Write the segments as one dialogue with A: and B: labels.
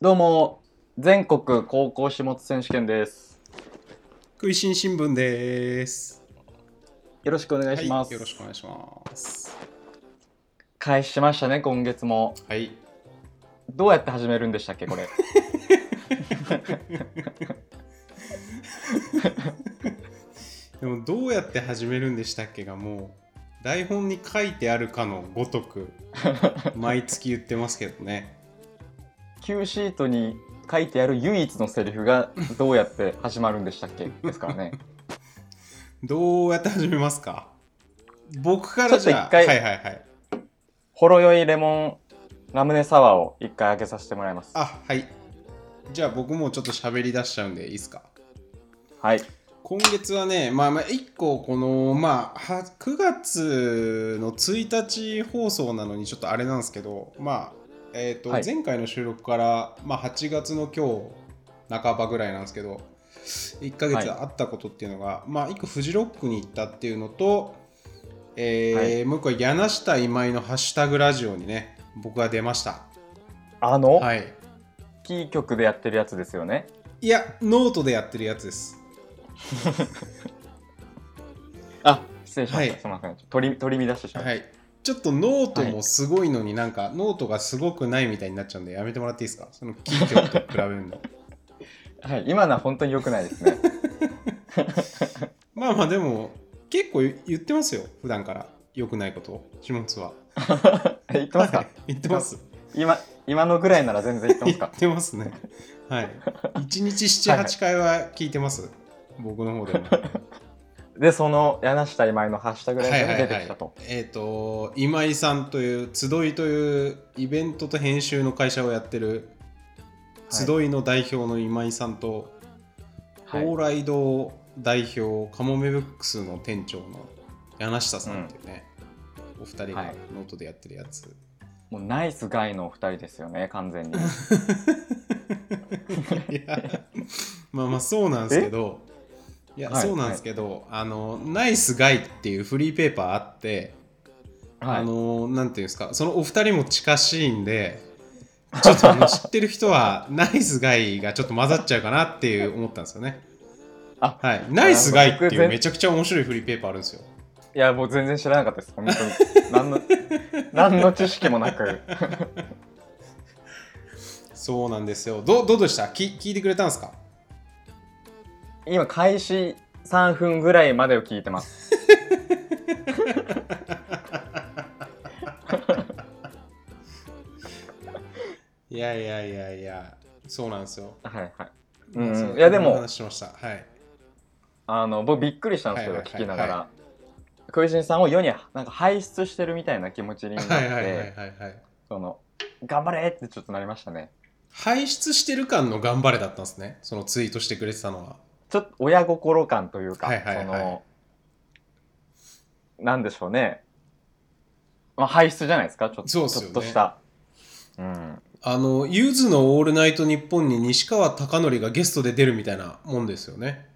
A: どうも、全国高校種目選手権です。
B: 食いしん新聞です。
A: よろしくお願いします。
B: はい、よろしくお願いします。
A: 開始しましたね、今月も。
B: はい。
A: どうやって始めるんでしたっけ、 これ。
B: でもどうやって始めるんでしたっけがもう台本に書いてあるかのご とく毎月言ってますけどね。
A: Q シートに書いてある唯一のセリフがどうやって始まるんでしたっけですからね。
B: どうやって始めますか僕からじ
A: ちょ
B: ゃあ
A: っと一回
B: はいはいはい。
A: ほろ酔いレモンラムネサワーを一回開けさせてもらいます。
B: あはい。じゃあ僕もちょっと喋り出しちゃうんでいいですか
A: はい。
B: 今月はね、まあ、まあ1個この、まあ、は9月の1日放送なのにちょっとあれなんですけど、まあえーと
A: はい
B: 前回の収録から、まあ、8月の今日半ばぐらいなんですけど1ヶ
A: はい
B: 月あったことっていうのが、まあ、1個フジロックに行ったっていうのと、えーもう1個は柳下今井の「ハッシュタグラジオ」にね僕が出ました。
A: あの、
B: はい、
A: キー局でやってるやつですよね。
B: いやノートでやってるやつです。
A: あ、失礼しました。
B: はい
A: すみません。取り取り乱してしまいま
B: は
A: し
B: い。ちょっとノートもすごいのになんか、ノートがすごくないみたいになっちゃうんでやめてもらっていいですかそのキー局と比べる の。
A: た。はい。今のは本当に良くないです ね。
B: まあまあでも結構言ってますよ普段から良くないことを下津は。
A: え言ってます
B: は
A: か
B: い。言ってます。
A: 今今のぐらいなら全然言ってま
B: 言
A: すか
B: ってますね。はい。1日
A: はい
B: 7、
A: はい
B: 8回は聞いてます。僕の方でも。
A: でその柳下今井のハッシュタグライブが出てきたと、
B: えっ、と今井さんという集いというイベントと編集の会社をやってる集いの代表の今井さんと、
A: はい
B: 往来堂代表カモメブックスの店長の柳下さんっていうね、お二人
A: は
B: が
A: い
B: ノートでやってるやつ、
A: もうナイスガイのお二人ですよね完 全に
B: い、やまあまあそうなんですけどいや、
A: はい
B: そうなんですけど、あのナイスガイっていうフリーペーパーあって、
A: はい
B: あのなんていうんですかそのお二人も近しいんでちょっとあの知ってる人 はナイスガイがちょっと混ざっちゃうかなっていう思ったんですよね
A: あ
B: はい、ナイスガイって
A: 僕
B: いう
A: 全
B: めちゃくちゃ面白いフリーペーパーあるんですよ
A: いやもう全然知らなかったです本当に 何の何の知識もなく
B: そうなんですよ。どうどうでしたき聞いてくれたんですか
A: 今開始3分ぐらいまでを聞いてます
B: いやいやいやいや、そうなんですよ。
A: はいはいうんうん
B: そう
A: いやでも
B: こんな話しました。はい。
A: あの僕びっくりしたんですけど、
B: はいはいはい
A: 聞きながらクイジンさんを世になんか排出してるみたいな気持ちになって、
B: はいはいはいはいはい。
A: その頑張れってちょっとなりましたね
B: 排出してる感の頑張れだったんですね。そのツイートしてくれてたのは。
A: ちょっと親心感というか、
B: はいはいはい
A: そのなんでしょうね、まあ、排出じゃないですかちょっと
B: そうっすよ
A: ちょ
B: ね
A: っとした、うん、
B: あの、ゆずのオールナイトニッポンに西川貴教がゲストで出るみたいなもんですよね。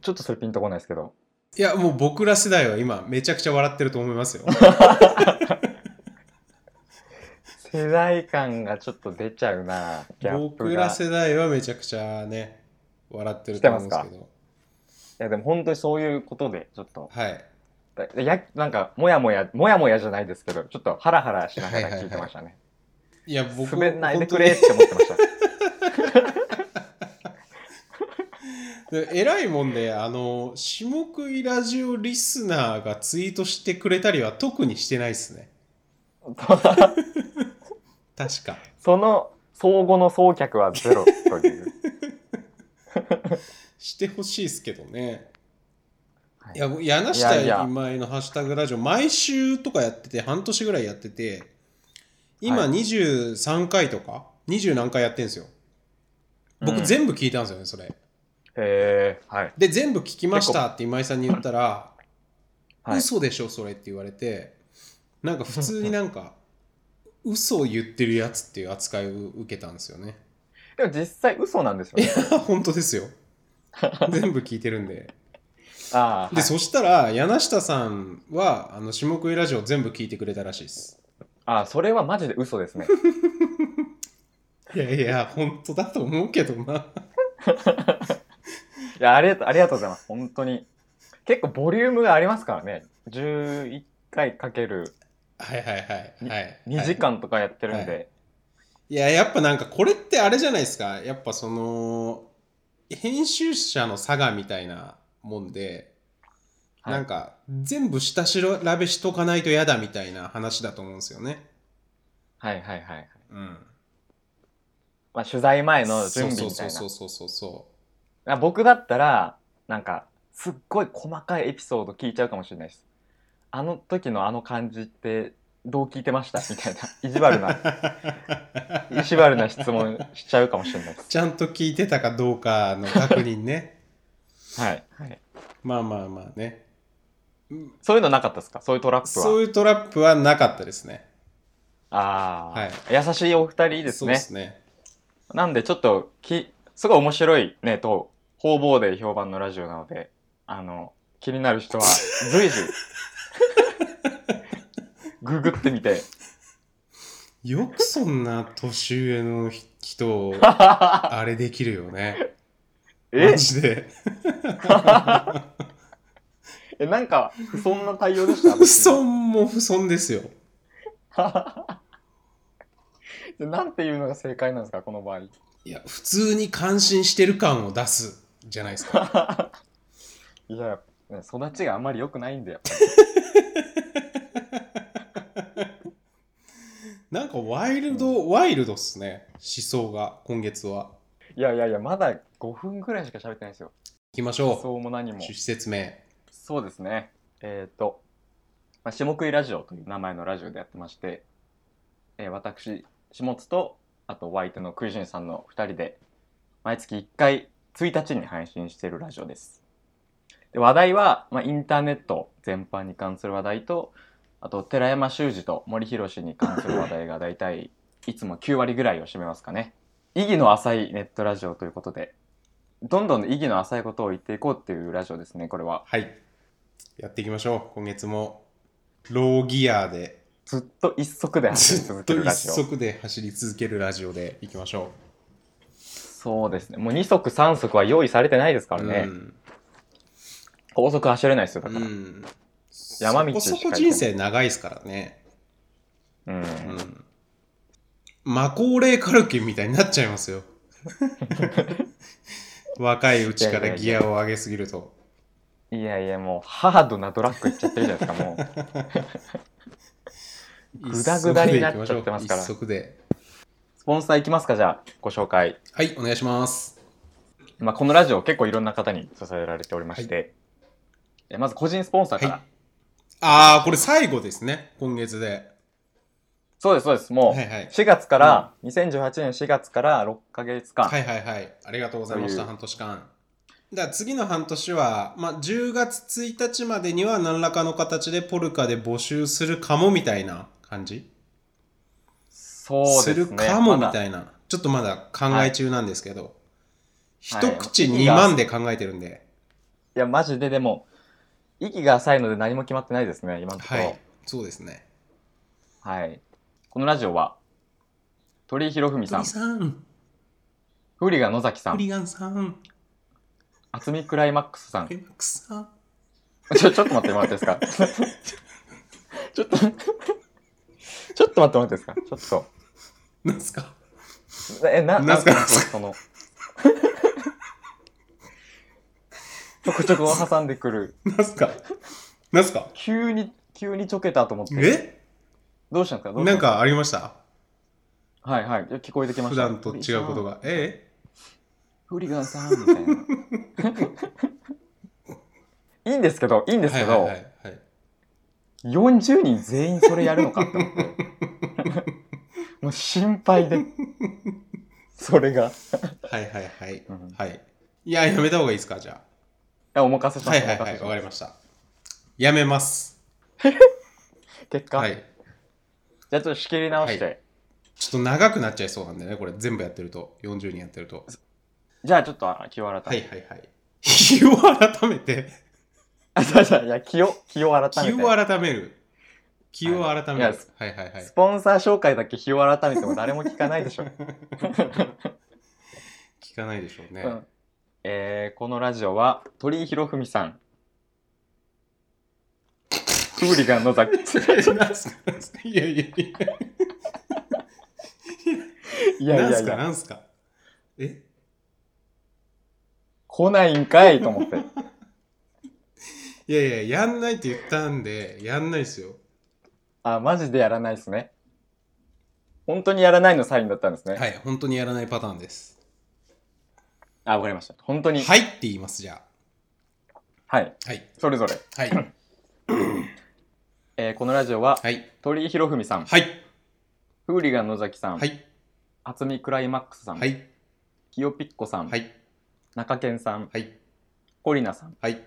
A: ちょっとそれピンとこないですけど
B: いや、もう僕ら世代は今、めちゃくちゃ笑ってると思いますよ。
A: 世代感がちょっと出ちゃうなギャップ
B: 僕
A: が
B: ら
A: い
B: 世代はめちゃくちゃね、笑ってると思うんですけど。
A: やでも本当にそういうことでちょっと
B: はい。
A: だやなんかモヤモヤモヤモヤじゃないですけどちょっとハラハラしながら聞いてましたね、
B: いや、僕
A: 滑んないで
B: 本当
A: く
B: に
A: れって思ってました
B: で偉いもんで、あの、下食いラジオリスナーがツイートしてくれたりは特にしてないです ね。確か。
A: その相互の送客はゼロという、
B: してほしいですけどね。
A: はい
B: いや、僕柳
A: いやいや
B: 下今井のハッシュタグラジオ、毎週とかやってて、半年ぐらいやってて、今
A: はい
B: 23回とか、20何回やってんですよ。
A: う
B: 僕
A: ん
B: 全部聞いたんですよね、それ。
A: えー、はい
B: で、全部聞きましたって今井さんに言ったら、
A: はい
B: 嘘でしょそれって言われてなんか普通になんか嘘を言ってるやつっていう扱いを受けたんですよね
A: でも実際嘘なんですよね
B: 本 当ですよ全部聞いてるんで
A: ああ、
B: で、
A: はい
B: そしたら柳下さんはあの下食いラジオ全部聞いてくれたらしいです
A: ああそれはマジで嘘ですね。
B: いやいや本当だと思うけどない
A: やありがとうありがとうございます本当に結構ボリュームがありますからね11回かける
B: はいはいはいはい
A: 2時間とかやってるんで、
B: いややっぱなんかこれってあれじゃないですかやっぱその編集者の差がみたいなもんで、
A: はい
B: なんか全部下調べしとかないと嫌だみたいな話だと思うんですよね。
A: はいはいはいはい、
B: うん、
A: まあ、取材前の準備みたいな
B: そうそうそうそうそうそ
A: あ僕だったらなんかすっごい細かいエピソード聞いちゃうかもしれないですあの時のあの感じってどう聞いてましたみたいな意地悪な
B: う。
A: 意地悪な質問しちゃうかもしれないで
B: ちゃんと聞いてたかどうかの確認 ね。
A: すはい、はい、
B: まあまあまあね。
A: そういうのなかったですかそういうトラップは
B: そういうトラップはなかったですね。
A: ああ、優しいお二人
B: い
A: です
B: そうで
A: ね
B: すね。
A: なんでちょっときすごい面白いねと方々で評判のラジオなのであの気になる人は随時ググってみ て
B: よくそんな年上の人 をあれできるよね。マ
A: え
B: ジで。
A: え、なんか、不遜な対応で した
B: 不損も不損ですよ。
A: で なんていうのが正解なんですか、この場合。
B: いや、普通に感心してる感を出すじゃないですか。
A: いや、ね育ちがあんまり良くないんだよ。
B: なんかワイルド、ワイルドっすね。思想が、今月は。
A: いやいやいや、まだ5分ぐらいしか喋ってないですよ。
B: 行きまし
A: そ
B: ょ
A: うも何
B: う。
A: も
B: 趣。旨説明。
A: そうですね。えっ、と、まあ、下食いラジオという名前のラジオでやってまして、えー私、下津と、あと、お相手のクイジンさんの2人で、毎月1回、1日に配信しているラジオです。で話題は、まあ、インターネット全般に関する話題と、あと、寺山修司と森博氏に関する話題が大体、いつも9割ぐらいを占めますかね。意義の浅いネットラジオということで、どんどん意義の浅いことを言っていこうっていうラジオですね、これは。
B: はい。やっていきましょう。今月も、ローギアで、
A: ずっと一足で走り
B: ずっ
A: 続
B: と
A: ける
B: 一
A: ラジオ。
B: 足で走り続けるラジオでいきましょ
A: そうですね。もう二足三足は用意されてないですか
B: う。
A: らね。
B: うん。
A: 高速走れないですよ、だ
B: う
A: から。
B: ん、
A: 山道
B: そこ
A: しか行けない
B: そこ人生長いですからね。
A: うん。
B: うん。魔高齢カルキンみたいになっちゃいます よ。若いうちからギアを上げすぎる と。
A: いやいや、もうハードなドラッグいっちゃってるじゃないですか、もう。ぐだぐだになっちゃってますから
B: 一足で。
A: スポンサーいきますか、じゃあ、ご紹介。
B: はい、お願いします。
A: まあ、このラジオ結構いろんな方に支えられておりまして、えまず個人スポンサーから。
B: はいああ、これ最後ですね。今月で。
A: そうです、そうです。もう、
B: はいはい
A: 4月から、2018年4月から6ヶ月間。
B: はいはいはい。ありがとうございまし
A: とい
B: た、
A: う
B: 半年間。だから次の半年は、まあ、10月1日までには何らかの形でポルカで募集するかもみたいな感じ
A: そうですすね。
B: るかもみ
A: まだ
B: たいな。ちょっとまだ考え中なんですけど、
A: はい
B: 一口2万で考えてるんで、
A: いや、マジででも、息が浅いので何も決まってないですね、今のとこ
B: は
A: ろ。
B: い、そうですね。
A: はい。このラジオは、鳥居博文さん
B: 鳥、さん、
A: フリガ野崎さ
B: フ
A: ん、
B: リガンさん、
A: 厚みクライマックスさん。
B: フリマックスさん。
A: ちょ、ちょっと待ってもらっていいですか ちょっと、ちょっと待ってもらっていいですかちょっ
B: なんすか
A: と。え、な、
B: なんすか
A: なんその、ちょこちょこ挟んでくる。
B: なんすかなんすか
A: 急に、急にちょけたと思って。
B: え
A: どうしたんですかどうした
B: な
A: です
B: んかありました
A: かはいはい。聞こえてきまし
B: 普
A: た。
B: 段と違うこと
A: が。
B: が。ええ
A: フリガンさん、みたいな。 いいんですけど、いいんですけど、
B: はいはいはいはい、
A: 40人全員それやるのかって思 って。もう心配で。それが。い
B: はいはいはい、
A: うん
B: はいいややめた方がいいですかじゃ
A: や、お任せし
B: あ
A: ま
B: は
A: し
B: い
A: た。
B: はい
A: お
B: は
A: 任せし
B: いわかりましたやめます
A: た結果、
B: はい
A: じゃあちょっと仕切り直して。
B: はちょっと長くなっちゃいそうなんでねこれ全部やってると40人やってると
A: じゃあちょっとあ気を改めて。
B: はいはいはい日を改めて
A: あ、そうそういや、気を、気を改めて。
B: 日を改める気を改め
A: はいいや
B: る。はいはいはい。
A: ス。ポンサー紹介だけ日を改めても誰も聞かないでしょ
B: 聞かないでしょうね。
A: うんえーこのラジオは鳥居博文さ ん。フーリガン野崎。
B: なんすかなんすかいやいやいや。
A: い
B: いや
A: やい
B: なん
A: や
B: す
A: い
B: か
A: や、
B: なんすかえ
A: 来ないんかいと思って。
B: いやいや、やんないって言ったんで、やんないですよ。
A: あ、マジでやらないですね。本当にやらないのサインだったんですね。
B: はい、本当にやらないパターンです。
A: あ、わかりました。本当に。
B: はいって言います、じゃ
A: はい。
B: あ。はい。
A: それぞれ。
B: はい。
A: えーこのラジオは、
B: はい。
A: 鳥居博文さん、
B: はい。
A: フーリガン野崎さん、
B: はい。
A: 厚みクライマックスさん、
B: はい。
A: キヨピッコさん、
B: はい。
A: 中堅さん、
B: はい。
A: コリナさん、
B: はい。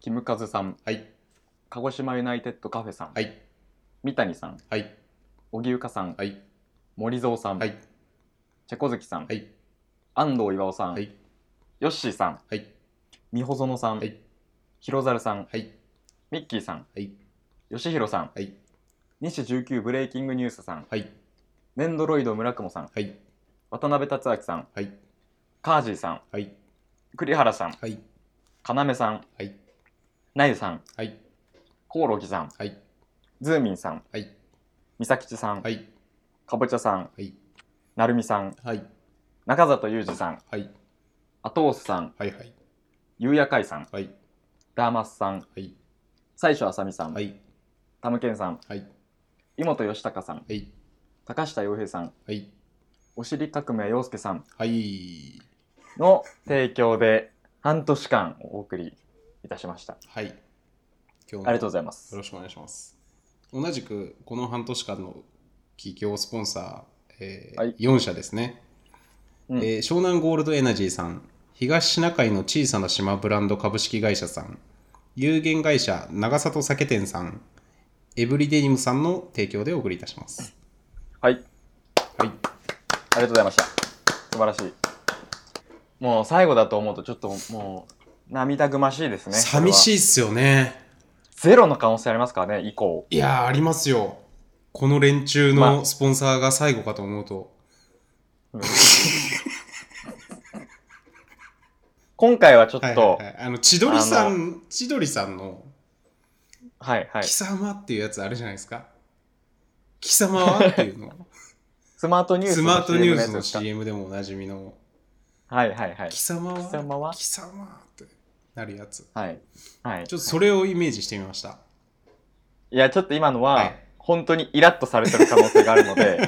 A: キムカズさん、
B: はい。
A: 鹿児島ユナイテッドカフェさん、
B: はい。
A: 三谷さん、
B: はい。
A: 荻生さん、
B: はい。
A: 森蔵さん、
B: はい。
A: チェコ月さん、
B: はい。
A: 安藤岩尾さん、
B: はい。
A: ヨッシーさん、
B: はい。
A: 美穂園さん、
B: はい。
A: ヒロザルさん、
B: はい。
A: ミッキーさん、
B: はい。
A: ヨシヒロさん、
B: はい。
A: 西19ブレイキングニュースさん、
B: はい。
A: ネンドロイド村雲さん、
B: はい。
A: 渡辺達明さん、
B: はい。
A: カージーさん、
B: はい。
A: 栗原さん、
B: はい。
A: かなめさん、
B: はい。
A: ナユさん、
B: はい。
A: コオロギさん、
B: はい。
A: ズーミンさん、
B: はい。
A: ミサキチさん、
B: はい。
A: かぼちゃさん、
B: はい。
A: なるみさん、
B: はい。
A: 中里裕二さん、
B: はい。
A: アトースさん、
B: はい。はい。
A: ゆうやかいさん、
B: はい。
A: ダーマスさん、
B: はい。
A: 最初あさみさん、
B: はい。
A: タムケンさん、
B: はい。
A: 井本義孝さん、
B: はい。
A: 高下洋平さん、
B: はい。
A: おしり革命洋介さん
B: はい。
A: の提供で半年間お送りいたしました。あ
B: はい。今日
A: り
B: も
A: が
B: よ
A: とうございます。
B: ろしくお願いします。同じく、この半年間の企業スポンサー、えー
A: はい
B: 4社ですね、
A: うん
B: えー湘南ゴールドエナジーさん、東シナ海の小さな島ブランド株式会社さん、有限会社長里酒店さん、エブリデニムさんの提供でお送りいたします。
A: はい、あり
B: はい。
A: がとうございました。素晴らしい。もう最後だと思うとちょっともう涙ぐましいですね。
B: 寂し
A: い。
B: いっすよね。
A: ゼロの可能性ありますからね、以降。
B: いやー、ありますよ。この連中
A: ま
B: の
A: あ
B: スポンサーが最後かと思うと。
A: 今回はちょっと、
B: は
A: はいい
B: は
A: は
B: いはい、あの千鳥さん千鳥さんの
A: い、
B: 「貴様」っていうやつあるじゃないですか「貴様は?」ってい うの
A: スマートニュース
B: ス
A: の
B: マートニュー
A: CM や
B: スの
A: つですか
B: CM でもおなじみの
A: はいはいは
B: 「
A: い。
B: 貴様は?」
A: 貴様は
B: 貴様ってなるやつ
A: はい。はい。
B: ちょっとそれをイメージしてみました
A: いや、ちょっと今のは、
B: はい
A: 本当にイラッとされてる可能性があるので、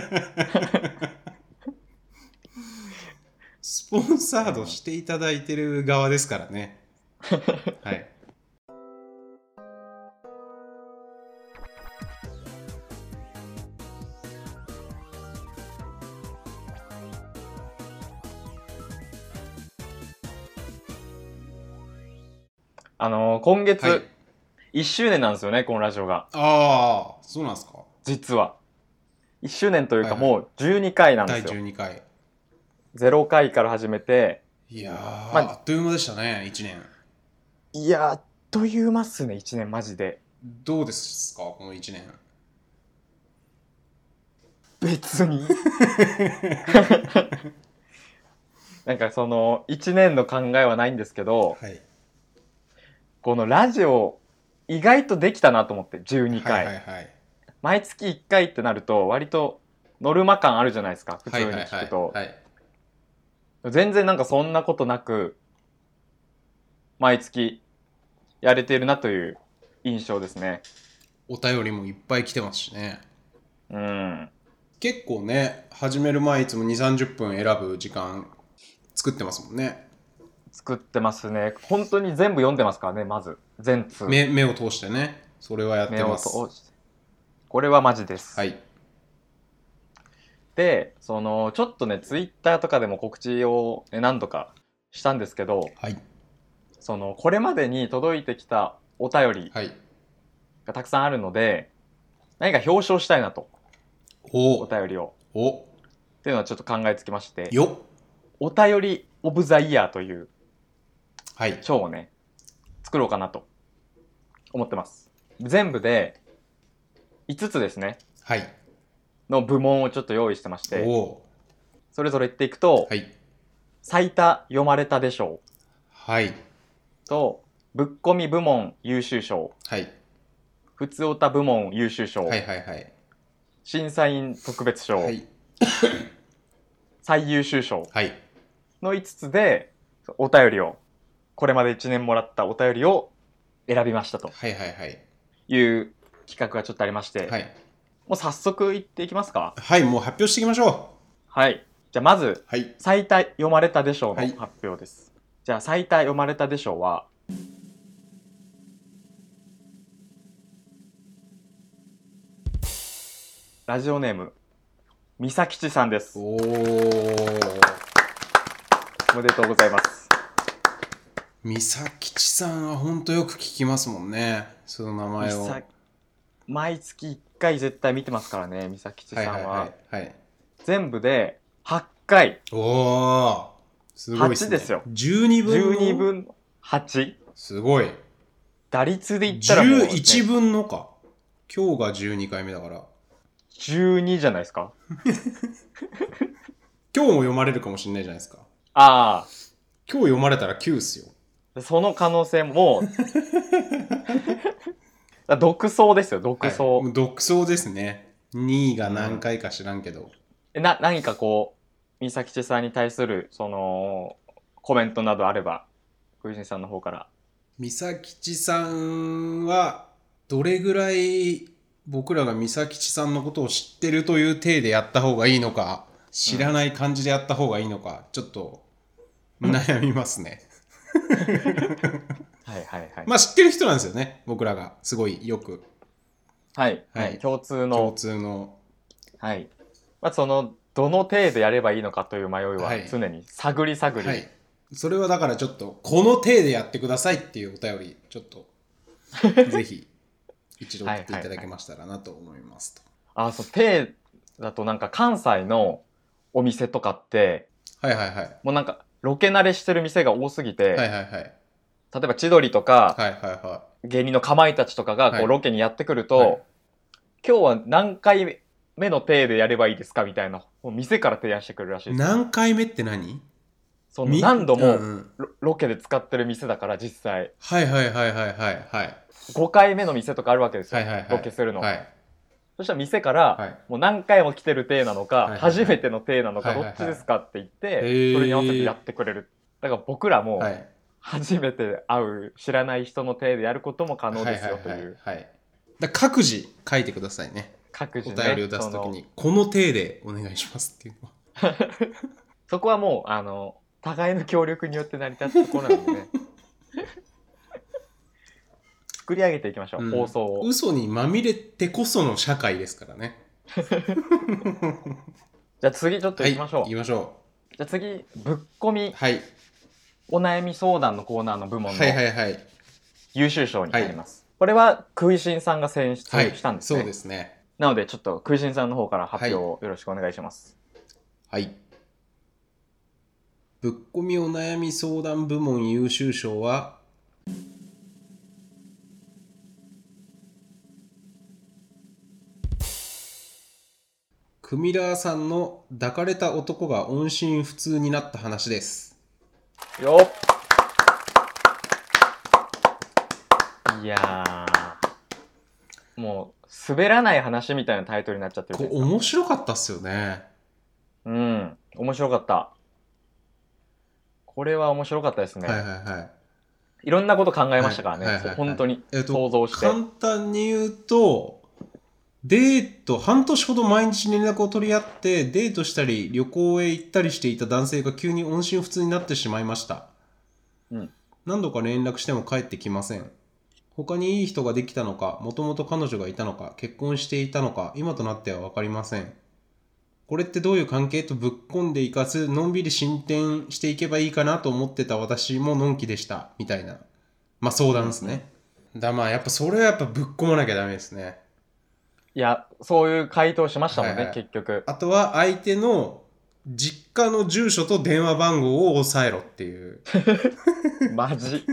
B: スポンサードしていただいてる側ですか らねはい
A: あのー今月、
B: はい
A: 1周年なんですよね、このラジオが。
B: ああそうなんですか
A: 実は。1周年というか、
B: はいはい
A: もう12回なん
B: 第
A: ですよ。
B: 12回
A: 0回から始めて、
B: いやー、
A: ま
B: あっという間でしたね1年
A: いやー、あっという間っすね、1年マジで。
B: どうですかこの1年
A: 別に。なんかその、1年の考えはないんですけど、
B: はい
A: このラジオ、意外とできたなと思って、12回。
B: はいはいはい
A: 毎月1回ってなると割とノルマ感あるじゃないですか普通に聞くと
B: はいはいはい
A: 全然なんかそんなことなく毎月やれているなという印象ですね
B: お便りもいっぱい来てますしね
A: うん
B: 結構ね始める前いつも2 3 0分選ぶ時間作ってますもんね
A: 作ってますね本当に全部読んでますからねまず全通
B: 目目を通してねそれはやって
A: 目を
B: ます
A: 通してこれはマジです、
B: はい
A: でそのちょっとねツイッターとかでも告知をね何度かしたんですけど
B: はい
A: そのこれまでに届いてきたお便り
B: はい
A: がたくさんあるので何か表彰したいなとお
B: お
A: 便りを
B: お
A: っていうのはちょっと考えつきまして
B: よっ
A: お便りオブザイヤーという
B: はい
A: 賞をね作ろうかなと思ってます全部で5つですね、
B: はい。
A: の部門をちょっと用意してまし
B: お
A: て、
B: お
A: それぞれ言っていくと、
B: ー。はい。
A: 最多読まれたでしょ
B: はい。
A: うと、ぶっこみ部門優秀賞、
B: はい。
A: 普通オタ部門優秀賞、
B: はいはいはい。
A: 審査員特別賞、
B: はい。
A: 最優秀賞
B: はい。
A: の5つで、お便りを、これまで1年もらったお便りを選びましたと
B: はいはいはい。
A: いう企画がちょっとありまして、
B: はい。
A: もう早速言っていきますか。
B: はい、もう発表していきましょ
A: はい。じゃあまず
B: う。、はい。
A: 最多読まれたでしょうの
B: はい
A: 発表です。じゃあ最多読まれたでしょうは、ラジオネーム、みさきちさんです。
B: おー。
A: おめでとうございます。
B: 三崎地さんはほんとよく聞きますもんね。その名前を。
A: みさ毎月1回絶対見てますからね、みさきちさんは。
B: いはい。はい、
A: 全部で8回、
B: おー。すごいっす、ね。
A: 8ですよ
B: 12分の。
A: 12分の8。
B: すごい。
A: 打率で言ったらもう、ね、
B: 11分のか。今日が12回目だから。
A: 12じゃないですか。
B: 今日も読まれるかもしれないじゃないですか。
A: ああ。
B: 今日読まれたら9っすよ。
A: その可能性 も、もう独走ですよ、独走。
B: はい、独走ですね。2位が何回か知らんけど。
A: えな、何かこう、美咲千さんに対する、その、コメントなどあれば、クイジンさんの方から。
B: 三崎地さんはどれぐらい僕らが三崎地さんのことを知ってるという体でやった方がいいのか知らない感じでやった方がいいのか、ちょっと悩みます ね、
A: はいはいはい。
B: まあ知ってる人なんですよね僕らがすごいよく
A: はい、
B: は
A: はいい。共通
B: 共
A: の、
B: 通の
A: はい。まあ、その、どの程度やればいいのかという迷いは
B: はい
A: 常に探り探り、
B: はいそれはだからちょっとこの体でやってくださいっていうお便りちょっ とぜひ一度送っていただけましたらなと思いますと
A: あそう程度だとなんか関西のお店とかって
B: はいはいはい
A: もうなんかロケ慣れしてる店が多すぎて、
B: はいはいはい
A: 例えば千鳥とか、
B: はいはいは
A: 芸人のかまいたちとかが
B: は
A: こ
B: いう
A: ロケにやってくると、
B: はい
A: 今日は何回目の体でやればいいですかみたいなもう店から提案してくるらしい
B: い
A: です
B: 何回目って何
A: その
B: み
A: 何度
B: うん
A: も
B: うん
A: ロロケで使ってる店だから実際
B: はいはいはいはいはいはい
A: 5回目の店とかあるわけですよ、
B: はいはいはい
A: ロケするの、
B: はい
A: そしたら店から、
B: はい
A: もう何回も来てる体なのか、
B: いはい
A: 初めての体なのか、
B: はいはいは
A: ど
B: い
A: っちですかって言って、
B: へー
A: それに合わせてやってくれるだから僕らも
B: はい
A: 初めて会う知らない人の体でやることも可能ですよという、
B: はいはいはいはいだから各自書いてくださいね
A: 各
B: お
A: 自ね
B: 便りを出すときにこの手でお願いしますっていうのは
A: そこはもう、あの、互いの協力によって成り立つところなん でね。作り上げていきましょう、
B: うん
A: 放送を。
B: 嘘にまみれてこその社会ですからね
A: じゃあ次ちょっと行きましょう。
B: はい、行きましょ
A: じゃあ次、ぶっこ
B: う
A: み
B: はい
A: お悩み相談のコーナーの部門の
B: はいはいはい
A: 優秀賞になります。これは、クイシンさんが選出
B: はい
A: したんですね。
B: そうですね
A: なので、ちょっとクイシンさんの方から発表をよろしくお願いします。
B: はいぶっこみお悩み相談部門優秀賞はクミラーさんの抱かれた男が音信不通になった話です。
A: よっいやー、もう、滑らない話みたいなタイトルになっちゃってるじ
B: こ
A: ゃないう
B: 面白かったっすよね。
A: うん、面白かった。これは面白かったですね。
B: はいはい
A: い、
B: はい。
A: ろんなこと考えましたからね、
B: はいはいはいはい
A: 本当に
B: えっと
A: 想像して。
B: 簡単に言うと、デート、半年ほど毎日連絡を取り合って、デートしたり、旅行へ行ったりしていた男性が急に音信不通になってしまいました。
A: うん
B: 何度か連絡しても帰ってきません。他にいい人ができたのか、もともと彼女がいたのか、結婚していたのか、今となっては分かりません。これってどういう関係とぶっこんでいかず、のんびり進展していけばいいかなと思ってた私ものんきでした。みたいな。まあ相談ですね。だまあやっぱそれはやっぱぶっ込まなきゃダメですね。
A: いや、そういう回答しましたもんね、
B: はいはい
A: 結 局。
B: あとは相手の実家の住所と電話番号を押さえろっていう、
A: マジ、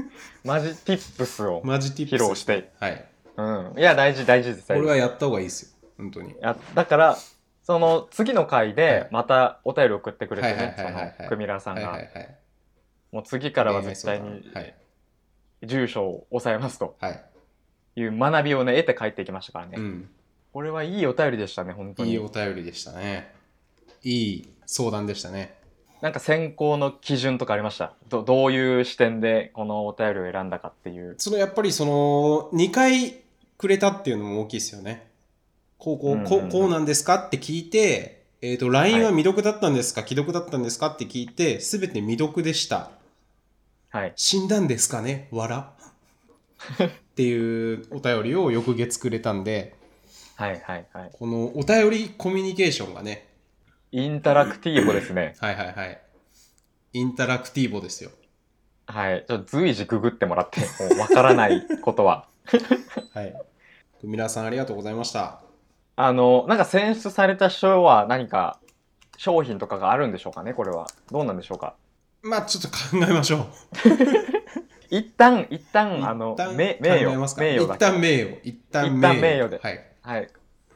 A: マジティップスを
B: マジティップ
A: 披
B: ス
A: 露して。
B: はい。
A: うん。いや、大事、大事です、
B: こ
A: 大
B: れ
A: 事です
B: はやった方がいいですよ。本当に。
A: いやだから、その次の回
B: はい
A: で、またお便り送ってくれて
B: はい
A: ね、
B: はいはいはい
A: その、クミラさん
B: はいはいは
A: が。
B: い。
A: もう次からは絶対に
B: 恋愛相談はい。
A: 住所を抑えますと
B: はい。
A: いう学びをね、得て帰ってきましたからね。
B: うん。
A: これはいいお便りでしたね、本当
B: い
A: に。
B: いお便りでしたね。いい相談でしたね。
A: なんか選考の基準とかありましたどどういう視点でこのお便りを選んだかっていう。
B: そのやっぱりその2回くれたっていうのも大きいですよね。こうこうこ
A: うんうんう
B: うんこうなんですかって聞いて、えっと LINE は
A: は
B: 未読だったんですか、既読だったんですかって聞いてすべて未読でした。
A: はい。
B: 死んだんですかね笑っていうお便りを翌月くれたんで
A: はいはいはい。
B: このお便りコミュニケーションがね
A: インタラクティーボですね。
B: はいはいはいインタラクティーボですよ
A: はい。ちょっと随時ググってもらって、もうわからないことは。
B: はい皆さんありがとうございました
A: あの、なんか選出された賞は何か商品とかがあるんでしょうかねこれは。どうなんでしょうか
B: まあちょっと考えましょう
A: 一旦、一旦、あの
B: 一、旦
A: め
B: 考
A: 名
B: えます
A: 誉。名誉
B: か
A: だ
B: 一
A: け
B: 旦名誉一旦名誉
A: 一旦名誉で
B: はい
A: はい。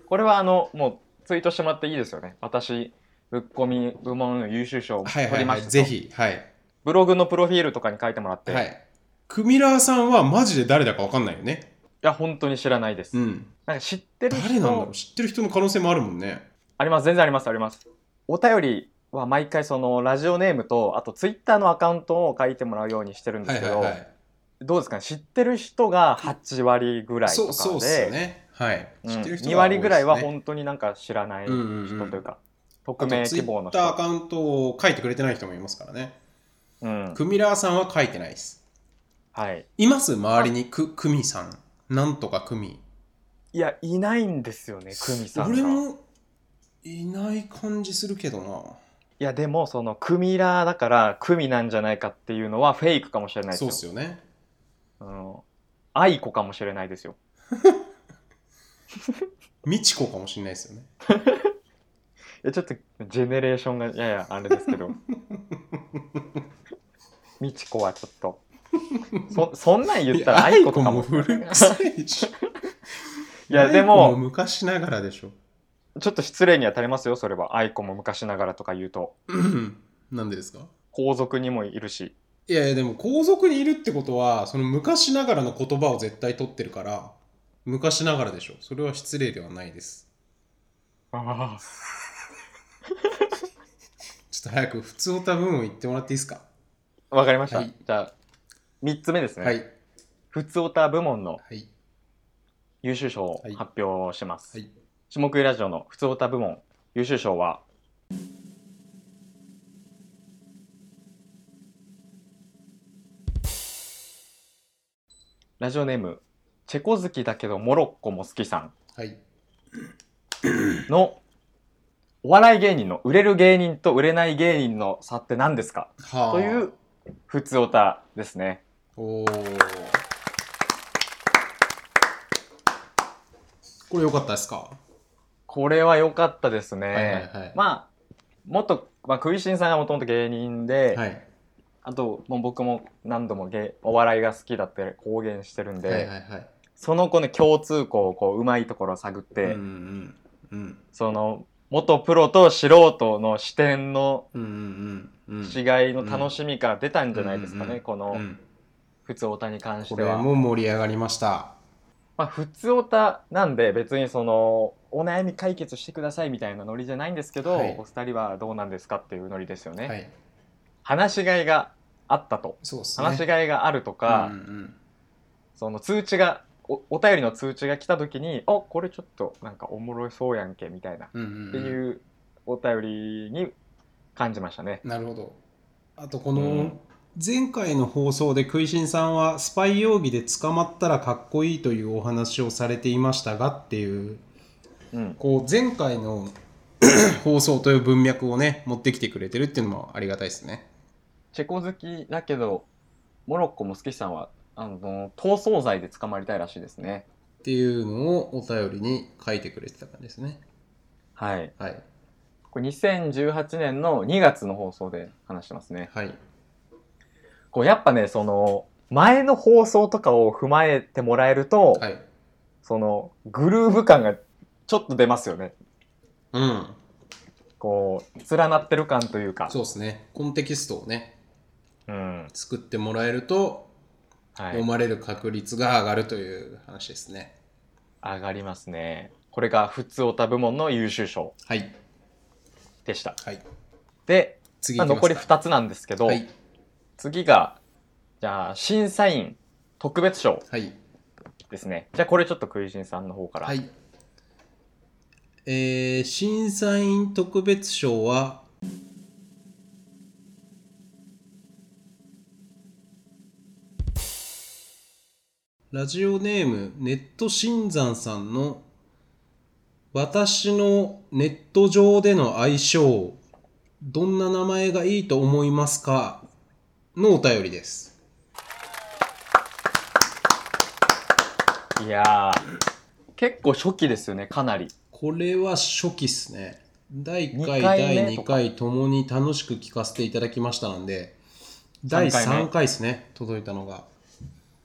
A: これはあの、もうツイートしてもらっていいですよね。私、ぶっこみ部門の優秀賞を
B: はい
A: 取
B: はい
A: り
B: は
A: まし
B: い
A: たと
B: ぜ。ひはい
A: ブログのプロフィールとかに書いてもらって、、
B: はいいクミラーさんはマジで誰だかわかんないよね
A: や、本当に知らないです。
B: うん
A: なんか知ってる人
B: 誰なんだろう知ってる人の可能性もあるもんね
A: あります、全然あります、あります。お便りは毎回そのラジオネームと、あとツイッターのアカウントを書いてもらうようにしてるんで
B: は
A: す
B: い
A: け
B: はい
A: ど、
B: はい
A: どうですかね、知ってる人が8割ぐらいとかで、
B: そうそうっすよね。はい。
A: うん
B: 知ってる人
A: 2割ぐらいは
B: 多ですね
A: 本当になんか知らない人というか、匿
B: あ
A: 名
B: とツイ
A: 希望
B: ッ
A: の
B: ターア
A: 人。
B: カウントを書いてくれてない人もいますからね。
A: うん、
B: クミラーさんは書いてないです。
A: はい。
B: います周りにククミさん。なんとかクミ。
A: いや、いないんですよね、久美さんが。
B: 俺もいない感じするけどな。
A: いやでもそのクミラーだからクミなんじゃないかっていうのはフェイクかもしれないです
B: そう
A: よ
B: っ。すよね。
A: あの愛子かもしれないですよ。
B: ミチコかもしれないですよね。
A: えちょっとジェネレーションがややあれですけ ど。みちこはちょっと。そそんなん言ったら
B: いや
A: 愛子とかも
B: アイコも古臭いし。
A: いやで
B: アイコ
A: も
B: 昔ながらでしょ。
A: ちょっと失礼に当たりますよそれは愛子も昔ながらとか言うと
B: うんなんでですか
A: 皇族にもいるし
B: いやいやでも皇族にいるってことはその昔ながらの言葉を絶対取ってるから昔ながらでしょそれは失礼ではないです
A: あ
B: ちょっと早く普通の多分を言ってもらっていいですか
A: あわかりました、
B: はい
A: じゃあ3つ目ですね、
B: はい
A: ふつおた部門の
B: はい
A: 優秀賞を
B: はい
A: 発表します、
B: はい
A: 下食いラジオのふつおた部門優秀賞はラジオネームチェコ好きだけどモロッコも好きさん
B: はい
A: のお笑い芸人の売れる芸人と売れない芸人の差って何ですか
B: はあ
A: というふつおたですね
B: おおこれ良かったですか
A: これは良かったですね、
B: はいはいはい
A: まあ元、まあ、クイシンさんがもともと芸人で、
B: はい
A: あともう僕も何度も芸お笑いが好きだって公言してるんで、
B: はいはいはい
A: その子ね共通項をこううまいところを探って、
B: うんうんうん
A: その元プロと素人の視点の
B: うんうんうんうん
A: 違いの楽しみから出たんじゃないですかね、
B: うん
A: こ
B: う
A: の
B: ん
A: 普通オタに関し
B: こ
A: て
B: れ
A: は。
B: も盛り上がりました
A: まあ、普通オタなんで別にそのお悩み解決してくださいみたいなノリじゃないんですけど、
B: はい
A: お二人はどうなんですかっていうノリですよね。
B: はい
A: 話しがいがあったと
B: そうですね
A: 話しがいがあるとか、
B: うんうん
A: その通知がおお便りの通知が来た時に「あこれちょっとなんかおもろそうやんけ」みたいなっ
B: うんうんうん
A: ていうお便りに感じましたね。
B: なるほど。あとこ
A: う
B: の
A: ん
B: 前回の放送で食いしんさんはスパイ容疑で捕まったらかっこいいというお話をされていましたがっていう
A: うん、
B: こう前回の 放送という文脈をね持ってきてくれてるっていうのもありがたいですね。
A: チェコ好きだけどモロッコも好きさんはあの逃走罪で捕まりたいらしいですね。
B: っていうのをお便りに書いてくれてた感じですね。
A: はい、
B: はい。
A: これ2018年の2月の放送で話してますね。
B: はい。
A: こうやっぱねその前の放送とかを踏まえてもらえると、
B: はい。
A: そのグルーヴ感がちょっと出ますよね
B: うん。
A: こう連なってる感というか
B: そうですね。コンテキストをね、
A: うん
B: 作ってもらえると、
A: はい、
B: 読まれる確率が上がるという話ですね。
A: 上がりますねこれが普通オタ部門の優秀賞
B: はい。
A: でした
B: はい。
A: で、
B: 次
A: まあ、
B: 行きます
A: 残
B: か
A: り2つなんですけど、
B: はい。
A: 次がじゃあ審査員特別賞
B: はい。
A: ですねじゃあこれちょっとクイジンさんの方から
B: はい。えー、審査員特別賞は、ラジオネームネット新山さんの私のネット上での愛称どんな名前がいいと思いますかのお便りです。
A: いやー結構初期ですよねかなり
B: これは初期っすね。第1回、
A: 二回目
B: 第2回ともに楽しく聞かせていただきましたなんで、第
A: 三回目
B: 3回ですね、届いたのが。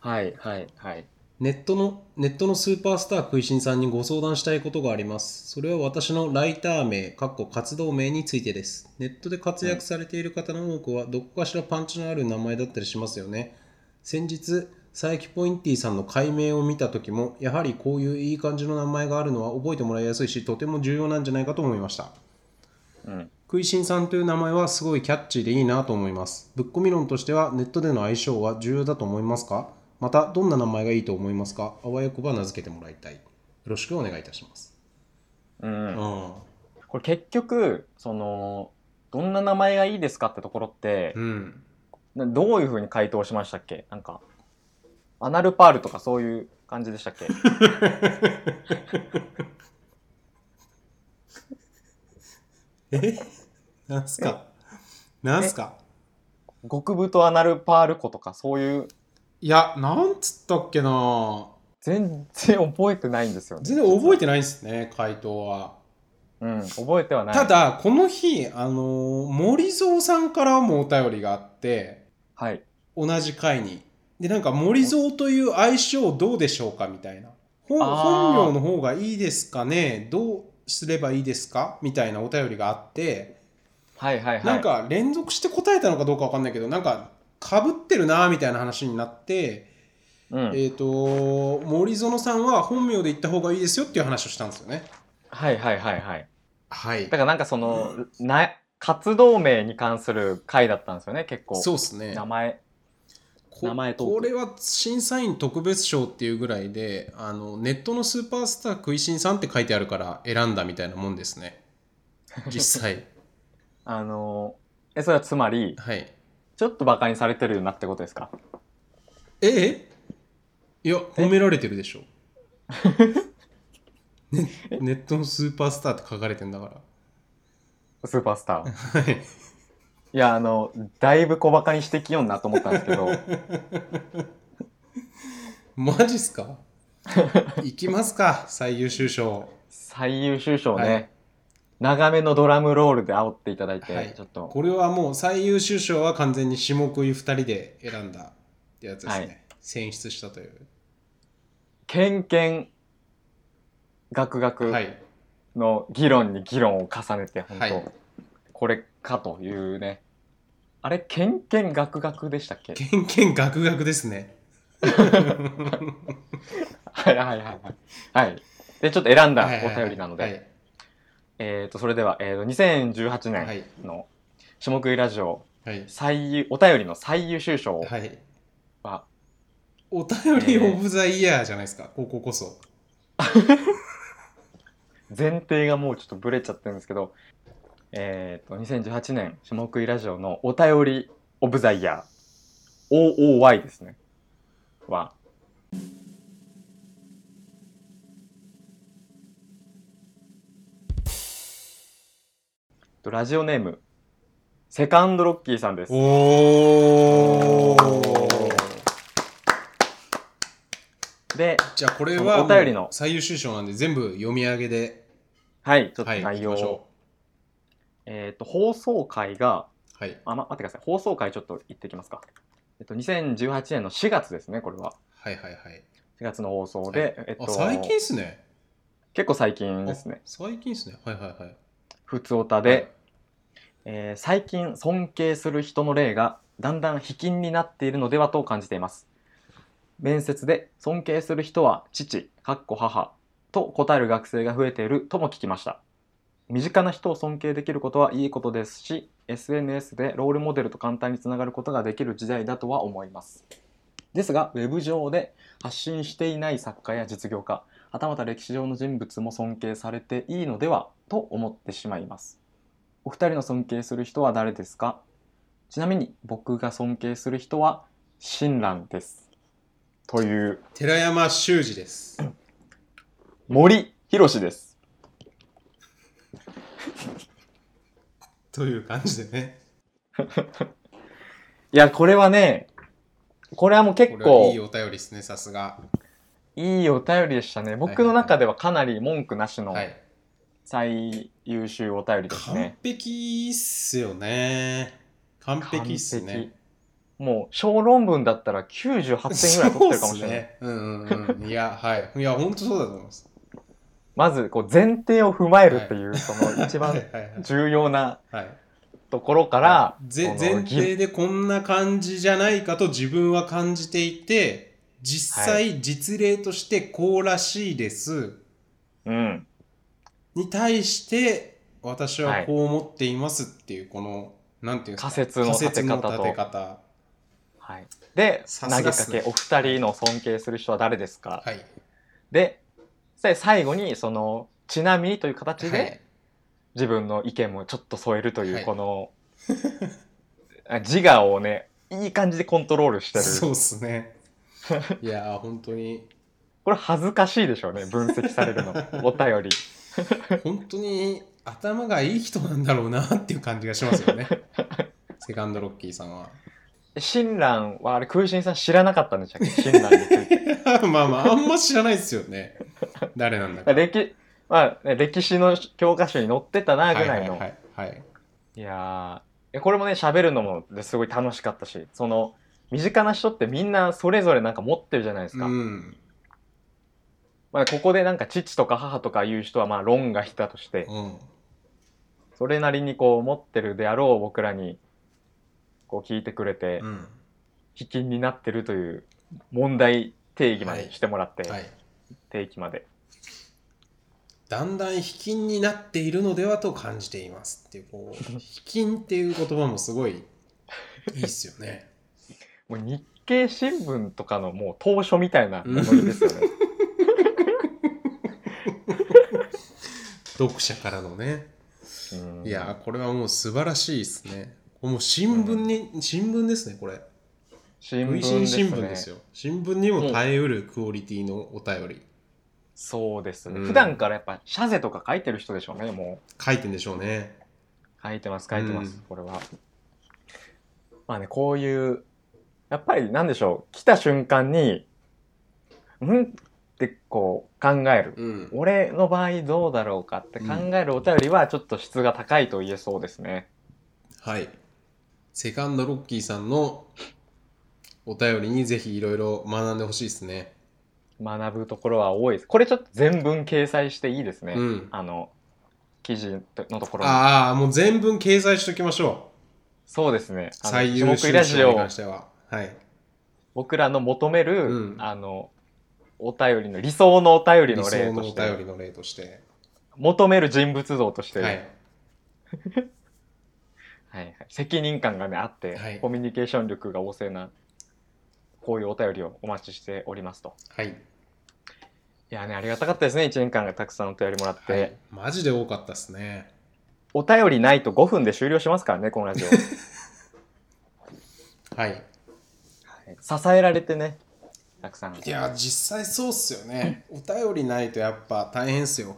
A: はいはいはい
B: ネットの、ネットのスーパースター食いしんさんにご相談したいことがあります。それは私のライター名、かっこ活動名についてです。ネットで活躍されている方の多くは、どこかしらパンチのある名前だったりしますよね。先日、佐伯ポインティさんの解明を見た時も、やはりこういういい感じの名前があるのは覚えてもらいやすいし、とても重要なんじゃないかと思いました。
A: うん
B: 食いしんさんという名前はすごいキャッチーでいいなと思います。ぶっこみ論としてはネットでの相性は重要だと思いますかまたどんな名前がいいと思いますかあわよくば名付けてもらいたい。よろしくお願いいたします。
A: うん
B: うん。
A: これ結局そのどんな名前がいいですかってところって
B: う、ん。
A: などういうふうに回答しましたっけなんかアナルパールとかそういう感じでしたっけ
B: え なんすかなんすか
A: 極太アナルパール子とかそういう
B: いや、なんつったっけな
A: 全然覚えてないんですよね
B: 全然覚えてないですね、回答は。
A: うん覚えてはない
B: ただ、この日、あのー森蔵さんからもお便りがあって、
A: はい
B: 同じ回に。で、なんか森蔵という愛称どうでしょうかみたいな。本
A: あー
B: 本名の方がいいですかねどうすればいいですかみたいなお便りがあって、
A: はいはいはい
B: なんか連続して答えたのかどうかわかんないけど、なんか被ってるなみたいな話になって、
A: うん、
B: えっ、と、森園さんは本名で言った方がいいですよっていう話をしたんですよね。
A: はいはいはいはい
B: はい
A: だからなんかその、な活動名に関する回だったんですよね結構
B: そうですね。
A: 名前
B: こ
A: 名前トーク
B: これは審査員特別賞っていうぐらいであのネットのスーパースター食いしんさんって書いてあるから選んだみたいなもんですね実際
A: あのえそれはつまり
B: はい
A: ちょっとバカにされてるよなってことですか
B: ええいや褒められてるで しょ、ね、ネットのスーパースターって書かれてんだか
A: スーパースター
B: らはい
A: いやあのだいぶ小バカにしてきよんなと思ったんですけ ど
B: マジっ すか行きますか最優秀賞
A: 最優秀賞ね、
B: はい
A: 長めのドラムロールで煽っていただいて、
B: はい
A: ちょっと
B: これはもう最優秀賞は完全に下食い2人で選んだってやつですね、
A: はい
B: 選出したという
A: ケンケンガクガク
B: はい
A: の議論に議論を重ねて、
B: は
A: 本
B: い
A: 当これかというねあれケンケンガクガクでしたっけ
B: ケンケンガクガクですね。
A: はいはいはいはいはいでちょっと選んだ
B: はいはいはい
A: お便りなので、
B: はい
A: えっ、とそれでは、えー、と2018
B: は
A: 年
B: い
A: の下食いラジオ
B: はい
A: 最優お便りの最優秀賞
B: はい。
A: は、
B: お便りオブザイヤーじゃないですか、こここそ。
A: 前提がもうちょっとブレちゃってるんですけど、えっ、と、2018年、下食いラジオのお便りオブザイヤー、OOY ですね。は、ラジオネーム、セカンドロッキーさんです。ー
B: お
A: で、
B: じゃあこれは
A: お便りの
B: 最優秀賞なんで全部読み上げで、
A: はい、ちょっと
B: はい、
A: 内
B: 行
A: 容
B: きまし
A: を。
B: ょ
A: えっ、と、放送回が、
B: うはい。
A: あ、ま、待ってください。放送回ちょっと行ってきますか。えっと、2018年の4月ですね、これは。
B: はいはいはい。
A: 4月の放送で、えっ
B: あ
A: と、
B: 最近っすね
A: 結構最近ですね
B: あ。最近っすねはいはいはい
A: 普通歌で、えー最近尊敬する人の例がだんだん卑近になっているのではと感じています面接で尊敬する人は父かっこ母と答える学生が増えているとも聞きました身近な人を尊敬できることはいいことですし SNS でロールモデルと簡単につながることができる時代だとは思いますですがウェブ上で発信していない作家や実業家はたまた歴史上の人物も尊敬されていいのではと思ってしまいますお二人の尊敬する人は誰ですかちなみに僕が尊敬する人は親鸞ですという
B: 寺山修司です
A: 森博士です
B: という感じでね
A: いやこれはねこれはもう結
B: これは
A: 構
B: いいお便りですねさすが
A: いいお便りでしたね僕の中ではかなり文句なしの
B: はい
A: 最優秀お便りですね、
B: 完璧っすよね完璧っす
A: 完璧
B: ね
A: もう小論文だったら98点ぐ らい取ってるかもしれない、
B: そうっすねうんうんうんいやはいいや本当そうだと思います
A: まずこう前提を踏まえるっていう、その一
B: は
A: 番
B: いはいはい
A: 重要な
B: はい
A: ところから、
B: ぜ
A: この
B: 前
A: ぎ
B: 提でこんな感じじゃないかと自分は感じていて実際、
A: は
B: 実例としてこうらしいです
A: うん
B: に対して私はこう思っていますっていうこの、なんていうんですか
A: 仮説の立て方と
B: 仮説の立て方
A: はい、で
B: さ
A: 投げ
B: すが
A: か
B: っすね
A: けお二人の尊敬する人は誰ですか、
B: はい
A: でで最後にそのちなみにという形
B: は
A: で
B: い
A: 自分の意見もちょっと添えるとい
B: はいう
A: この、あ自我をねいい感じでコントロールして
B: そう
A: る
B: っすね いやー本当に
A: これ恥ずかしいでしょうね分析されるの お便り
B: 本当に頭がいい人なんだろうなっていう感じがします よねセカンドロッキーさんは
A: 親鸞はあれ空心さん知らなかったんでしたっけ親鸞について
B: まあまああんま知らないですよね誰なんだか
A: 歴,、まあね、歴史の教科書に載ってたなぐらいの、
B: はいはいはい、はい
A: いやーえこれもね喋るのもすごい楽しかったしその身近な人ってみんなそれぞれなんか持ってるじゃないですか、
B: うん
A: まあ、ここでなんか父とか母とかいう人はまあ論がしたとして
B: うん
A: それなりにこう持ってるであろう僕らにこう聞いてくれて
B: うん
A: 卑近になってるという問題定義までしてもらって、
B: はい、
A: 定義まで
B: だんだん卑近になっているのではと感じていますっていう こう卑近っていう言葉もすごいいいっすよ ね
A: もう日経新聞とかのもう当初みたいなノリですよね
B: 読者からのね、
A: うん
B: いやーこれはもう素晴らしいですねこれもう新聞に、新聞ですねこれ
A: 新聞
B: 累
A: です、ね、
B: 進新聞ですよ新聞にも耐えうるクオリティのお便り
A: そうですね、
B: うん
A: 普段からやっぱ社税とか書いてる人でしょうねもう
B: 書いてんでしょうね
A: 書いてます書いてます、
B: うん
A: これはまあねこういうやっぱりなんでしょう来た瞬間にうんってこう考える
B: うん
A: 俺の場合どうだろうかって考えるお便りはちょっと質が高いと言えそうですね、
B: はいセカンドロッキーさんのお便りにぜひいろいろ学んでほしいですね
A: 学ぶところは多いですこれちょっと全文掲載していいですね、
B: うん
A: あの記事のところに
B: ああもう全文掲載しときましょう
A: そうですねあの
B: 最優
A: 下
B: 秀
A: 剋ラジ
B: 賞に
A: オ
B: 関しては。はい。
A: 僕らの求める、
B: うん
A: あのお便りの理想のお便り
B: 理
A: の例
B: 想
A: と
B: のお
A: して
B: 便りの例として。
A: 求める人物像として、
B: は
A: はい
B: い。
A: はい責任感が、ね、あって、
B: はい
A: コミュニケーション力が旺盛なこういうお便りをお待ちしておりますと
B: はい。
A: いやねありがたかったですね1年間がたくさんお便りもらって、
B: はい。マジで多かったですね。
A: お便りないと5分で終了しますからねこのラ ジオ、はい
B: はい。
A: 支えられてねたくさん
B: いや、実際そうっすよね。 お便りないとやっぱ大変っすよ。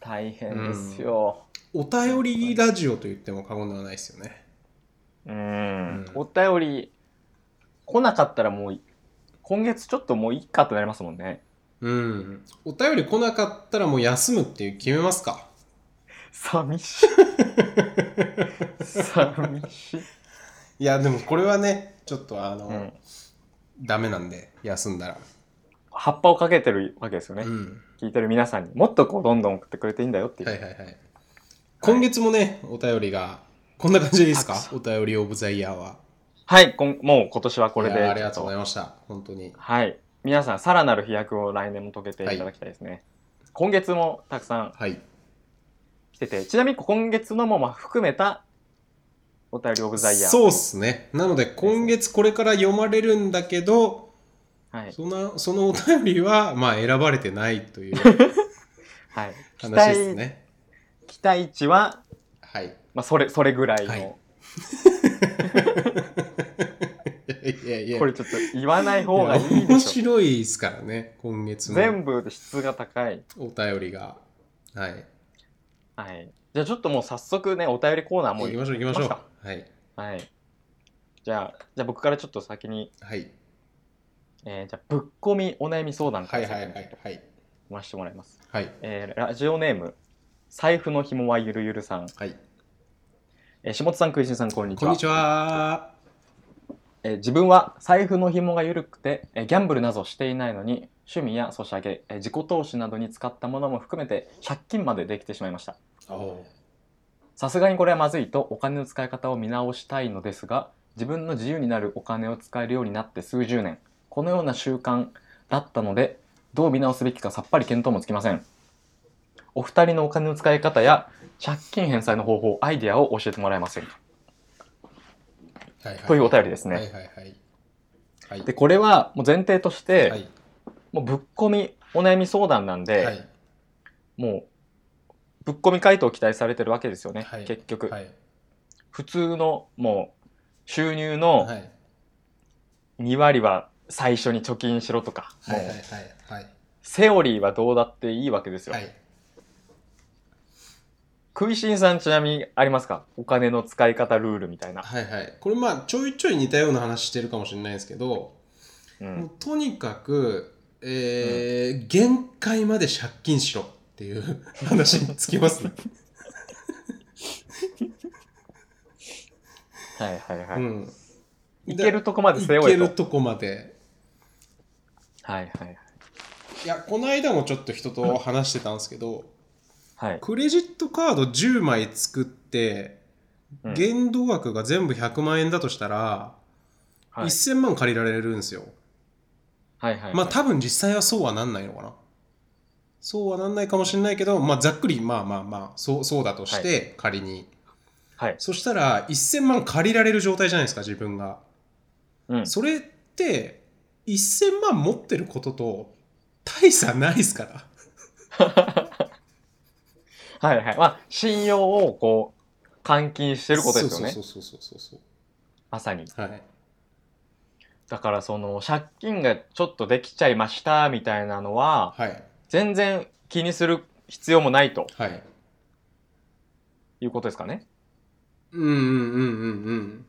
A: 大変ですよ
B: お便りラジオと言っても過言ではないっすよね。
A: うん
B: うん
A: お便り来なかったらもう今月ちょっともういいかってなりますもんね
B: うん。お便り来なかったらもう休むっていう決めますか。
A: 寂しい寂しい、
B: いや、でもこれはね、ちょっとあの、
A: うん
B: ダメなんで、休んだ
A: あ
B: ら。
A: 葉っぱをかけてるわけですよね。
B: うん。
A: 聞いてる皆さんにもっとこうどんどん送ってくれていいんだよっていう。
B: はいはいはい。今月もね、お便りが、こんな感じでいいですか
A: あそ
B: お便りオブザイヤーは。
A: はい、こんもう今年はこれで
B: い
A: ちょっ
B: や
A: と。
B: ありがとうございました。本当に。
A: はい。皆さん、さらなる飛躍を来年も遂げていただきたいですね。今月もたくさん
B: はい。
A: 来てて、ちなみに今月のもまあ含めたお便りオブザイヤー。
B: そうっ。すね。なので、今月これから読まれるんだけど、
A: はい。
B: そんなそのお便りは、まあ、選ばれてないという
A: はい、期
B: 話で
A: 待
B: すね。
A: 期待値は、
B: はい。
A: まあ、それ、それぐらいの。
B: はいいやいや、
A: これちょっと言わない方がいいで
B: 面
A: しょ。
B: 白いですからね、今月の
A: 全部質が高い。
B: お便りが。はい。
A: はい。じゃあちょっともう早速ね、お便りコーナーも
B: 行きましょう、行きまし
A: 行
B: ょ
A: きま
B: う。はい。
A: はい。じゃあ、じゃあ僕からちょっと先に、
B: はい。
A: えーじゃあ、ぶっこみお悩み相談か
B: はい
A: ら
B: は
A: 先
B: い
A: に
B: はいはい。
A: 回してもらいます。
B: はい。
A: えーラジオネーム、財布の紐はゆるゆるさん。
B: はい。
A: えー、下津さん、クイシンさん、こんにち
B: こん
A: は。
B: にちは。
A: えー自分は財布の紐が緩くて、えーギャンブルなどしていないのに、趣味やソシャゲ、えー自己投資などに使ったものも含めて、借金までできてしまいました。
B: お
A: さすがにこれはまずいと、お金の使い方を見直したいのですが、自分の自由になるお金を使えるようになって数十年、このような習慣だったので、どう見直すべきかさっぱり見当もつきません。お二人のお金の使い方や、借金返済の方法、アイデアを教えてもらえませんか
B: はいはい。
A: というお便りです
B: はい
A: ね。
B: はいはい。はい。
A: で、これはもう前提とし
B: は
A: て、
B: い。
A: もうぶっ込みお悩み相談なん
B: は
A: で、
B: い。
A: もうぶっ込み回答を期待されてるわけですよね
B: はい。
A: 結局
B: は。い。
A: 普通のもう収入の
B: はい。
A: 2割は最初に貯金しろとか、
B: はいはい
A: もう
B: はい。
A: セオリーはどうだっていいわけですよ。
B: はい。
A: 食いしんさんちなみにありますかお金の使い方ルールみたいな。
B: はいはい。これまあ、ちょいちょい似たような話してるかもしれないんですけど、
A: う、
B: もうんとにかく、えー限界まで借金しろっていう 話につきますね。
A: はいはいは
B: う
A: い。
B: ん。
A: いけるとこまで背
B: い
A: 負
B: け
A: えと。
B: るとこまで。
A: はいはい
B: いや、この間もちょっと人と話してたんですけど、
A: はい。はい。
B: クレジットカード10枚作って、
A: うん
B: 限度額が全部100万円だとしたら、
A: はい
B: 1000万借りられるんですよ。
A: はいはい。
B: まあ多分実際はそうはなんないのかな。そうはなんないかもしれないけど、まあざっくりまあまあまあ、そうそうだとして、仮に。
A: はい。
B: そしたら1000万借りられる状態じゃないですか、自分が。
A: うん。
B: それって、1000万持ってることと大差ないですから。
A: はいはい。まあ、信用をこう、換金してることですよね
B: そ。うそうそうそうそう
A: まさに。
B: そう。はい。
A: だからその、借金がちょっとできちゃいましたみたいなのは、
B: はい。
A: 全然気にする必要もないと
B: はい。
A: いうことですかね。
B: うんうんうんうんうん。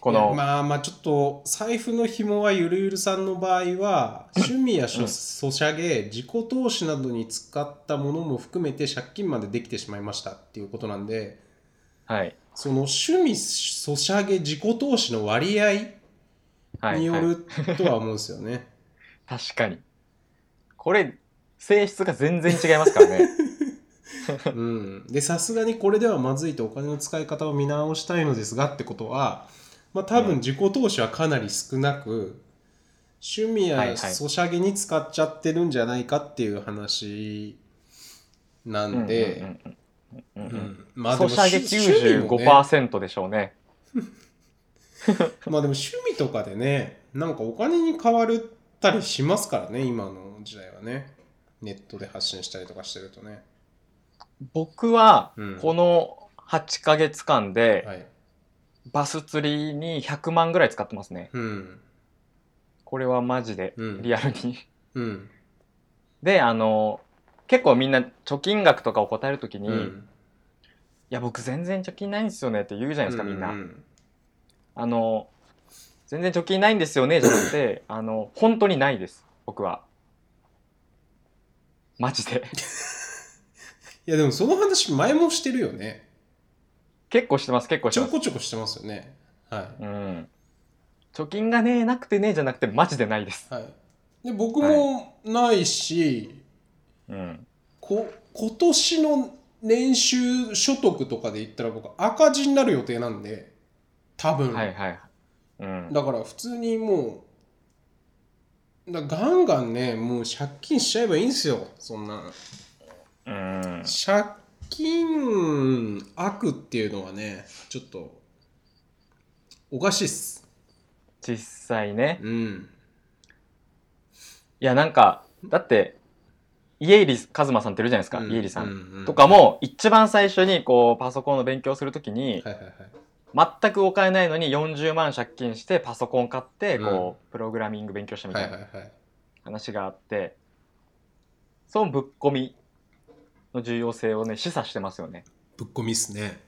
A: この、
B: いやまあまあちょっと財布の紐はゆるゆるさんの場合は趣味やしょ、
A: うん
B: ソシャゲ自己投資などに使ったものも含めて借金までできてしまいましたっていうことなんで
A: はい。
B: その趣味ソシャゲ自己投資の割合
A: はい。
B: によ
A: はい
B: るとは思うんですよね、
A: 確かに。これ、性質が全然違いますから ね。
B: うん、でさすがにこれではまずいとお金の使い方を見直したいのですがってことは、まあ、多
A: うん
B: 分自己投資はかなり少なく、趣味
A: はいは
B: や
A: い
B: ソシャゲに使っちゃってるんじゃないかっていう話な
A: うんうんん
B: で、
A: うんうん
B: う
A: うんうん
B: んまあで
A: ソ
B: も
A: シャゲ
B: 趣趣味もね
A: 95%でしょうね。
B: まあでも趣味とかでねなんかお金に変わるったりしますからね今の時代はねネットで発信したりとかしてるとね
A: 僕は
B: うん、
A: この8ヶ月間で、
B: はい
A: バス釣りに100万ぐらい使ってますね。
B: うん
A: これはマジで
B: うん
A: リアルに
B: うん
A: であの結構みんな貯金額とかを答えるときに、
B: う
A: いや僕全然貯金ないんですよねって言うじゃないですか、みんな、
B: ううん
A: あの全然貯金ないんですよねじゃなくて あの本当にないです僕はマジで
B: いやでもその話前もしてるよね。
A: 結構してます結構し
B: ち
A: て
B: ょ
A: ます
B: こちょこしてますよね。は
A: うん貯金がねなくてねじゃなくてマジでないです
B: い。はい。で僕もないし、
A: うん。
B: こ今年の年収所得とかで言ったら僕赤字になる予定なんで多分、
A: はいはい。うん。
B: だから普通にもうだガンガンねもう借金しちゃえばいいんですよそんな
A: うん。
B: 借金悪っていうのはねちょっとおかしいっす
A: 実際ね。
B: うん
A: いや、なんか、だって、家入一馬さんっているじゃないですか、家入さ。
B: うんうう
A: とかも、一番最初に、こう、パソコンの勉強するときに、
B: はいはいはい
A: 全くお金ないのに40万借金してパソコン買ってこう、プログラミング勉強したみ
B: は
A: た
B: い
A: い
B: はい
A: な
B: はい
A: 話があって、そのぶっ込みの重要性をね示唆してますよね
B: ぶっ込みっすね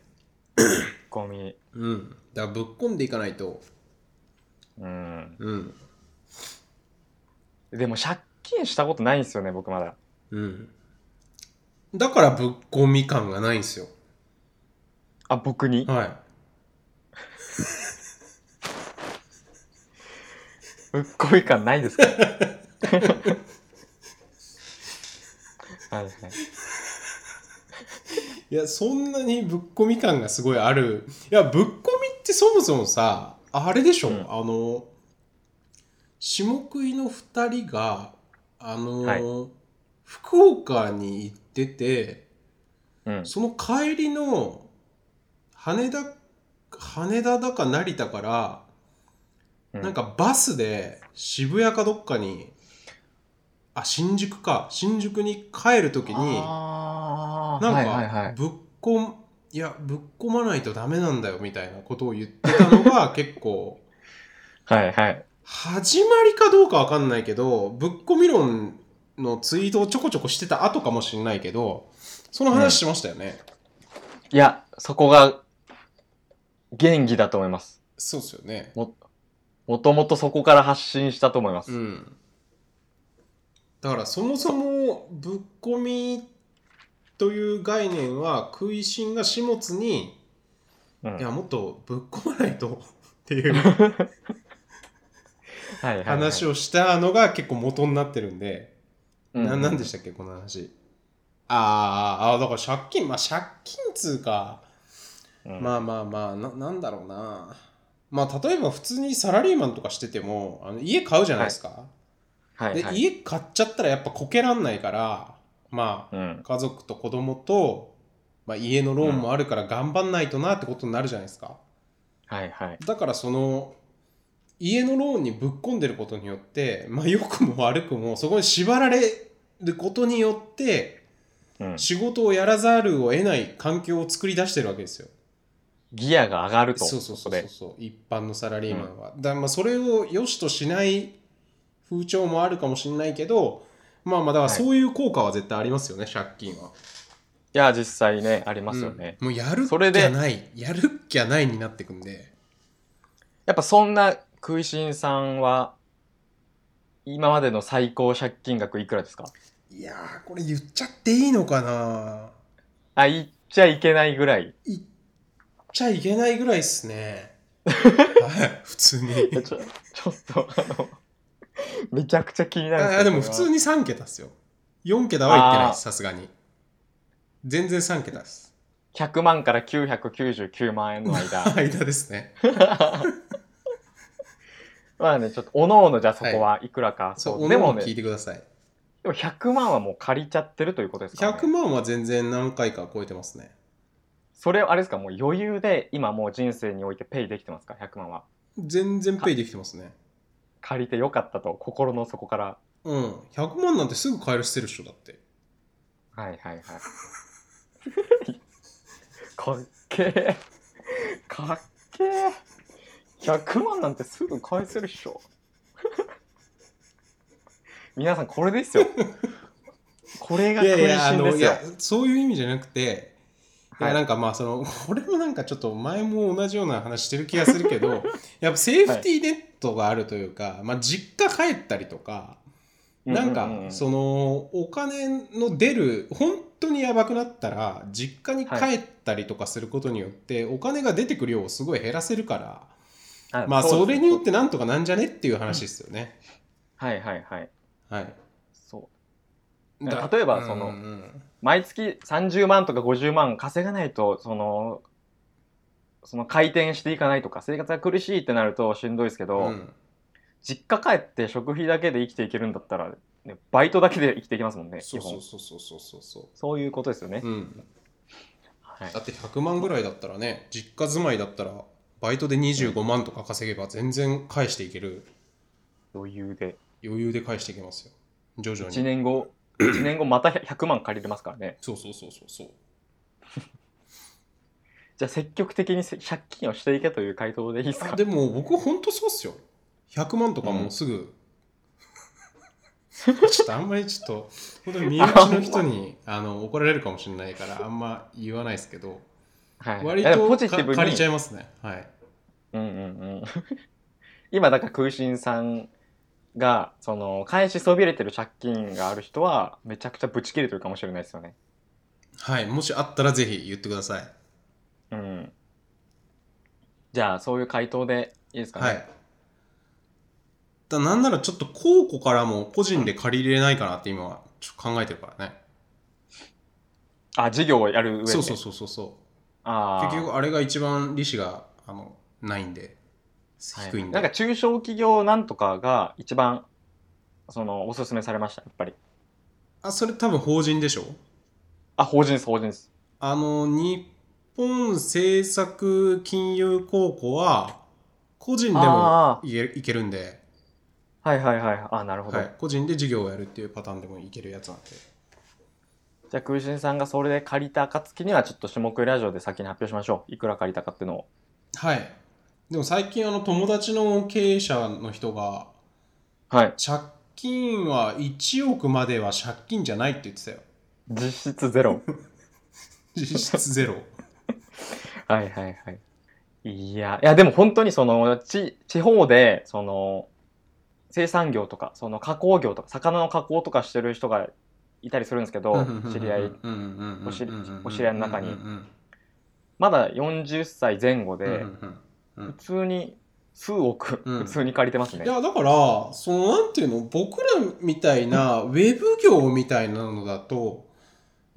A: ぶっ込み
B: うんだからぶっ込んでいかないと
A: うん
B: うん
A: でも借金したことないんですよね僕まだ
B: うん。だからぶっこみ感がないんですよ。
A: あ僕に
B: は
A: ぶっ込み感ないですか はいはい
B: い。いや、そんなにぶっこみ感がすごいある。いや、ぶっこみってそもそもさ、あれでしょ、
A: うん
B: あの、下食いの二人が、あの、
A: はい
B: 福岡に行ってて、
A: うん
B: その帰りの、羽田、羽田だか成田から、
A: うん
B: なんかバスで渋谷かどっかにあ新宿か新宿に帰る時になんか
A: あーはいはいはい
B: ぶっこんいやぶっこまないとダメなんだよみたいなことを言ってた のが結構
A: はいはい
B: 始まりかどうかわかんないけどぶっこみ論のツイートをちょこちょこしてた後かもしれないけどその話しましたよね、
A: いやそこが元気だと思います
B: そうですよね
A: もともとそこから発信したと思います。
B: うんだからそもそもぶっこみという概念は食いしんが始末に
A: うん
B: いやもっとぶっこまないとっていう
A: はいはいはい
B: 話をしたのが結構元になってるんで、
A: うん
B: ななんでしたっけこの話あーあーだから借金まあ借金つうか、
A: うん
B: まあまあまあななんだろうなまあ例えば普通にサラリーマンとかしててもあの家買うじゃないですか、
A: はい
B: で
A: はい、
B: 家買っちゃったらやっぱこけらんないからま
A: う
B: あ
A: ん、
B: 家族と子供と、まあ、家のローンもあるから頑張んないとなってことになるじゃないですか、
A: はいはい。
B: だからその家のローンにぶっ込んでることによってまあ良くも悪くもそこに縛られることによって
A: うん、
B: 仕事をやらざるを得ない環境を作り出してるわけですよ
A: ギアが上がると。
B: そうそうそう
A: こ
B: そうそう一般のサラリーマンは、だまあそれを良しとしない風潮もあるかもしれないけどまあまあだから
A: はい
B: そういう効果は絶対ありますよね、借金は
A: でいや、実際ね、ありますよね。
B: うんもうやるっ
A: それ
B: き
A: で
B: ゃないやるっきゃないになってくんで
A: やっぱそんな食いしんさんは、今までの最高借金額いくらですか
B: いやーこれ言っちゃっていいのかな
A: あ、言っちゃいけないぐら い。
B: 言っちゃいけないぐらいっ すねはい普通に
A: いやちょちょっと、あの、 めちゃくちゃ気になるん
B: ああ
A: すけ
B: で
A: ど
B: も普通に3桁っすよ4桁は言ってないですさすがに全然3桁です
A: 100万から999万円の間。
B: 間ですね
A: まあね、ちょっと、おのおのじゃあそこはいくらか。
B: そう
A: で
B: で
A: も
B: も
A: ね
B: 聞い、てください
A: でも100万はもう借りちゃってるということですか、ね、
B: 100万は全然何回か超えてますね
A: それあれですかもう余裕で今もう人生においてペイできてますか100万は
B: 全然ペイできてますね
A: 借りてよかったと心の底から
B: うん100万なんてすぐ買えるしてる人だって
A: はいはいはい かっけえかっけえ100万なんてすぐ返せるっしょ 皆さんこれですよこれが
B: い
A: 苦し
B: や
A: いん
B: い
A: ですよ
B: やあのいやそういう意味じゃなくていや
A: はい
B: なんかまあその 俺もなんかちょっと前も同じような話してる気がするけ どやっぱセーフティーネットがあるというか、まあ、実家帰ったりとかな
A: う
B: ん
A: うう
B: かそのお金の出る本当にやばくなったら実家に帰ったりとかすることによってお金が出てくる量をすごい減らせるから
A: あ
B: まあ
A: うです
B: それによってなんとかなんじゃねっていう話ですよね。
A: はいはいはい
B: はい。
A: そう
B: だ
A: 例えばその
B: うんうん
A: 毎月30万とか50万稼がないとそのその回転していかないとか生活が苦しいってなるとしんどいですけど、
B: うん
A: 実家帰って食費だけで生きていけるんだったら、ね、バイトだけで生きていけますもんね
B: そう
A: 基
B: そう
A: 本
B: そうそうそうそうそ
A: そういうことですよね、
B: う。うん。
A: はい
B: だって100万ぐらいだったらね、実家住まいだったら、バイトで25万とか稼げば全然返していける。
A: 余裕で
B: 余裕で返していけますよ。徐々
A: 1
B: に。
A: 年後1年後また100万借りれますからね
B: そうそうそうそうそう。
A: じゃあ積極的にせ借金をしていけという回答でいいですか
B: あでも僕本当そうっすよ100万とかもうすぐ、 ちょっとあんまりちょっと本当に身内の 人にあの怒られるかもしれないからあんま言わないですけど
A: はい、
B: 割
A: いやでも
B: と
A: ポジティブ
B: か
A: に
B: 借りちゃいますねはい
A: うんうんうん、 今だから空心さんがその返しそびれてる借金がある人はめちゃくちゃブチ切れてるかもしれないですよね。
B: はいもしあったらぜひ言ってください
A: うん、じゃあそういう回答でいいですかね。
B: はいだなんならちょっと公庫からも個人で借りれないかなって今はちょっと考えてるからね
A: あ事業をやる上で。
B: そうそうそうそうそう
A: あー
B: 結局あれが一番利子があのないんで
A: はい
B: 低いんで、
A: なんか中小企業なんとかが一番そのおすすめされましたやっぱり。
B: あそれ多分法人でしょ
A: あ法人です法人です。
B: あの、日本政策金融公庫は、個人でも
A: あ
B: いけいけるんで、
A: はいはいはい。あなるほど。
B: はい、個人で事業をやるっていうパターンでもいけるやつなんで。
A: じゃあ空心さんがそれで借りた暁にはちょっと下食いラジオで先に発表しましょう。いくら借りたかっていうのを。
B: はい。でも最近、あの、友達の経営者の人が、
A: はい。
B: 借金は1億までは借金じゃないって言って たよ。
A: 実質ゼロ。
B: 実質ゼロ。
A: はいはいはい。いや、いやでも本当にその、ち、地方で、その、生産業とか、その加工業とか、魚の加工とかしてる人がいたりするんですけど、知り合い、お知りお知り合いの中に
B: うん
A: まだ40歳前後
B: うん
A: で
B: うんうんう、んうんうん
A: 普通に数億、
B: うん
A: 普通に借りてますね
B: い。やだからそのなんていうの僕らみたいなウェブ業みたいなのだと、
A: うん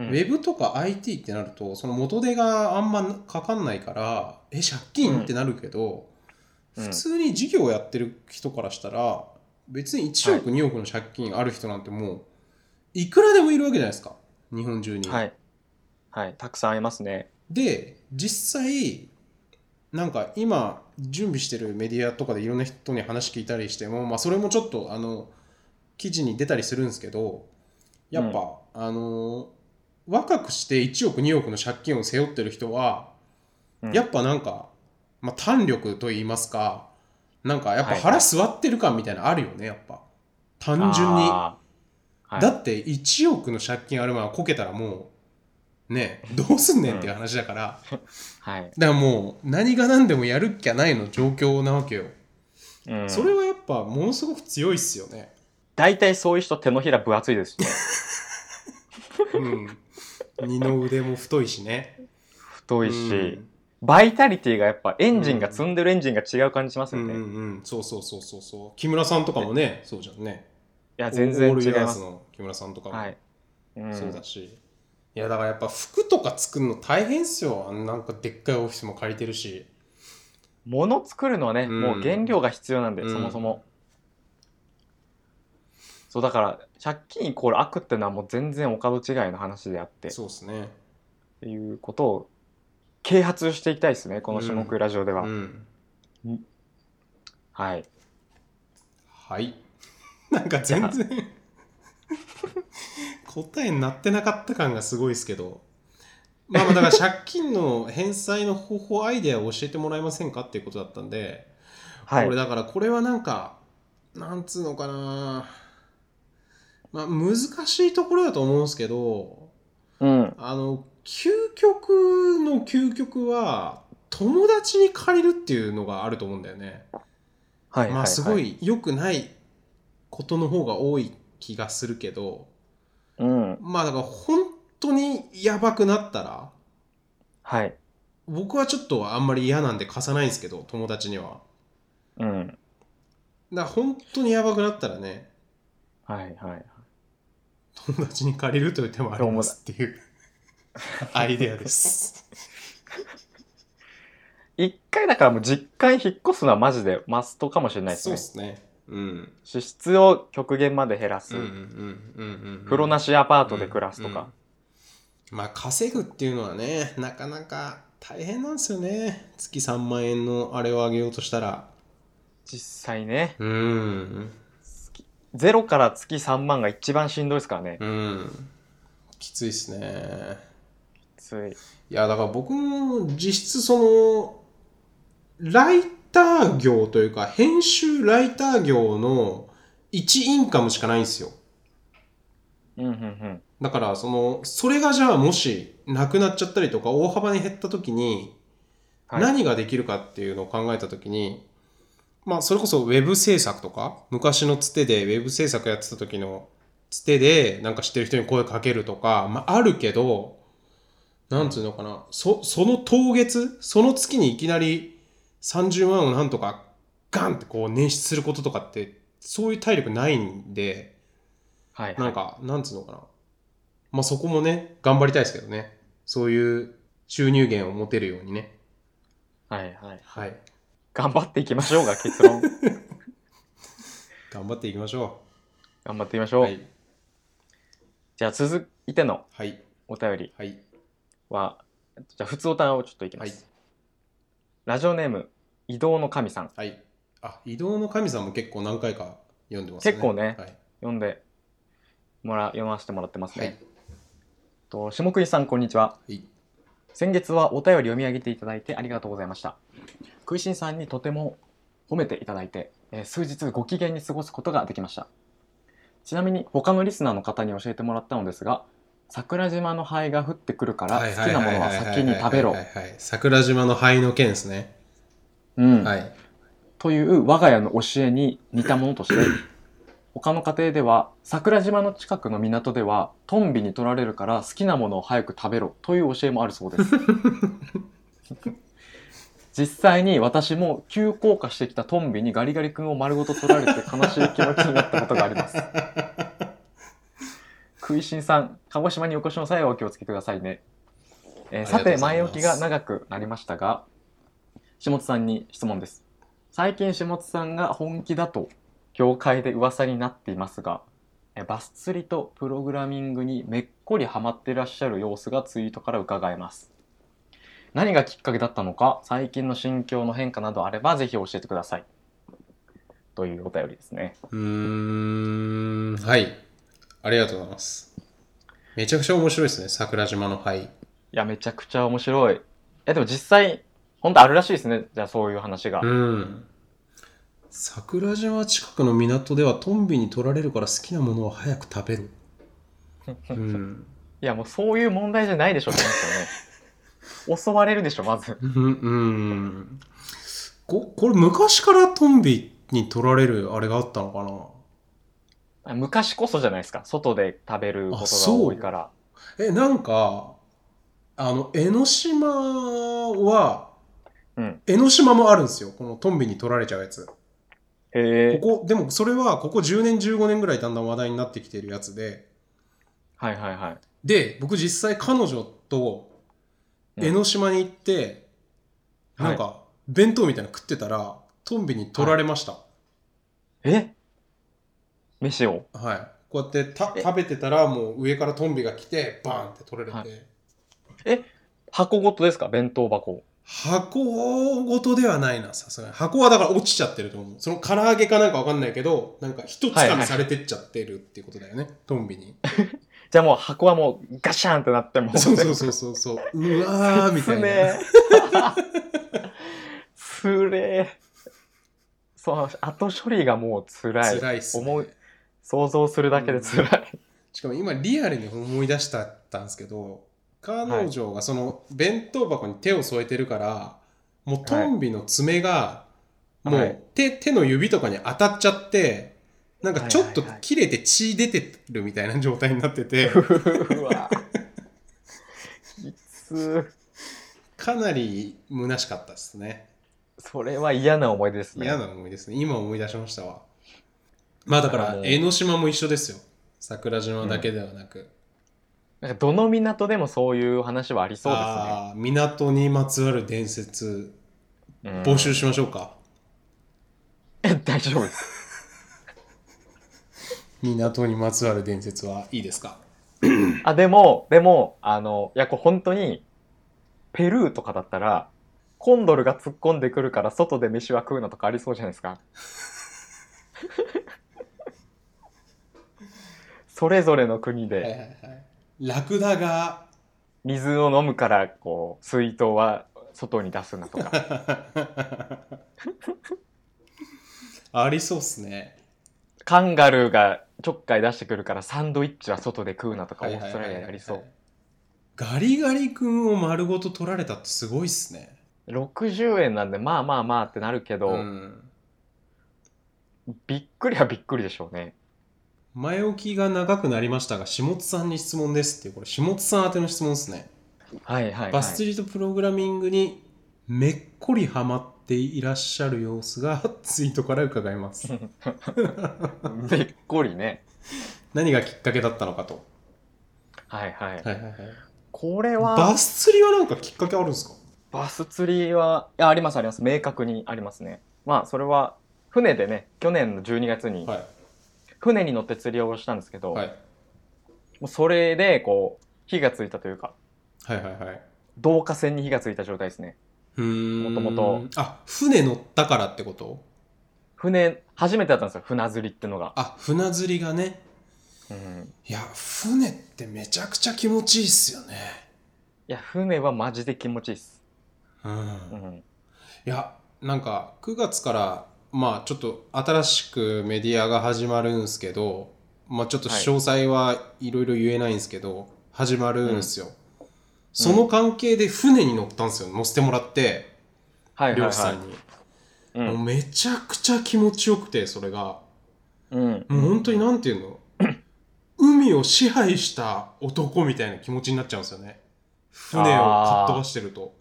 B: ウェブとか IT ってなるとその元手があんまかかんないからえ借金ってなるけど、
A: うん
B: 普通に事業をやってる人からしたら別に1億、2億の借金ある人なんてもういくらでもいるわけじゃないですか日本中に。
A: はい。はい。たくさんありますね。
B: で実際なんか今準備してるメディアとかでいろんな人に話聞いたりしても、まあ、それもちょっとあの記事に出たりするんですけどやっぱ、あの若くして1億2億の借金を背負ってる人は、
A: うん
B: やっぱなんか、まあ、胆力と言いますかなんかやっぱ
A: はい
B: 腹座ってる感みたいなのあるよねやっぱ単純に。
A: あーはい
B: だって1億の借金あるままこけたらもうねえどうすんねんっていう話だから。
A: はい。
B: だからもう何が何でもやるっきゃないの状況なわけよ、
A: うん
B: それはやっぱものすごく強いっすよ ね
A: 大体そういう人手のひら分厚いですしね。
B: うん二の腕も太いしね
A: 太いし。
B: うん
A: バイタリティがやっぱエンジンが積んでるエンジンが違う感じします
B: う
A: よ
B: ん
A: ね。
B: う
A: い
B: んうんそうそうそうそうそう木村さんとかもねそうじゃんね
A: や全然
B: オール
A: 違
B: ユ
A: い
B: ナ
A: ま
B: イス
A: す。
B: の木村さんとかも、
A: はい。うん、
B: そうだしいやだからやっぱ服とか作るの大変っすよあんなんかでっかいオフィスも借りてるし
A: 物作るのはね、
B: うん
A: もう原料が必要なんで、
B: うん
A: そもそも。そうだから借金イコール悪ってのはもう全然お門違いの話であってっ
B: そうっすね
A: ていうことを啓発していきたいですねこの「種目ラジオ」では、
B: うん
A: はい
B: はい。 なんか全然答えになってなかった感がすごいですけど。まあまあだから 借金の返済の方法アイデアを教えてもらえませんかっていうことだったんで、
A: はい
B: 俺だからこれはなんかなんつうのかなまあ難しいところだと思うんですけど
A: うん
B: あの究極の究極は友達に借りるっていうのがあると思うんだよね。
A: はいはい
B: ま
A: は
B: あすごい良くないことの方が多い気がするけど
A: うん
B: まあだから本当にやばくなったら
A: はい
B: 僕はちょっとあんまり嫌なんで貸さないんですけど友達には
A: うん
B: だから本当にやばくなったらね
A: はいはい。
B: 友達に借りるという手もありますって いうアイデアです。
A: 一回だからもう実家に引っ越すのはマジでマストかもしれないです
B: そう
A: ね
B: で。すね。うん。
A: 支出を極限まで減らす。
B: うんうんうんうんうん。
A: 風呂なしアパートで暮らすと
B: うん
A: か。
B: うんまあ稼ぐっていうのはねなかなか大変なんですよね月3万円のあれをあげようとしたら
A: 実際ね、
B: うん
A: 月ゼロから月3万が一番しんどいですからね。
B: うんきついっすね
A: つい。
B: いやだから僕も実質そのライター業というか編集ライター業の1インカムしかないんですよ
A: うんうんうん。
B: だから、その、それがじゃあもし、なくなっちゃったりとか、大幅に減った時に、
A: はい
B: 何ができるかっていうのを考えた時に、まあ、それこそウェブ制作とか、昔のツテでウェブ制作やってた時のツテで、なんか知ってる人に声かけるとか、まあ、あるけど、なんつうのかな、そ、その当月、その月にいきなり30万をなんとか、ガンってこう捻出することとかって、そういう体力ないんで、
A: はい、
B: な
A: は
B: ん
A: い。
B: か、なんつうのかな。まあ、そこもね、頑張りたいですけどね。そういう収入源を持てるようにね。
A: はいはい。
B: はい。
A: 頑張っていきましょうが結 論。
B: 頑張っていきましょ
A: 頑張っていきまし
B: う。
A: ょう。
B: はい。
A: じゃあ続いての
B: はい。
A: お便り
B: はい。
A: は、えっとじゃあ普通お便りをちょっといきます。ラジオネーム、移動の神さん。
B: はい。あ、移動の神さんも結構何回か読んでますね。
A: 結構ね
B: はい。
A: 読んでもら、読ませてもらってますね。
B: はい
A: と下國さん、こんにちは。
B: はい。
A: 先月はお便り読み上げていただいてありがとうございました食いしんさんにとても褒めていただいて、えー数日ご機嫌に過ごすことができましたちなみに他のリスナーの方に教えてもらったのですが桜島の灰が降ってくるから好きなものは先に食べろ
B: はいはいはいはいはい。桜島の灰の件ですね。
A: うん
B: はい。
A: という我が家の教えに似たものとして他の家庭では桜島の近くの港ではトンビに取られるから好きなものを早く食べろという教えもあるそうです 実際に私も急降下してきたトンビにガリガリ君を丸ごと取られて悲しい気持ちになったことがあります 食いしんさん鹿児島にお越しの際はお気をつけくださいね、えーさ
B: ありがとうござい
A: て
B: ます
A: 前置きが長くなりましたが下津さんに質問です最近下津さんが本気だと業界で噂になっていますがえバス釣りとプログラミングにめっこりハマってらっしゃる様子がツイートから伺えます何がきっかけだったのか最近の心境の変化などあればぜひ教えてくださいというお便りですね
B: うーん。はい。ありがとうございます。めちゃくちゃ面白いですね。桜島の灰。
A: いやめちゃくちゃ面白いいやでも実際本当あるらしいですねじゃあそういう話が、
B: うん。桜島近くの港ではトンビに取られるから好きなものを早く食べる。うん。
A: いやもうそういう問題じゃないでしょって思うんですよね襲われるでしょまず
B: うんうん。ここれ昔からトンビに取られるあれがあったのかな
A: 昔こそじゃないですか外で食べることが多いから
B: え、なんか、あの、江ノ島は、
A: うん
B: 江ノ島もあるんですよ。このトンビに取られちゃうやつ。
A: へえ
B: ここ、でもそれはここ10年15年ぐらいだんだん話題になってきてるやつで、
A: はいはいはい
B: で、僕実際彼女と
A: うん
B: 江ノ島に行って、なんか弁当みたいなの食ってたら、トンビに取られました。は
A: え飯を
B: い。こうやってた
A: え
B: 食べてたら、もう上からトンビが来て、バーンって取られて、
A: は箱ごとですか弁当箱
B: 箱ごとではないな、さすがに。箱はだから落ちちゃってると思う。その唐揚げかなんかわかんないけど、なんか一つ
A: はい
B: か
A: は
B: み
A: い
B: されてっちゃってるっていうことだよね、トン ビに。
A: じゃあもう箱はもうガシャーンってなっても
B: そうそうそうそうそう。うわーみた いな。
A: なつれえそう後処理がもうつらい
B: 辛いっす、ね。
A: 思う想像するだけでつらい、
B: しかも今リアルに思い出したったんですけど彼女がその弁当箱に手を添えてるからもうトンビの爪が
A: い
B: も
A: は
B: う
A: い
B: 手手の指とかに当たっちゃってなんかちょっと
A: はいはいはい
B: 切れて血出てるみたいな状態になっ てて
A: うわきつ
B: かなり虚しかったですね
A: それは嫌な思い出ですね
B: 嫌な思いですね今思い出しましたわまあだから
A: もう
B: 江ノ島も一緒ですよ桜島だけではなく、
A: なんかどの港でもそういう話はありそうで
B: あー港にまつわる伝説
A: すね。うん
B: 募集しましょうか、
A: え 大丈夫です。
B: 港にまつわる伝説はいいですか
A: あ、でも、でも、あの、いや、これ本当に、ペルーとかだったら、コンドルが突っ込んでくるから外で飯は食うなとかありそうじゃないです か。それぞれの国
B: はいは
A: で
B: いはいラクダが
A: 水を飲むから、こう、水筒は外に出すなとか。
B: ありそうっすね
A: カンガルーがちょっかい出してくるからサンドイッチは外で食うなとかオ
B: はい
A: ー
B: は
A: ス
B: い
A: ト
B: は
A: ラ
B: い
A: リア
B: はい
A: でありそう。
B: ガリガリ君を丸ごと取られたってすごいっすね
A: 60円なんでまあまあまあってなるけど、
B: うん
A: びっくりはびっくりでしょうね。
B: 前置きが長くなりましたが下津さんに質問ですっていうこれ下津さん宛ての質問ですね
A: はいはい、はい。
B: バス釣りとプログラミングにめっこりハマっていらっしゃる様子が ツイートから伺えます
A: びっくりね。
B: 何がきっかけだったのかと、
A: はいはい。
B: はいはいはい、
A: これは
B: バス釣りはなんかきっかけあるんですか
A: バス釣りはいやありますあります明確にありますね。まあそれは船でね去年の12月に
B: は
A: 船に乗って釣りをしたんですけ
B: い
A: ど、
B: はい
A: もうそれでこう火がついたというか
B: はいはいはい
A: 導火線に火がついた状態ですね。
B: も
A: もとも
B: とあ船乗ったからってこと
A: 船初めてだったんですよ船釣りってのが。
B: あ船釣りがね
A: うん
B: いや船ってめちゃくちゃ気持ちいいっすよね
A: いや船はマジで気持ちいいっす。
B: う
A: うんん、
B: いやなんか9月からまあちょっと新しくメディアが始まるんすけどまあちょっと
A: はい
B: 詳細はいろいろ言えないんですけど始まるんすよ、その関係で船に乗ったんですよ乗せてもらって
A: はいはい
B: 漁師さ
A: は
B: んに、
A: い。う
B: もうんめちゃくちゃ気持ちよくてそれが
A: うん、
B: もう本当になんていう の海を支配した男みたいな気持ちになっちゃうんですよね船をかっ飛ばしてると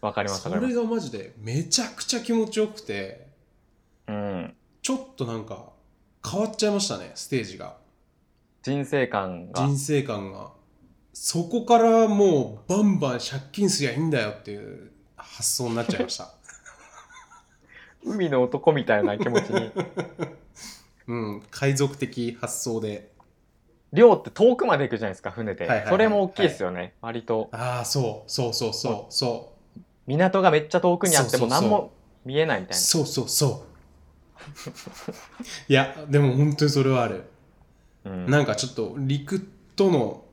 A: わかります
B: そ
A: わかりま
B: れ
A: す。
B: がマジでめちゃくちゃ気持ちよくて
A: うん、
B: ちょっとなんか変わっちゃいましたねステージが
A: 人生観が
B: 人生観がそこからもうバンバン借金すりゃいいんだよっていう発想になっちゃいました
A: 海の男みたいな気持ちに
B: うん海賊的発想で
A: 漁って遠くまで行くじゃないですか船で、
B: はいはいはい
A: それも大きいですよね、割と
B: ああそうそうそうそうそう
A: 港がめっちゃ遠くにあっても
B: そうそうそ
A: 何
B: う
A: も見えないみたいな
B: そうそうそういやでも本当にそれはある、
A: うん
B: なんかちょっと陸との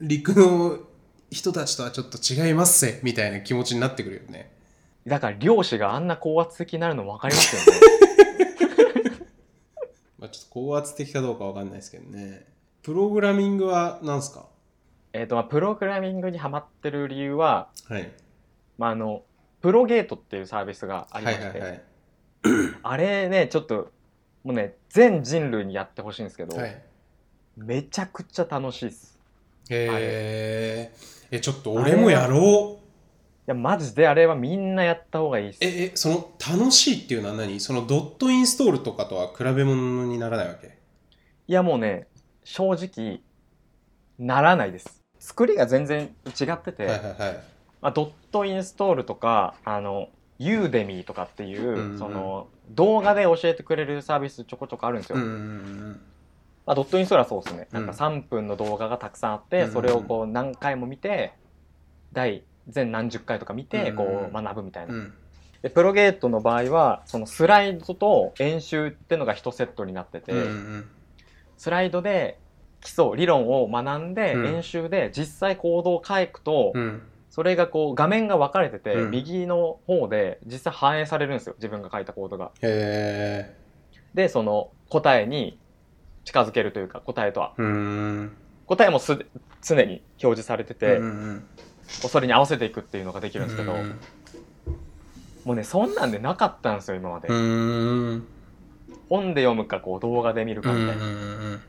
B: 陸の人たちとはちょっと違いますぜみたいな気持ちになってくるよね
A: だから漁師があんな高圧的になるの分かります よね
B: まあちょっと高圧的かどうかわかんないですけどねプログラミングは何すか
A: えっと、まあ、プログラミングにハマってる理由は、
B: はい
A: まあ、あのプロゲートっていうサービスがあ
B: はい
A: りま
B: は
A: して、
B: いはい
A: あれねちょっともうね全人類にやってほしいんですけど、
B: はい
A: めちゃくちゃ楽しいです
B: えー、えちょっと俺もやろう
A: いやマジであれはみんなやった方がいいっす
B: ええその楽しいっていうのは何そのドットインストールとかとは比べ物にならないわけ
A: いやもうね正直ならないです作りが全然違ってて、
B: はいはいはい
A: まあ、ドットインストールとかあのユーデミーとかっていう、
B: うんうん
A: その動画で教えてくれるサービスちょこちょこあるんですよ、
B: うんうんうん
A: まあ、ドットインストールはそうですねなんか
B: うん
A: 3分の動画がたくさんあっ
B: うん
A: て、
B: うんうん
A: それをこう何回も見て第全何十回とか見て
B: うんうんう
A: こ
B: ん
A: う学ぶみたいな、
B: うん
A: でプロゲートの場合はそのスライドと演習ってのが1セットになってて、
B: うんうんうん
A: スライドで基礎理論を学んで、
B: うん
A: 練習で実際行動を書くと、
B: うん
A: それがこう画面が分かれてて、
B: うん
A: 右の方で実際反映されるんですよ自分が書いたコードが。
B: へ
A: でその答えに近づけるというか答えとは
B: え。うーん。
A: 答えもす常に表示されてて、
B: うん
A: こ
B: うん
A: うそれに合わせていくっていうのができ
B: う
A: る
B: ん
A: んですけど、
B: う
A: もうねそんなんでなかったんですよ今まで、
B: ーん。
A: 本で読むかこう動画で見る
B: う
A: か
B: ん
A: み
B: う
A: たいな、
B: ん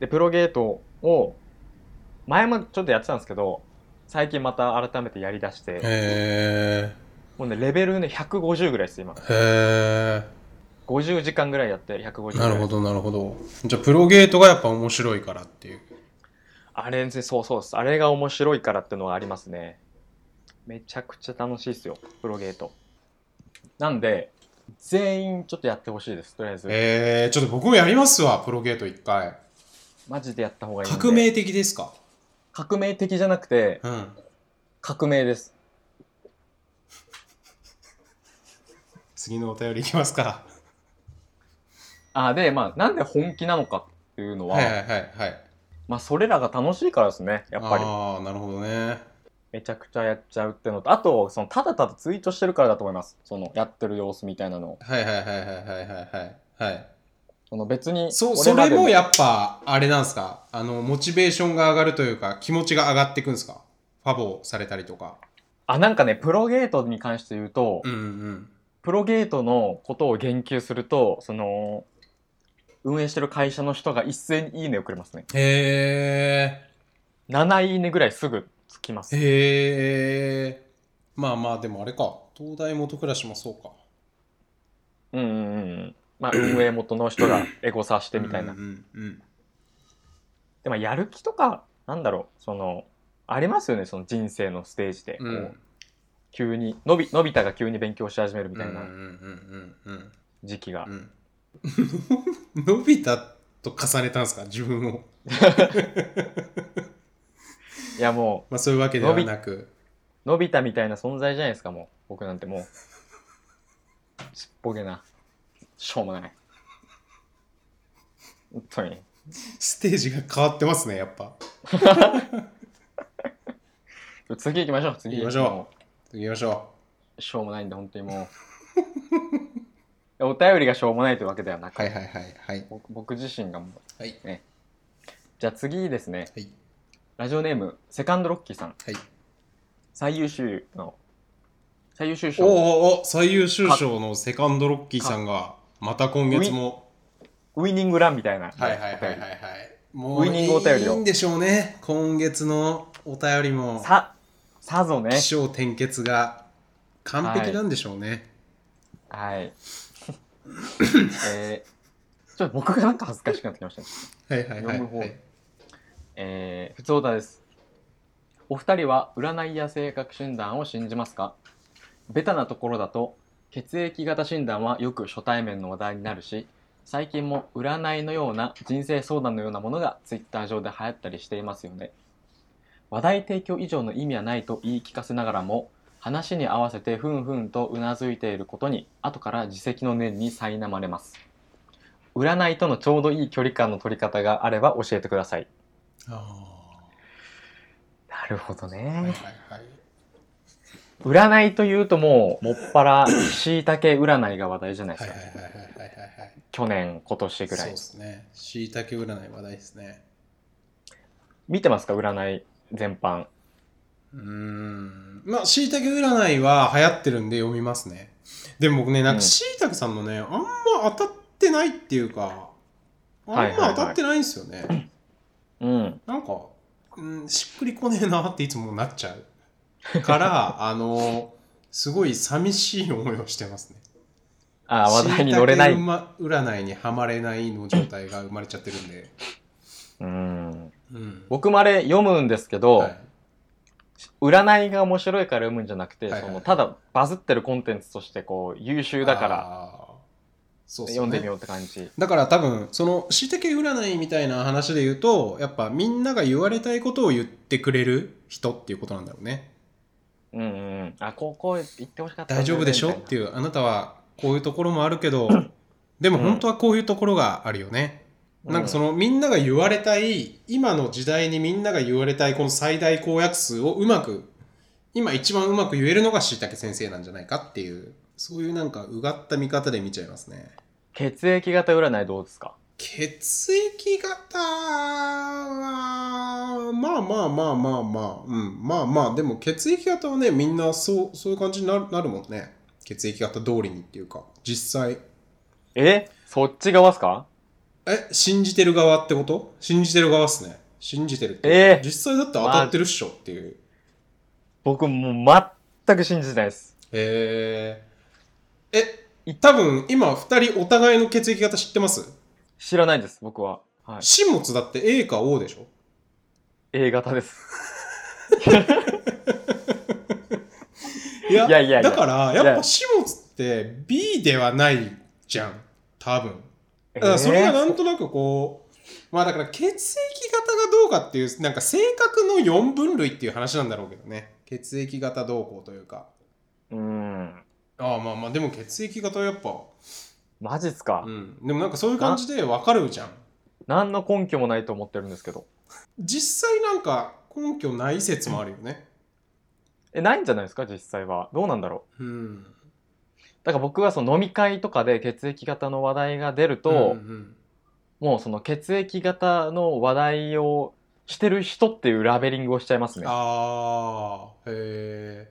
A: でプロゲートを前もちょっとやってたんですけど最近また改めてやりだして、
B: へえ。
A: もうね、レベルね、150ぐらいです、今。
B: へえ。
A: 50時間ぐらいやって150ぐら
B: ないるほど、なるほど。じゃあ、プロゲートがやっぱ面白いからっていう。
A: あれですねそうそうですあれが面白いからってのがありますねめちゃくちゃ楽しいですよプロゲートなんで全員ちょっとやってほしいですとりあえず
B: えー、ちょっと僕もやりますわ、プロゲート一回。
A: マジでやった方がいいんで
B: 革命的ですか
A: 革命的じゃなくて
B: うん。
A: 革命です
B: 次のお便りいきますか。
A: あでまあなんで本気なのかっていうのは、
B: はいはいはいはい。
A: まあそれらが楽しいからですねやっぱり
B: ああ、なるほどね。
A: めちゃくちゃやっちゃうってのとあとそのただただツイートしてるからだと思いますそのやってる様子みたいなのを
B: はいはいはいはいはいはいはい。はい
A: その別に
B: そ
A: 俺
B: そ
A: ま
B: れ
A: で
B: もやっぱ、あれなんですかあの、モチベーションが上がるというか、気持ちが上がっていくんですかファボされたりとか。
A: あなんかねプロゲートに関して言うと、
B: うんうん。
A: プロゲートのことを言及するとその運営してる会社の人が一斉に「いいね」をくれますね
B: へ
A: 7いいねぐらいすぐつきま
B: え。
A: す
B: へえ。まあまあ、でもあれか。東大元暮らしもそうか。
A: うんうんうんまあ運営元の人がエゴさしてみたいな
B: うんうんうん。
A: でもやる気とかなんだろうそのありますよねその人生のステージで、
B: うん
A: こう急にのびのび太が急に勉強し始めるみたい
B: うん
A: な
B: うんうんうん
A: 時期が、
B: うん うん。のび太と重ねたんですか自分を。
A: いやも
B: まあそういうわけではなく。
A: うのび太みたいな存在じゃないですかもう僕なんてもうちっぽけなしょうもない本当に
B: ステージが変わってますね、やっぱ。
A: 次行きましょう次
B: 行きましょう
A: も
B: 行きましょ
A: うしょうもないんで本当にもうお便りがしょうもないというわけではなく、
B: う。はいはいはいはい。
A: 僕僕自身がもう
B: はい。
A: じゃあ次ですね
B: はい。
A: ラジオネームセカンドロッキーさん
B: はい、
A: 最優秀の最優秀
B: お
A: 賞
B: おお最優秀賞のセカンドロッキーさんが、また今月も。
A: ウイニングランみたいな
B: はいはいはいはいはい。も
A: ウイニングお便りを
B: いいんでしょうね。今月のお便りも、
A: ささぞね
B: 起承転結が完璧なんでしょうね。
A: はい えー、ちょっと僕がなんか恥ずかしくなってきましたね
B: はいはいは
A: 読
B: い、
A: む
B: は
A: 方
B: い。
A: えー、普通オタですお二人は占いや性格診断を信じますかベタなところだと血液型診断はよく初対面の話題になるし最近も占いのような人生相談のようなものがツイッター上で流行ったりしていますよね話題提供以上の意味はないと言い聞かせながらも話に合わせてふんふんとうなずいていることに後から自責の念に苛まれます占いとのちょうどいい距離感の取り方があれば教えてください
B: あ
A: なるほど
B: ーはい
A: ね。
B: はいはい。
A: 占いというともう、もっぱ ら、椎茸占いが話題じゃないで
B: は
A: す
B: い
A: か。
B: はいはいはいはいはいはい。
A: 去年、今年ぐら
B: そう
A: い
B: で。すね。しいたけ占い話題ですね。
A: 見てますか占い全般。
B: うーん。まあ、しいたけ占いは流行ってるんで読みますね。でも僕ね、なん
A: うん
B: かしいたけさんのね、あんま当たってないっていうか、あ
A: はい
B: ん
A: はいは
B: ま
A: い
B: 当たってないんですよね。
A: うん。
B: なんか、うん、しっくりこねえなっていつもなっちゃう。 から、あの、すごい寂しい思いをしてますね。
A: ああ、話題に乗れない。
B: 椎茸占いにはまれないの状態が生まれちゃってるんで。
A: うん。
B: うん。
A: 僕もあれ読むんですけど、
B: はい
A: 占いが面白いから読むんじゃなくて、
B: はいはい
A: そのただバズってるコンテンツとしてこう優秀だから
B: ら、そうっすね
A: 読んでみようって感じ。
B: だから多分そのしいたけ占いみたいな話で言うとやっぱみんなが言われたいことを言ってくれる人っていうことなんだろうね
A: うんうんうん。あ、ここ行ってほしかったんだ
B: 大
A: よね。
B: 丈夫でしょ
A: みたい
B: っ
A: な
B: ていうあなたはこういうところもあるけどでも本当はこういうところがあるよね、なんかそのみんなが言われたい今の時代にみんなが言われたいこの最大公約数をうまく今一番うまく言えるのがしいたけ先生なんじゃないかっていうそういうなんかうがった見方で見ちゃいますね
A: 血液型占いどうですか
B: 血液型は、まあまあまあまあまあ、うん、まあまあ、でも血液型はね、みんなそう、そういう感じになるなるもんね。血液型通りにっていうか、実際。
A: えそっち側っすか
B: え、信じてる側ってこと信じてる側っすね。信じてるって。
A: ええ
B: 実際だって当たってるっしょっていう。
A: 僕もう全く信じてないです。
B: えー、え、多分、今、二人お互いの血液型知ってます
A: 知らないです、僕は。はい。
B: 新物だって A か O でしょ
A: A 型です。
B: いや
A: いやいやいや
B: だから、やっぱ始末って B ではないじゃん。多分。だからそれがなんとなくこう、まあだから血液型がどうかっていう、なんか性格の4分類っていう話なんだろうけどね。血液型どうこうというか。
A: えーうん。
B: ああまあまあ、でも血液型はやっぱ、
A: マジっすか、
B: うん。でもなんかそういう感じでわかるじゃん。
A: 何の根拠もないと思ってるんですけど。
B: 実際なんか根拠ない説もあるよね。
A: え、ないんじゃないですか実際は。どうなんだろ
B: うん。
A: う。だから僕はその飲み会とかで血液型の話題が出ると、
B: うんうん
A: もうその血液型の話題をしてる人っていうラベリングをしちゃいますね。あ、
B: ああ、へえ。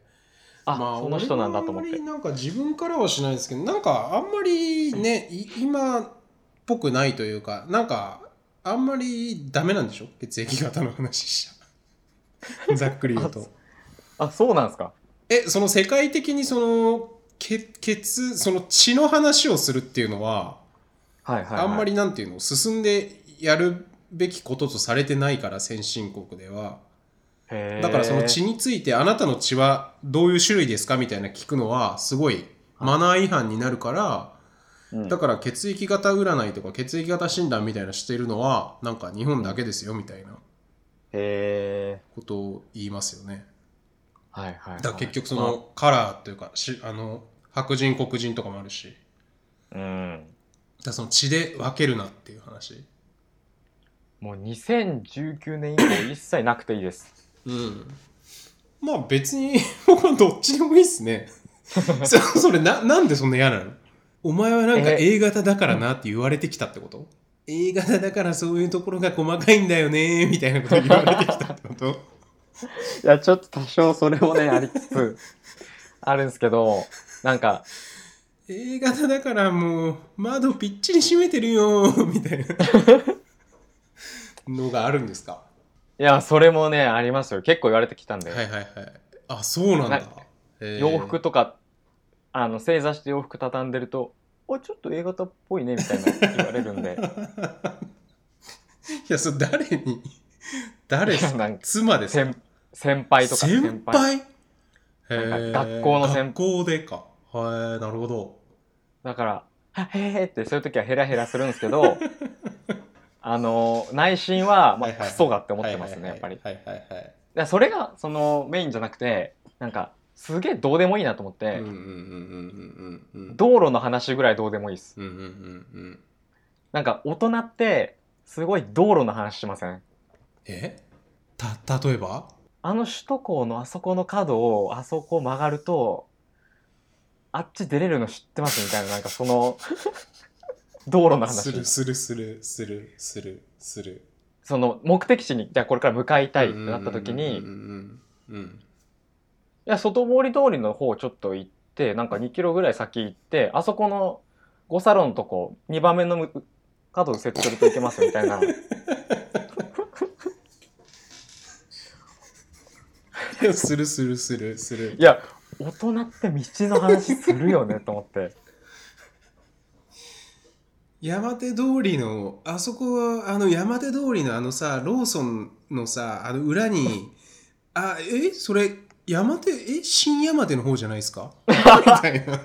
A: その人なんだと思っ
B: 俺
A: て
B: は。あんまりなんか自分からはしないですけどなんかあんまりね、い今っぽくないというかなんかあんまりダメなんでしょ血液型の話し ちゃざっくり言う
A: あ
B: と
A: あ、そうなんですか
B: えその世界的にその血血その血の話をするっていうのは、
A: はいはい、はい。
B: あんまりなんていうの進んでやるべきこととされてないから先進国では
A: へー。
B: だからその血についてあなたの血はどういう種類ですかみたいな聞くのはすごいマナー違反になるから
A: うん、
B: だから血液型占いとか血液型診断みたいなしてるのはなんか日本だけですよみたいな
A: へ
B: ことを言いますよね
A: ー。はいはい、はい。
B: だから結局そのカラーというかしあの白人黒人とかもあるしだか
A: まあ。うん。
B: らその血で分けるなっていう話
A: もう2019年以降一切なくていいです。
B: うんまあ別に 僕はどっちでもいいっ すねそそれななんでそんな嫌なのお前はなんか
A: え
B: A 型だからなって言われてきたってこと A 型だからそういうところが細かいんだよねみたいなこと言われてきたってこと
A: いや、ちょっと多少それもね、ありつつ、 あるんですけど、なんか、
B: A 型だからもう窓ぴっちり閉めてるよみたいなのがあるんですか
A: いや、それもね、ありますよ。結構言われてきたんで。
B: はいはいはいあそうなん
A: は
B: だ
A: い、
B: へー
A: 洋服とか、あの、正座して洋服畳んでると、お、ちょっと A 型っぽいね、みたいな言われるん で。
B: いやそれ誰に誰です
A: いや
B: か
A: なんか
B: 妻ですか
A: 先先輩とか
B: 先
A: な
B: 輩
A: ん
B: へ
A: か
B: ー
A: 学校の先輩
B: 学校でかへーなるほど
A: だから「あへえ」ってそういう時はヘラヘラするんですけ どあの内心は、ま
B: は
A: あ、
B: いはい
A: クソがって思ってますねやっぱり。
B: はいはいはい
A: だからそれがそのメインじゃなくてなんかすげえどうでもいいなと思っ
B: はい
A: て、
B: うんうんうんうんうんうん
A: 道路の話ぐらいどうでもいいです。
B: うんうんうんうん
A: なんか大人ってすごい道路の話しません
B: えた例えば
A: あの首都高のあそこの角をあそこ曲がるとあっち出れるの知ってますみたいななんかそ の道路の
B: す
A: 話
B: るするするするするする
A: その目的地にじゃあこれから向かいたいって
B: うん
A: なった時に、
B: うんうんうん
A: いや、外堀通りの方ちょっと行って、なんか2キロぐらい先行って、あそこの5サロンのとこ、2番目のむ角右折するといけますみたい な。
B: うんするするするする
A: いや、大人って道の話するよねと思って。
B: 山手通りのあそこはあの山手通りのあのさローソンのさあの裏にあえそれ山手え新山手の方じゃないで すかみたいな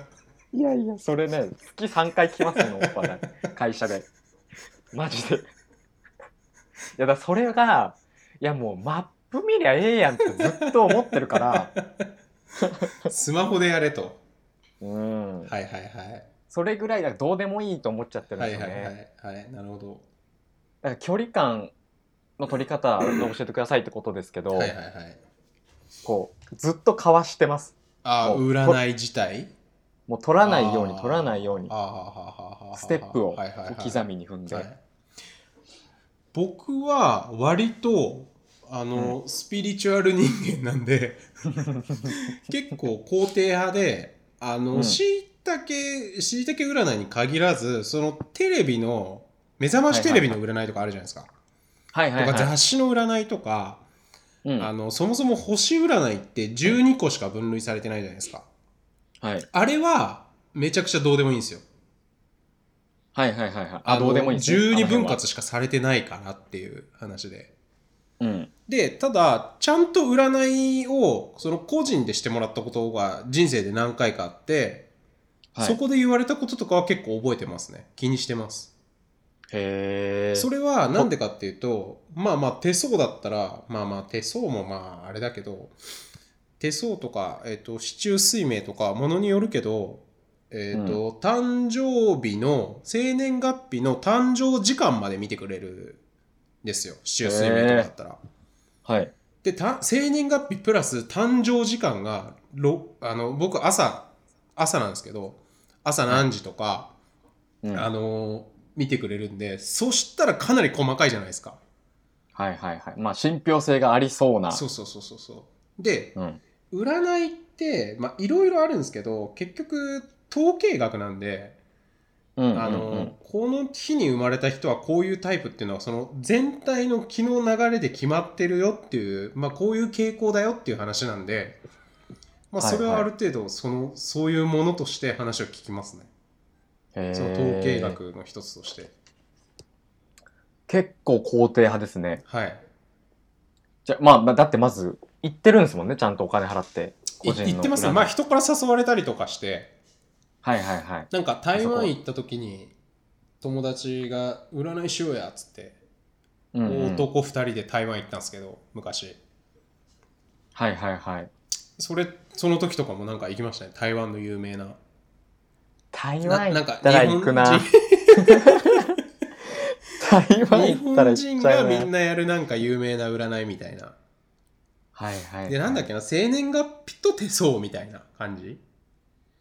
B: い
A: やいや、それね、月3回来ますよ、ね、おっぱね。会社で。マジで。いや、だからそれが、いやもうマップ見りゃええやんってずっと思ってる から、
B: スマホでやれと
A: うん。
B: はいはいはい
A: それぐらいだからどうでもいいと思っちゃってるん
B: は
A: です
B: い
A: よ
B: は
A: ね。
B: いはいはいなるほど
A: だから距離感の取り方を教えてくださいってことですけど、
B: はいはいはい
A: こうずっとかわしてます
B: あ
A: お
B: 占い自体
A: もう取らないように
B: あー
A: 取らないように
B: あーはーはーはーはーはー
A: ステップを
B: はいはいはい
A: 小刻みに踏んで、
B: はい僕は割とあの、スピリチュアル人間なんで結構肯定派であ
A: う
B: の
A: ん
B: しいたけしいたけ占いに限らずそのテレビの目覚ましテレビの占いとかあるじゃないですか、
A: はいはいはい
B: とか雑誌の占いとか、
A: うん
B: あのそもそも星占いって12個しか分類されてないじゃないですか
A: はい
B: あれはめちゃくちゃどうでもいいんですよ。
A: はいはいはいはい。
B: あ
A: あ、
B: の
A: どうでもいいですね。あ
B: 12分
A: の辺は。
B: 割しかされてないからっていう話で。
A: うん。
B: で、ただ、ちゃんと占いを、その個人でしてもらったことが人生で何回かあって、
A: はい、
B: そこで言われたこととかは結構覚えてますね。気にしてます。
A: へえ。
B: それはなんでかっていうと、まあまあ手相だったら、まあまあ手相もまああれだけど、手相とか、えっ、と、市中水明とか、ものによるけど、えっ、と、誕生日の、生年月日の誕生時間まで見てくれるんですよ。市中水明とかだったら。
A: はい。
B: で、た生年月日プラス誕生時間が、ろあの、僕朝、朝なんですけど、朝何時とか、
A: うん、
B: あ
A: はい
B: のー見てくれるんで、そしたらかなり細かいじゃないですか。
A: はいはい。まあ、信憑性がありそうな。
B: そうそうそうそうそう。で、
A: うん。
B: 占いって、まあ、いろいろあるんですけど、結局、統計学なんで、
A: うんうんうん。
B: あのーこの日に生まれた人はこういうタイプっていうのは、その全体の気の流れで決まってるよっていう、まあ、こういう傾向だよっていう話なんで、まあ、
A: はい
B: それは
A: は
B: あ
A: い
B: る程度、その、そういうものとして話を聞きますね。
A: へー
B: その統計。学の一つとして。
A: 結構肯定派ですね。
B: はい。
A: じゃ、まあ、まあ、だってまず、行ってるんですもんね、ちゃんとお金払って。
B: い
A: 個人の
B: 言ってますね。
A: 占い
B: まあ、人から誘われたりとかして、
A: はいはいはい。
B: なんか台湾行った時に友達が占いしようやっつって、
A: うんうん
B: 男2人で台湾行ったんですけど昔
A: はいはいはい。
B: それその時とかもなんか行きましたね台湾の有名な
A: 台
B: な
A: 湾
B: な
A: 行
B: んか
A: ったら行くな。台湾
B: 日
A: 行ったら行
B: 本人
A: っ
B: 日本人
A: ちゃ
B: が
A: う
B: み
A: な。
B: んなやるなんか有名な占いみたいな
A: はいはい。
B: でなんだっけな生年月日と手相みたいな感じ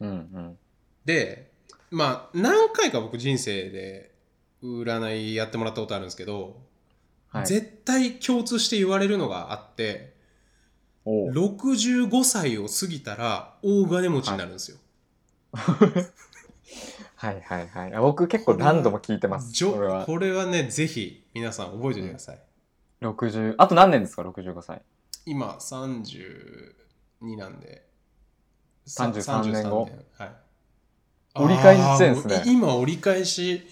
A: うんうん。
B: でまあ何回か僕人生で占いやってもらったことあるんですけど、
A: はい。
B: 絶対共通して言われるのがあって
A: おう
B: 65歳を過ぎたら大金持ちになるんですよ、
A: はいはいはい。あ僕結構何度も聞いてます。
B: じょ
A: これは。
B: これはねぜひ皆さん覚えておいてください、
A: 60、あと何年ですか、65歳。
B: 今32なんでさ
A: 33年後
B: はい
A: 折り返し地点ですね
B: あー今折り返し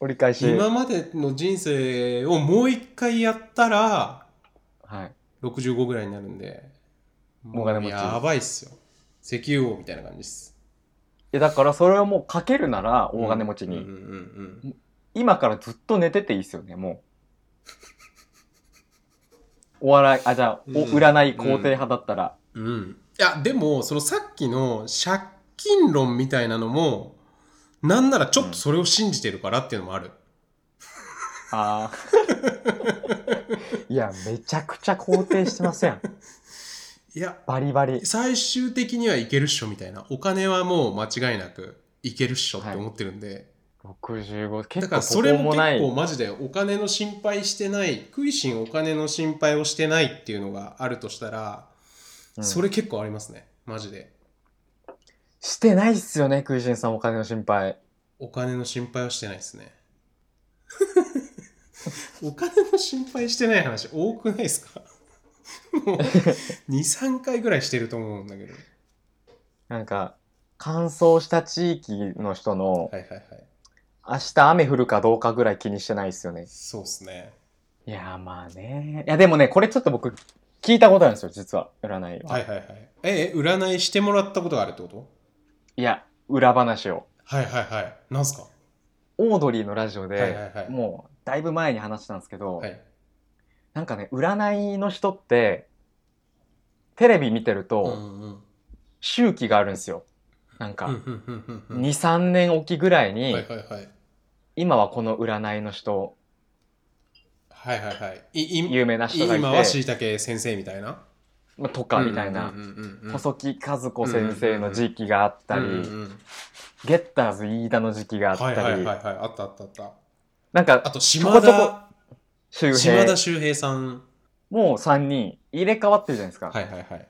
A: 折り返し。
B: 今までの人生をもう一回やったら
A: はい。
B: 65ぐらいになるんで
A: 大金持ち
B: やばいっすよ石油王みたいな感じです
A: え、だからそれをもうかけるなら大金持ちに、
B: うんうんうんうん
A: 今からずっと寝てていいっすよね、もう。お笑い、あ、じゃあ、お
B: うん
A: 占い肯定派だったら。
B: うん。いや、でも、そのさっきの借金論みたいなのも、なんならちょっとそれを信じてるからっていうのもある。
A: ああ。 いや、めちゃくちゃ肯定してません。
B: いや、
A: バリバリ。
B: 最終的にはいけるっしょみたいな。お金はもう間違いなくいけるっしょって思ってるんで。
A: 65、
B: だ
A: 結
B: から
A: 構
B: そ
A: そ
B: れ
A: こ
B: も
A: も
B: 結
A: ない。
B: 構マジでお金の心配してない、食いしんお金の心配をしてないっていうのがあるとしたら、
A: うん
B: それ結構ありますね。マジで。
A: してないっすよね、クイジンさんお金の心配。
B: お金の心配はしてないですね。 お金の心配してない話多くないですか もう2、3回ぐらいしてると思うんだけど。
A: なんか、乾燥した地域の人の
B: はいはいはい。
A: 明日雨降るかどうかぐらい気にしてないっすよね。
B: そうっすね。
A: いやーまあね。いやでもね、これちょっと僕聞いたことあるんですよ、実は。占いは。
B: はいはいはい。え、え占いしてもらったことがあるってこと
A: いや、裏話を。
B: はいはいはい。なんすか、
A: オードリーのラジオで、
B: はいはいはい。
A: もうだいぶ前に話したんですけど、
B: はい、
A: なんかね、占いの人って、テレビ見てる
B: うん
A: と、
B: うんうん
A: 周期があるんですよ。なん
B: うん
A: か、
B: うんうんうん
A: 2、3年おきぐらい
B: はい
A: に、
B: はいはい。
A: 今はこの占いの人、
B: はいはいはい。いい
A: 有名な人がい
B: 今は
A: て、
B: 椎茸先生みたいな。
A: まあとかみたいな
B: うん、うんうんうんうん
A: 細木和子先生の時期があった
B: うんうん
A: り、
B: うん
A: ゲッターズ飯田の時期があっ
B: はいは
A: た
B: い
A: り
B: は、いはい。あったあったあった。
A: なん
B: あ
A: か
B: と島
A: ちょこちょこ
B: 田
A: 周
B: 島
A: 平
B: 田、秀平さん。
A: もう3人入れ替わってるじゃないですか。
B: はいはいはい。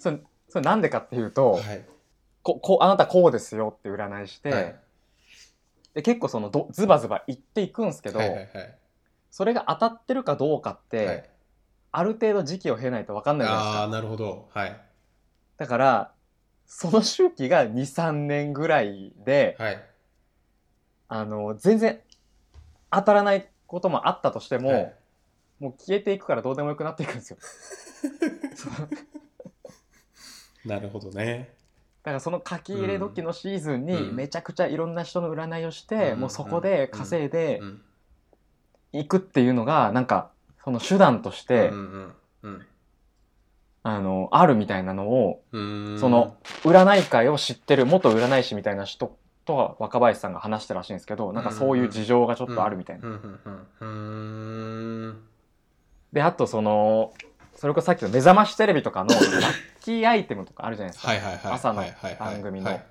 A: それ、それなんでかっていうと、
B: はい。
A: こ、こう、あなたこうですよって占いして、
B: はい
A: で結構そのどズバズバ言っていくんですけど、
B: はいはいはい
A: それが当たってるかどうかって、
B: はい
A: ある程度時期を経ないと分かんないじゃないです
B: ああ、
A: か
B: なるほど。はい。
A: だからその周期が2、3年ぐらいで、
B: はい。
A: あの、全然当たらないこともあったとしても、
B: はい
A: もう消えていくからどうでもよくなっていくんですよ。そう
B: なるほどね。
A: だからその書き入れ時のシーズン
B: うん
A: に
B: うん
A: めちゃくちゃいろんな人の占いをし
B: うん
A: て、
B: うん
A: もうそこで稼いで
B: ん。
A: いくっていうのが、なんか、その手段として、
B: うんうん
A: あの、あるみたいなのを、
B: うん。うーん
A: その、占い界を知ってる元占い師みたいな人とは若林さんが話したらしいんですけど、なんかそういう事情がちょっとあるみたいな。
B: うんうんうんうん。うーん
A: で、あとその、それこそさっきの目覚ましテレビとかのラッキーアイテムとかあるじゃないですか。
B: はいはいはい。
A: 朝の
B: はいはいはい
A: 番組の
B: はい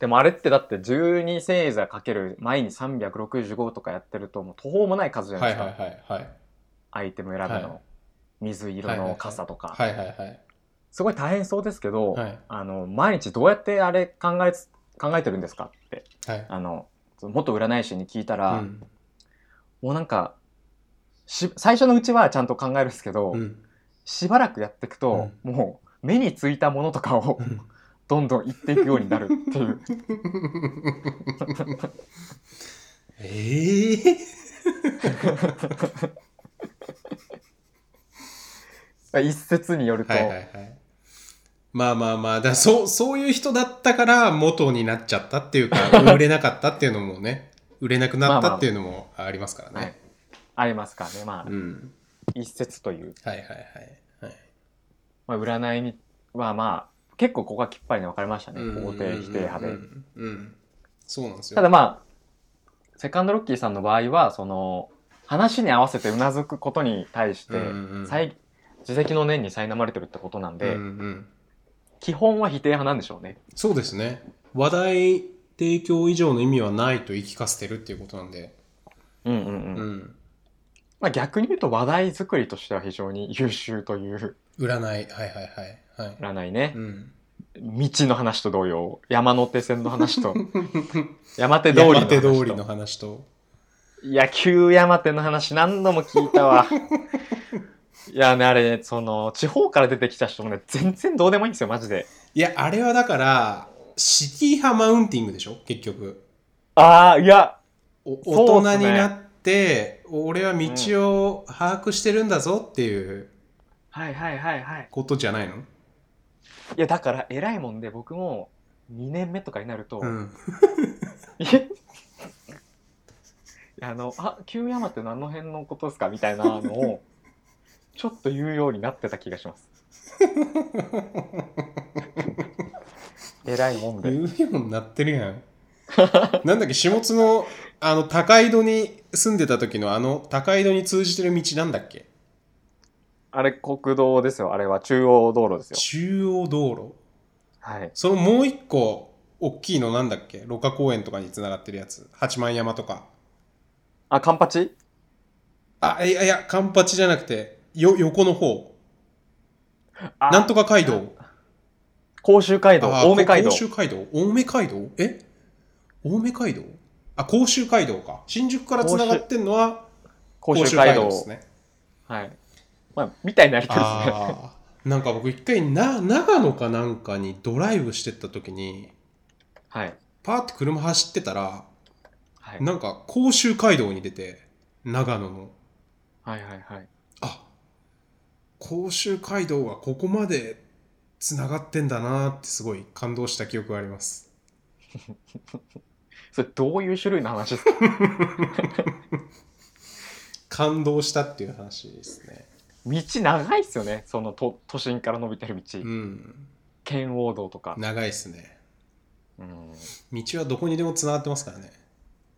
A: でもあれってだって12星座かける前に365とかやってるともう途方もない数じゃな
B: はいい
A: ですか。
B: はいはいはい。
A: アイテム選ぶの。
B: はい
A: 水色の傘とか、
B: はいはいはい。
A: すごい大変そうですけど、
B: はい
A: あの毎日どうやってあれ考えつ考えてるんですかって
B: はい。
A: あのその元占い師に聞いたら、
B: うん
A: もうなんかし最初のうちはちゃんと考えるんですけど、
B: うん
A: しばらくやっていくと、もう目についたものとかを
B: うん
A: どんどん言っていくようになるっていう
B: ええ
A: 一説によると、
B: はいはいはい。まあまあまあ、だからそう、そういう人だったから元になっちゃったっていうか、 売れなかったっていうのもね、売れなくなったっていうのもありますからね。
A: はいありますからねまあ、
B: うん。
A: 一説という、
B: はいはいはい。はい、
A: まあ、占いにはまあ結構ここがきっぱりに分かれましたね
B: うん
A: 肯定否定派で。
B: うんうんうん。そうなんですよ。
A: ただまあセカンドロッキーさんの場合はその話に合わせてうなずくことに対して、
B: うんうん
A: さい自責の念に苛まれてるってことなんで、
B: うんうん、
A: 基本は否定派なんでしょうね。
B: そうですね。話題提供以上の意味はないと言い聞かせてるっていうことなんで。
A: うんうん
B: う
A: うん
B: ん。
A: まあ、逆に言うと話題作りとしては非常に優秀という
B: 占い。はいはいはい。はい。
A: 占いね
B: う、ん。
A: 道の話と同様山手線の話 と山手通りの
B: 山
A: 話
B: 手
A: と
B: 通りの話と。
A: 野球山手の話何度も聞いた わいやねあれねその地方から出てきた人もね全然どうでもいいんですよマジで
B: いや、あれはだから、シティ派マウンティングでしょ結局。
A: ああいや
B: お
A: そうっすね
B: 大人になって、俺は道を把握してるんだぞっていう
A: はいはいはいはい
B: ことじゃないの
A: いやだから偉いもんで僕も2年目とかになると、
B: うん。
A: えあの「あ旧山って何の辺のことですか?」みたいなのをちょっと言うようになってた気がします 偉いもんで
B: 言うようになってるやん。 なんだっけ、下津の、あの、高井戸に住んでた時のあの、高井戸に通じてる道なんだっけ
A: あれ国道ですよあれは中央道路ですよ
B: 中央道路
A: はい
B: そのもう一個、大きいのなんだっけ六花公園とかに繋がってるやつ。八幡山とか。
A: あカンパチ
B: あ、いやいや、カンパチじゃなくて、よ、横の方。なんとか街道。
A: 甲州街道
B: あ
A: 青梅街道
B: 甲州街道青梅街道え青梅街道あ、甲州街道か。新宿から繋がってんのは
A: 甲州街道
B: ですね。
A: はいまあみたいになりたいですね
B: ああ。なんか僕一回な、長野かなんかにドライブしてった時に、
A: はい
B: パーって車走ってたら、
A: はい
B: なんか甲州街道に出て、長野の。
A: はいはいはい
B: あ、甲州街道がここまで繋がってんだなってすごい感動した記憶があります。
A: それどういう種類の話ですか
B: 感動したっていう話ですね。
A: 道長いっすよねその都都心から伸びてる道、
B: うん。
A: 圏央道とか、
B: 長いですね。
A: うん、
B: 道はどこにでも繋がってますからね。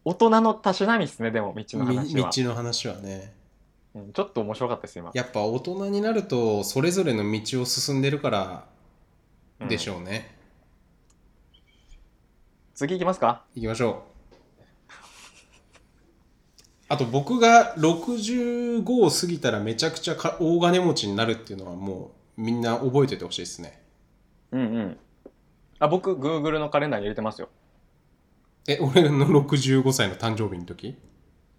A: 大人のたしなみっすねでも道の
B: み
A: 話は
B: 道の話はね。
A: うんちょっと面白かったです今
B: やっぱ大人になると、それぞれの道を進んでるから
A: うん
B: でしょうね。
A: 次行きますか
B: 行きましょう。あと僕が65を過ぎたらめちゃくちゃか大金持ちになるっていうのはもうみんな覚えておいてほしいですね。
A: うんうんあ僕 Google のカレンダーに入れてますよ
B: え、俺の65歳の誕生日の時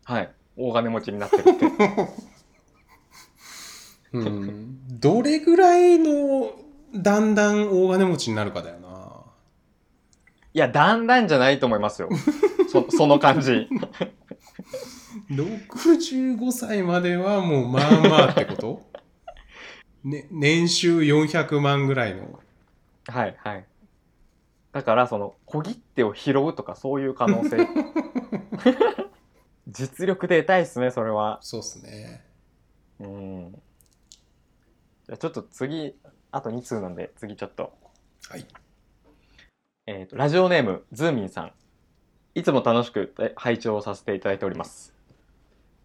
A: はい大金持ちになってる って
B: うん。どれぐらいのだんだん大金持ちになるかだよな。
A: いや、だんだんじゃないと思いますよ。そ その感じ。
B: 65歳まではもうまあまあってこと ね、年収400万ぐらいの。
A: はいはい。だから、その、小切手を拾うとか、そういう可能性。 実力で得たいですね、それは。
B: そうっすね。
A: うん。じゃあちょっと次、あと2通なんで、次ちょっと。
B: はい。
A: えっ、と、ラジオネーム、ズーミンさん。いつも楽しくえ拝聴をさせていただいております。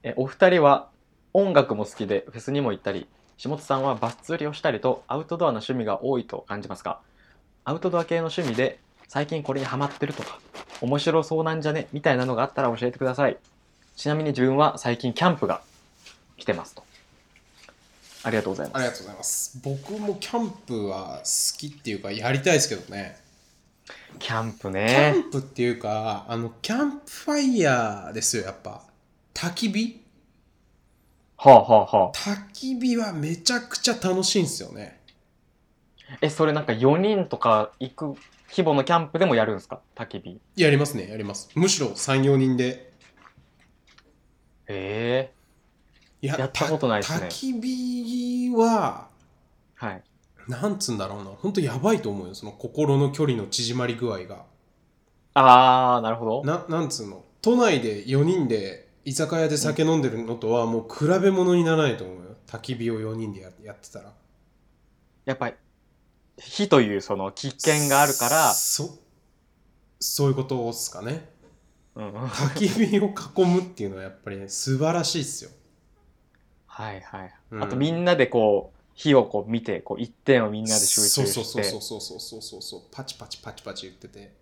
A: え、お二人は音楽も好きでフェスにも行ったり、下津さんはバス釣りをしたりとアウトドアな趣味が多いと感じますが、アウトドア系の趣味で最近これにハマってるとか、面白そうなんじゃねみたいなのがあったら教えてください。ちなみに自分は最近キャンプが来てますと。ありがとうございます。
B: ありがとうございます。僕もキャンプは好きっていうか、やりたいですけどね。
A: キャンプ
B: キャ
A: ね。
B: ンプっていうか、あの、キャンプファイヤーですよ、やっぱ。焚き火
A: はあはあは
B: 焚き火はめちゃくちゃ楽しいんですよね。
A: あ。え、それなんか4人とか行く規模のキャンプでもやるんですか焚き火。
B: やりますね、やります。むしろ3、4人で
A: ええ
B: いや
A: やったことないですね
B: た焚き火は、
A: はい。
B: なんつうんだろうな、本当やばいと思うよ、その心の距離の縮まり具合が。
A: あー、なるほど。
B: ななんつうの、都内で4人で居酒屋で酒飲んでるのとはもう比べ物にならないと思うよ、焚き火を4人でややってたら。
A: やっぱり、火というその危険があるから、
B: そ、そういうことっすかね。
A: うん、はい
B: 焚き火を囲むっていうのはやっぱり、ね、素晴らしいっすよ。
A: はい。
B: う ん
A: あとみんなでこう、火をこう見て、こう一点をみんなで集中して、
B: そうそうそうそうそうそうそうそう、パチパチパチパチ言ってて。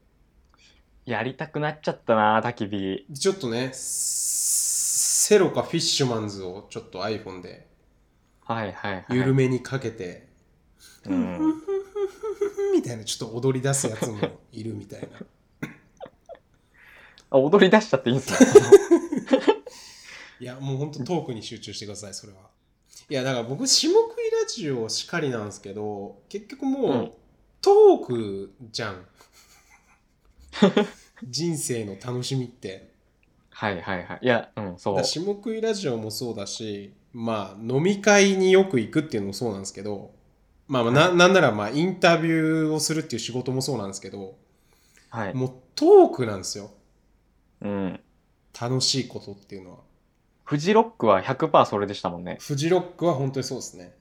A: やりたくなっちゃったな、焚き火。
B: ちょっとね、セロかフィッシュマンズをちょっと iPhone で
A: はいはいはい。
B: 緩めにかけて、
A: う
B: ふんふん
A: ん。
B: ふんふんみたいなちょっと踊り出すやつもいる みたいな。
A: あ、踊り出しちゃっていいんです か
B: いや、もうほんとトークに集中してください、それは。いや、だから僕、下食いラジオしかりなんですけど、結局もう、
A: うん
B: トーク じゃん。人生の楽しみって。
A: はいはいはい。いや、うん、そう
B: だから。下食いラジオもそうだし、まあ、飲み会によく行くっていうのもそうなんですけど、まあ、まあななんなら、まあ、インタビューをするっていう仕事もそうなんですけど、
A: はい。
B: もうトークなんですよ。
A: うん。
B: 楽しいことっていうのは。
A: フジロックは100%それでしたもんね。
B: フジロックは本当にそうですね。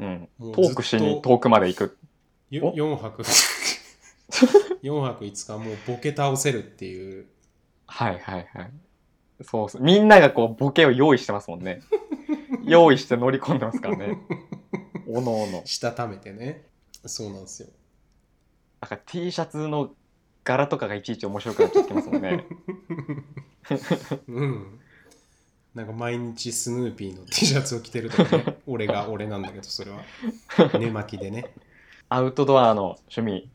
A: うん。
B: もう
A: トークし
B: ずっ
A: に
B: と
A: 遠くまで行く。
B: よ
A: お
B: 4泊 4泊5日もうボケ倒せるっていう
A: はいはいはい。そうそう。みんながこう、ボケを用意してますもん ね。用意して乗り込んでますからね。おのおの。
B: したためてねそうなんですよ
A: なんか T シャツの柄とかがいちいち面白くなっちゃってますもん ね。
B: うんなんか毎日スヌーピーの T シャツを着てるとか ね俺が俺なんだけどそれは寝巻きでね
A: アウトドアの趣味。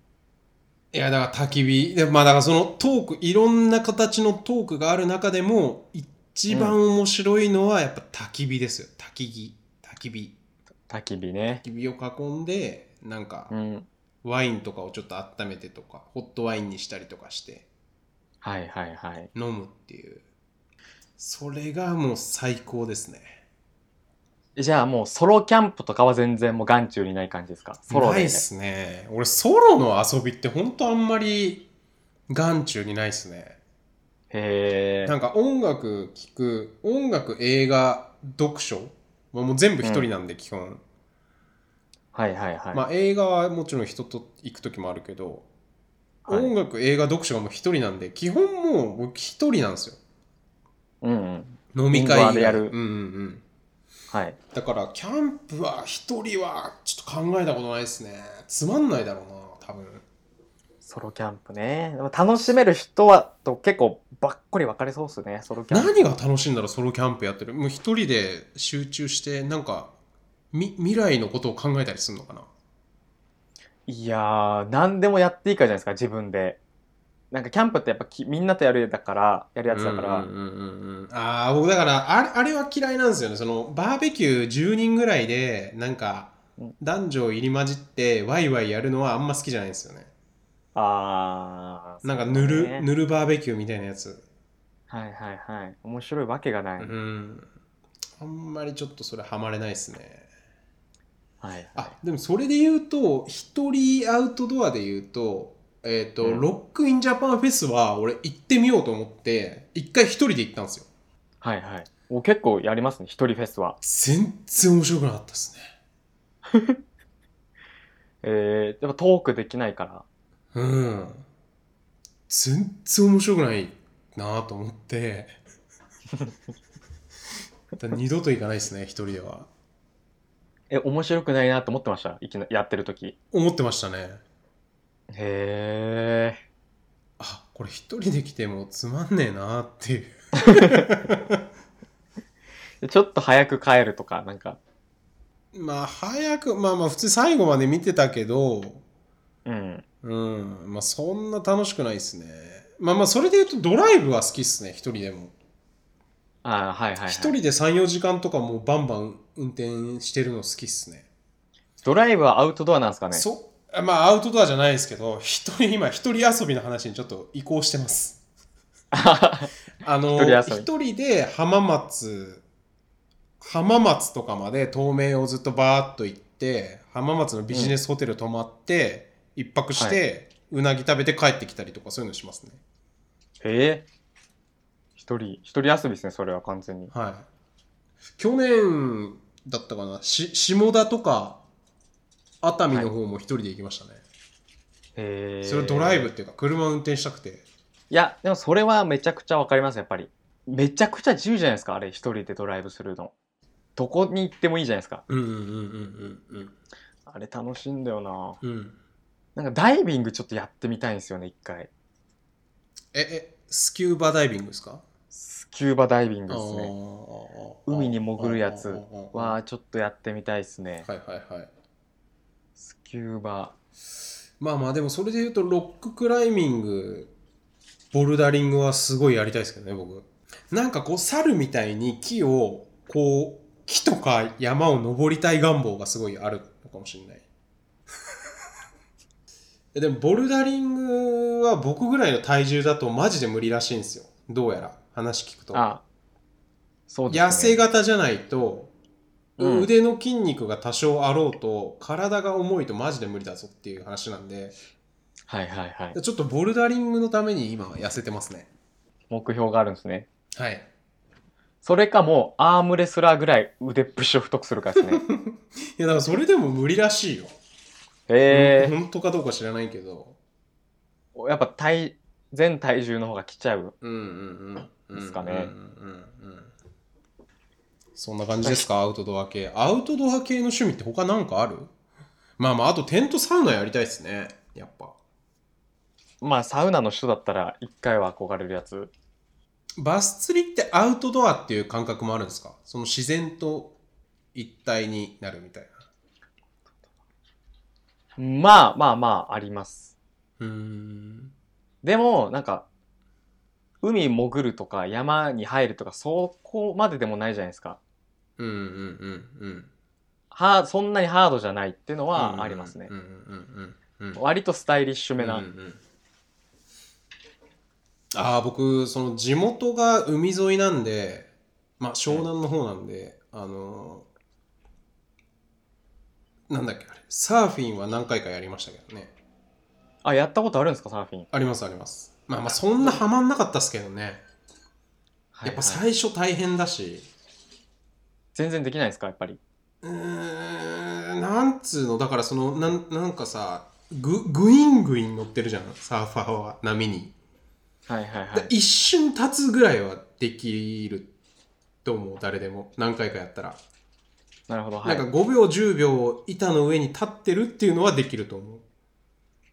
B: いやだから焚き火でまあだからそのトークいろんな形のトークがある中でも一番面白いのはやっぱ焚き火ですよ焚き火焚き火
A: 焚き火ね。
B: 焚き火を囲んでなんか、
A: うん。
B: ワインとかをちょっと温めてとか、ホットワインにしたりとかして
A: はいはいはい。
B: 飲むっていう。それがもう最高ですね。
A: じゃあもうソロキャンプとかは全然もう眼中にない感じですかソロで、
B: ないっすね。俺ソロの遊びってほんとあんまり眼中にないっすね。
A: へえ
B: な。んか音楽聴く、音楽、映画、読書。まあもう全部一人なんで基本。
A: はいはいはい。
B: まあ映画はもちろん人と行く時もあるけど、
A: はい
B: 音楽、映画、読書がもう一人なんで、基本もう僕一人なんですよ。
A: うんうん。
B: 飲み
A: インドア
B: 会
A: でやる
B: うんうんうん。
A: はい。
B: だからキャンプは一人はちょっと考えたことないですねつまんないだろうな多分
A: ソロキャンプね。でも楽しめる人はと結構ばっこり分かれそうっすね。ソロキャンプ。
B: 何が楽しいんだろうソロキャンプやってるもう一人で集中してなんかみ未来のことを考えたりするのかない
A: やー、何でもやっていいからじゃないですか、自分で。なんかキャンプってやっぱきみんなとやるだから、やるやつだから。
B: うんうんうんうんああ僕だからあれあれは嫌いなんですよねそのバーベキュー10人ぐらいでなんか男女入り混じってワイワイやるのはあんま好きじゃないんですよね
A: あー
B: なんか
A: そう
B: ぬる、
A: ね
B: ぬるバーベキューみたいなやつ
A: はいはいはい面白いわけがな
B: う
A: い、
B: んあんまりちょっとそれハマれないですね
A: はい
B: あでもそれで言うと一人アウトドアで言うとえっ、と、
A: うん
B: ロックインジャパンフェスは俺行ってみようと思って一回一人で行ったんですよ
A: はいはいお結構やりますね一人フェスは
B: 全然面白くなかったですね
A: えー、やっぱトークできないから
B: うん全然面白くないなと思ってだから二度と行かないですね一人では
A: え面白くないなと思ってましたいきなやってる時
B: 思ってましたね
A: へえ
B: あこれ一人で来てもつまんねえなっていう
A: ちょっと早く帰るとかなんか
B: まあ早くまあまあ普通最後まで見てたけど
A: うん
B: うんまあそんな楽しくないですねまあまあそれで言うとドライブは好きっすね一人でも
A: ああはいはい、はい、
B: 一、人で34時間とかもうバンバン運転してるの好きっすね
A: ドライブはアウトドアなんですかね
B: そうあまあアウトドアじゃないですけど一人今一人遊びの話にちょっと移行してますあの
A: 一人遊
B: 一人で浜松浜松とかまで東名をずっとバーッと行って浜松のビジネスホテル泊まって、一泊して、うなぎ食べて帰ってきたりとかそういうのしますね
A: ええ一人、一人遊びですね、それは完全に。
B: はい去年だったかなし下田とか熱海の方も一人で行きましたね、
A: ええ
B: それドライブっ
A: い
B: ていうか車運転したくて
A: や、でもそれはめちゃくちゃわかります、やっぱり。めちゃくちゃ自由じゃないですか、あれ、一人でドライブするの。どこに行ってもいいじゃないですか。
B: うんうんうんうんうん
A: あれ楽しいんだよな。
B: うん。
A: なんかダイビングちょっとやってみたいんですよね、一回。
B: え、え、スキューバダイビングですか
A: スキューバダイビングですね。
B: ね
A: 海に潜るやつ
B: は
A: は、ちょっとやってみたいですね
B: い。はいはい。
A: スキューバ。
B: まあまあ、でもそれで言うと、ロッククライミング、ボルダリングはすごいやりたいですけどね、僕。なんかこう、猿みたいに木を、こう、木とか山を登りたい願望がすごいあるのかもしれない。 えでも、ボルダリングは僕ぐらいの体重だとマジで無理らしいんですよ。どうやら。話聞くと。
A: あ、そうですね。
B: 痩せ型じゃないと、
A: うん
B: 腕の筋肉が多少あろうと体が重いとマジで無理だぞっていう話なんで
A: はいはいはい。
B: ちょっとボルダリングのために今は痩せてますね
A: 目標があるんですね。
B: はい
A: それかもうアームレスラーぐらい腕っぷしを太くするかですね。
B: いやだからそれでも無理らしいよ、
A: へえ
B: 本当かどうか知らないけど
A: やっぱ体全体重の方が来ちゃう。
B: うんうんうん
A: ですかね
B: うんうんうんうんそんな感じですかアウトドア系アウトドア系の趣味って他なんかあるまあまああとテントサウナやりたいですねやっぱ
A: まあサウナの人だったら一回は憧れるやつ。
B: バス釣りってアウトドアっていう感覚もあるんですかその自然と一体になるみたい
A: まあまあまああります。
B: な。うん。
A: でもなんか海潜るとか山に入るとかそこまででもないじゃないですか。
B: うんうんうんうん。
A: はそんなにハードじゃないっていうの
B: うんうんう
A: は
B: ん
A: ありますね
B: う。んうんうんうん。
A: 割とスタイリッシュめな。
B: うんうんああ、僕、その地元が海沿いなんで、まあ湘南の方なんで、あのーなんだっけあれ、サーフィンは何回かやりましたけどね。
A: あ、やったことあるんですかサーフィン。
B: ありますあります。まあまあそんなハマんなかったっすけどね。
A: はい
B: やっぱ
A: はい
B: 最初大変だし、
A: 全然できないですかやっぱり。
B: うーん、なんつうの、だからその、なんなんかさ、ぐ、ぐいんぐいん乗ってるじゃん、サーファーは、波に。
A: はいはいは
B: だ
A: い。
B: 一瞬経つぐらいはできると思う、誰でも。何回かやったら。
A: なるほど。はい。
B: なんか5秒、10秒、板の上に立ってるっていうのはできると思う。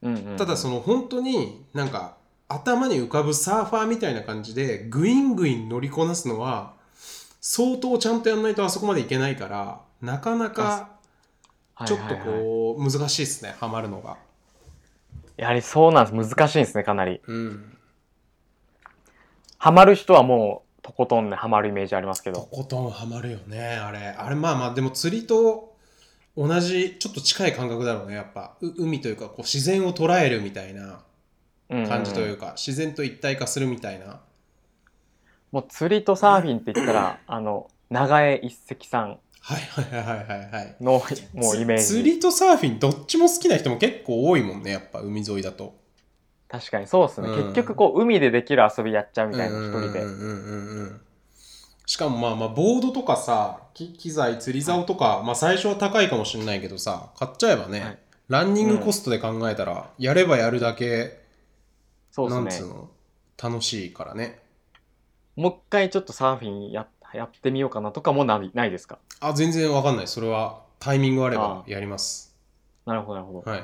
A: うんうんうん
B: ただその本当になんか頭に浮かぶサーファーみたいな感じでグイングイン乗りこなすのは相当ちゃんとやんないとあそこまでいけないからなかなかちょっと
A: はいはいはい
B: こう難しいですねハマるのが
A: やはりそうなんです難しいんですねかなり
B: うん
A: ハマる人はもうとことんねハマるイメージありますけ
B: と
A: ど
B: ことんハマるよねあれあれまあまあでも釣りと同じ、ちょっと近い感覚だろうね、やっぱ。う海というか、こう自然を捉えるみたいな感じといううか、自然と一体化するみたいな。
A: もう釣りとサーフィンって言ったらあの長江一石さん
B: はいはいはいはいはい。
A: のもうイメー
B: つ
A: ジ
B: 釣りとサーフィンどっちも好きな人も結構多いもんねやっぱ海沿いだと
A: 確かにそうですね、
B: うん
A: 結局こう海でできる遊びやっちゃうみたいな一人で、
B: うんうんうんうんうんしかもまあまあボードとかさき機材釣り竿とか、まあ最初は高いかもしれないけどさ買っちゃえばね、
A: はい
B: ランニングコストで考えたら、やればやるだけ
A: そう
B: なん
A: で
B: つ
A: す
B: う
A: ね
B: の楽しいからね
A: もう一回ちょっとサーフィンややってみようかなとかもないないですか
B: あ全然わかんないそれはタイミングあれば
A: あ
B: やります
A: なるほどなるほど、
B: はい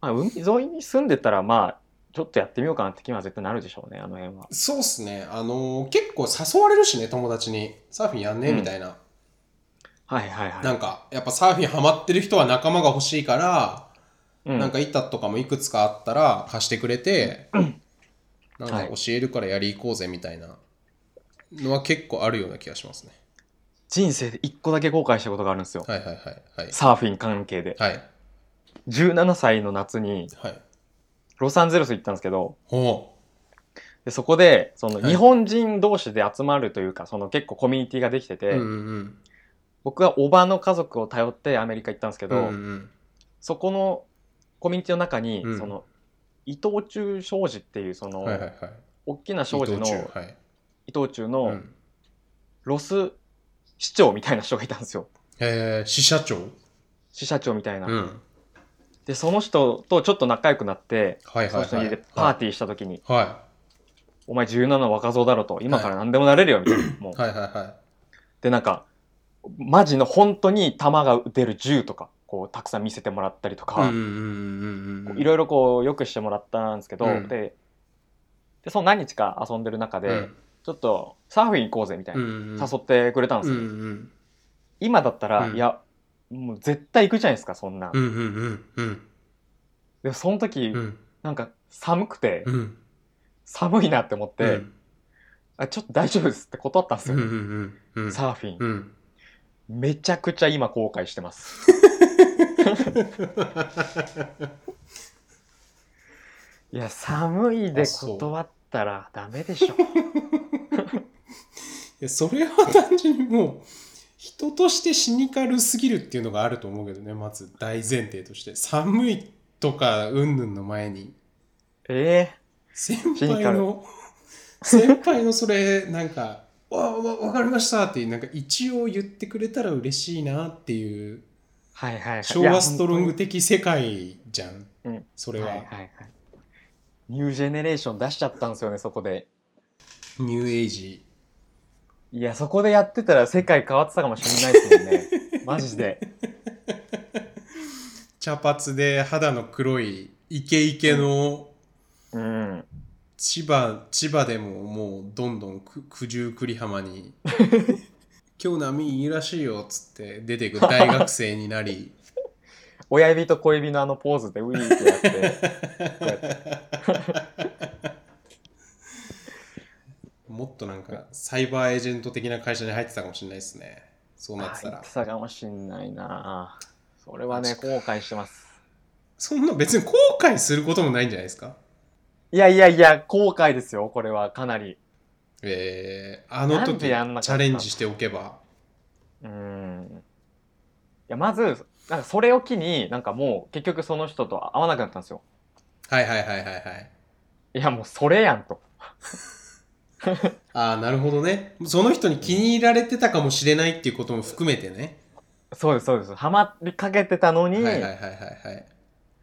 A: まあ、海沿いに住んでたらまあちょっとやってみようかなって気には絶対なるでしょうねあの辺は
B: そうっすねあのー結構誘われるしね友達にサーフィンやんね
A: うん
B: みたいな、
A: はいはいはい
B: なんかやっぱサーフィンハマってる人は仲間が欲しいから、
A: うん、
B: なんか板とかもいくつかあったら貸してくれて、なんか教えるからやり行こうぜみたいなのは結構あるような気がしますね。
A: 人生で一個だけ後悔したことがあるんですよ、
B: はいはいはいはい。
A: サーフィン関係で
B: はい
A: 17歳の夏に
B: はい。
A: ロサンゼルス行ったんですけど
B: ほ
A: でそこでその
B: はい
A: 日本人同士で集まるというか、その結構コミュニティができてて、
B: う。うんうんうん。
A: 僕はおばの家族を頼ってアメリカ行ったんですけ
B: う
A: ど、
B: んうん
A: そこのコミュニティの中に、
B: うん
A: その伊藤忠商事っていうその、
B: はいはいはい。
A: 大きな商事の
B: 伊藤忠はい。
A: 伊藤忠
B: う
A: の
B: ん
A: ロス市長みたいな人がいたんですよ
B: えー、支社長。
A: 支社長みたいな、
B: うん。
A: でその人とちょっと仲良くなって、
B: はいはい
A: その
B: は
A: 人の家
B: い
A: で。パーティーした時に
B: はい
A: 「お前17若造だろ」と「今から何でもなれるよ」みたいな、もう
B: はいはいは
A: でなんかマジの本当に弾が出る銃とかこうたくさん見せてもらったりと
B: い。
A: か、
B: うんうんうんうんうん。
A: いろいろこうよくしてもらったんですけど、
B: うん
A: ででその何日か遊んでる中で、
B: うん
A: ちょっとサーフィン行こうぜみたいな、
B: うんうん
A: 誘ってくれたんです
B: うん
A: よ、
B: うん
A: 今だったら、
B: うん
A: いやもう絶対行くじゃないですかそんな、
B: うんうんうんうん
A: でその時、
B: うん
A: なんか寒くて、
B: うん。
A: 寒いなって思って、
B: うん
A: あちょっと大丈夫ですって断ったんです
B: う
A: よ、
B: んうんうんうん。
A: サーフィン、
B: うん。
A: めちゃくちゃ今後悔してますいや寒いで
B: あそう
A: 断ったらダメでしょ
B: いやそれは単純にもう人としてシニカルすぎるっていうのがあると思うけどねまず大前提として寒いとか云々の前に
A: ええ
B: 先
A: シニ
B: 輩
A: カ
B: の先輩のそれなんか「わわわかりました」ってなんか一応言ってくれたら嬉しいなっていう
A: はいはいはい
B: 昭和ストロング
A: い
B: 的世界じゃん
A: うん
B: それ
A: や
B: は、
A: 本当にはいはいはいニュージェネレーション出しちゃったんですよねそこで
B: ニューエイジ
A: いやそこでやってたら世界変わってたかもしれない ですもんねマジで
B: 茶髪で肌の黒いイケイケの、
A: うん
B: 千葉千葉でももうどんどんく九十九里浜 に今日波いいらしいよっつって出てく大学生になり
A: 親指と小指のあのポーズでウィーってやって
B: もっとなんかサイバーエージェント的な会社に入ってたかもしれないですねそうなってた
A: 入っ
B: ら
A: てたかもしんないなそれはね
B: マジ
A: 後悔してます
B: そんな別に後悔することもないんじゃないですか
A: いやいやいや、後悔ですよ、これはかなり。
B: えー、あの
A: なん
B: 時チ
A: でやんなかった
B: ャレンジしておけば
A: うーん。いや、まず、なんかそれを機に、なんかもう結局その人と会わなくなったんですよ。
B: はいはいはいはいはい
A: いや、もうそれやんと。
B: ああなるほどねその人に気に入られてたかもしれないっていうことも含めてね、
A: そうです、そうです。ハマりかけてたのに、
B: はいはいはいはいはい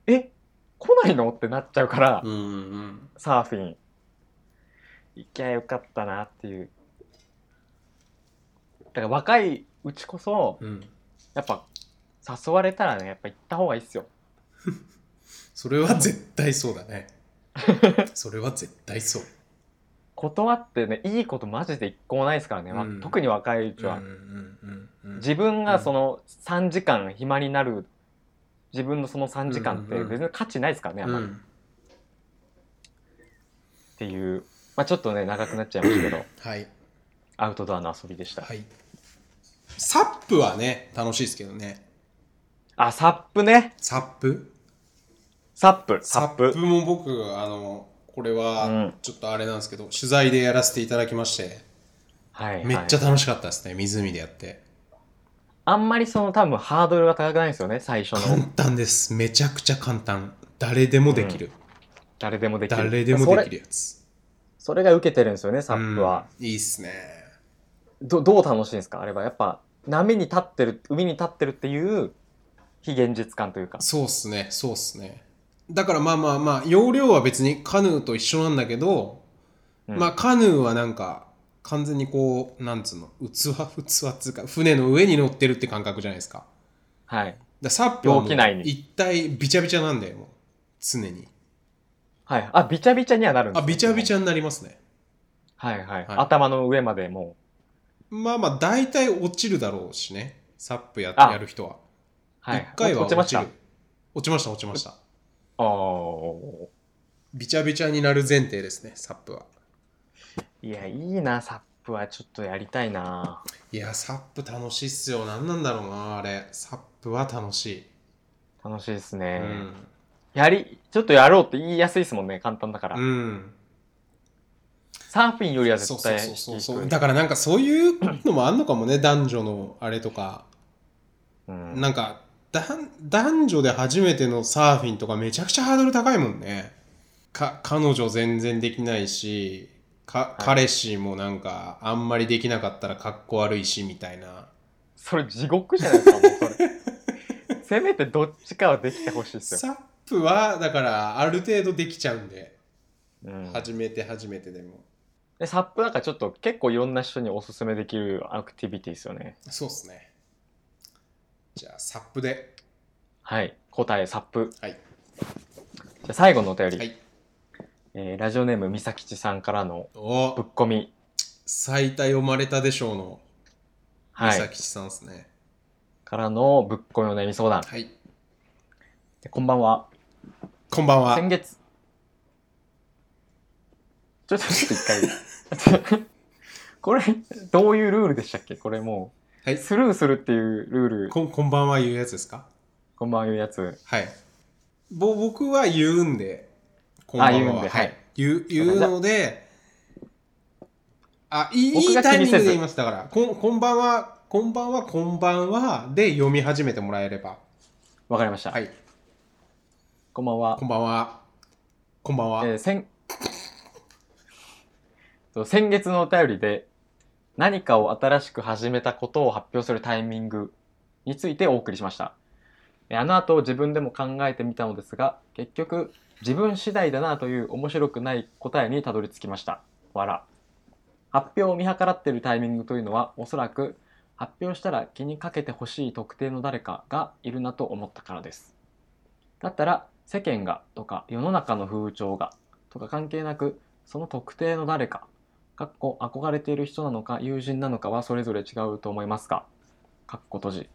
A: え、来ないのってなっちゃうから、
B: うんうん
A: サーフィン。行きゃよかったなっていう。だから若いうちこそ、
B: うん、
A: やっぱ誘われたらね、やっぱ行った方がいいっすよ。
B: それは絶対そう だねそれは絶対そう、
A: 断ってね、いいことマジで一個もないですからね。わ
B: うん
A: 特に若いうちは。
B: んうんうん
A: 自分がその3時間暇になる自分のその3時間って
B: うんうん
A: 全然価値ないですからね、あんまり
B: うん
A: っていう、まあ、ちょっとね長くなっちゃいましたけ ど
B: はい
A: アウトドアの遊びでした、
B: はいサップはね楽しいですけどね
A: あ、サップね。
B: サップ
A: サップ。
B: サップ。も僕、あの、これ
A: う
B: は
A: ん、
B: ちょっとあれなんですけど、取材でやらせていただきまして、
A: はい、
B: めっちゃ
A: はい。
B: 楽しかったですね、湖でやって。
A: あんまりその多分ハードルが高くないんですよね、最初
B: 簡
A: の。
B: 単です。めちゃくちゃ簡単。誰でもできる。
A: 誰でもできる。
B: 誰でもでき
A: それ。
B: るやつ。
A: それが受けてるんですよね、サップは。
B: うん。いいっすね。
A: どどう楽しいんですかあれは。やっぱ、波に立ってる、海に立ってるっていう、非現実感というか。
B: そうっすね、そうっすね。だからまあまあまあ、容量は別にカヌーと一緒なんだけど、
A: うん
B: まあカヌーはなんか、完全にこう、なんつうの、器、 器っつうか、船の上に乗ってるって感覚じゃないですか。
A: はい。
B: だサップはも
A: 容器内
B: う
A: に
B: 一体びちゃびちゃなんだよ、もう常に。
A: はい。あ、びちゃびちゃにはなるんで
B: あ、
A: すね
B: びちゃびちゃになりますね。
A: はいはい。
B: はい
A: 頭の上までもう。
B: まあまあ、大体落ちるだろうしね、サップや
A: あ
B: やる人は。一、
A: はい。
B: 回は
A: 落ちまし
B: る
A: た。
B: 落ちました、落ちました。
A: あー
B: びちゃびちゃになる前提ですね、サップは。
A: いや、いいな、サップは。ちょっとやりたいな。
B: いや、サップ楽しいっすよ。なんなんだろうな、あれ。サップは楽しい。
A: 楽しいです
B: う
A: ね。
B: ん。
A: やり、ちょっとやろうって言いやすいですもんね、簡単だから。
B: うん。
A: サーフィンよりは
B: そう
A: 絶
B: そ
A: 対
B: う
A: 低い
B: そうそうそう。だからなんかそういうのもあんのかもね、男女のあれとか。
A: うん
B: なんか、だん男女で初めてのサーフィンとかめちゃくちゃハードル高いもんね。か、彼女全然できないし、か、
A: い
B: 彼氏もなんか、あんまりできなかったらかっこ悪いし、みたいな。
A: それ地獄じゃないですか、もうそれ。 せめてどっちかはできてほしいですよ。
B: サップは、だから、ある程度できちゃうんで、
A: うん
B: 初めて初めてでも。
A: でサップなんかちょっと結構いろんな人におすすめできるアクティビティですよね。
B: そうっすね。じゃあ、サップで。
A: はい。答え、サップ。
B: はい。
A: じゃあ最後のお便り。
B: はい。
A: えーラジオネーム、みさきちさんからのぶっ
B: お
A: こみ。
B: 最多読まれたでしょうの、
A: は
B: 三
A: い。
B: 崎さんですね。
A: からのぶっこみお悩み相談。
B: はい。
A: でこんばんは。
B: こんばんは。
A: 先月。ちょっとちょっと一回。 これ、どういうルールでしたっけこれも
B: は
A: う、
B: い。
A: スルーするっていうルール、
B: こんこんばんは言うやつですか
A: こんばんは言うやつ。
B: はい。ぼ僕は言うんで、こんばんは。
A: 言うんで
B: は
A: はい
B: い。言う言うので、あ、いいい
A: 僕
B: い
A: が
B: タイ
A: 気に
B: ミング
A: せず
B: で言います。だから、こんこんばんは、こんばんは、こんばんは、で読み始めてもらえれば。
A: わかりました。
B: はい。
A: こんばんは
B: こ。んばんは。こんばんは。
A: えー先と先月のお便りで何かを新しく始めたことを発表するタイミングについてお送りしましたえーあの後自分でも考えてみたのですが結局自分次第だなという面白くない答えにたどり着きました笑発表を見計らっているタイミングというのはおそらく発表したら気にかけてほしい特定の誰かがいるなと思ったからですだったら世間がとか世の中の風潮がとか関係なくその特定の誰かかっこ憧れている人なのか友人なのかはそれぞれ違うと思いますがかっこ閉じ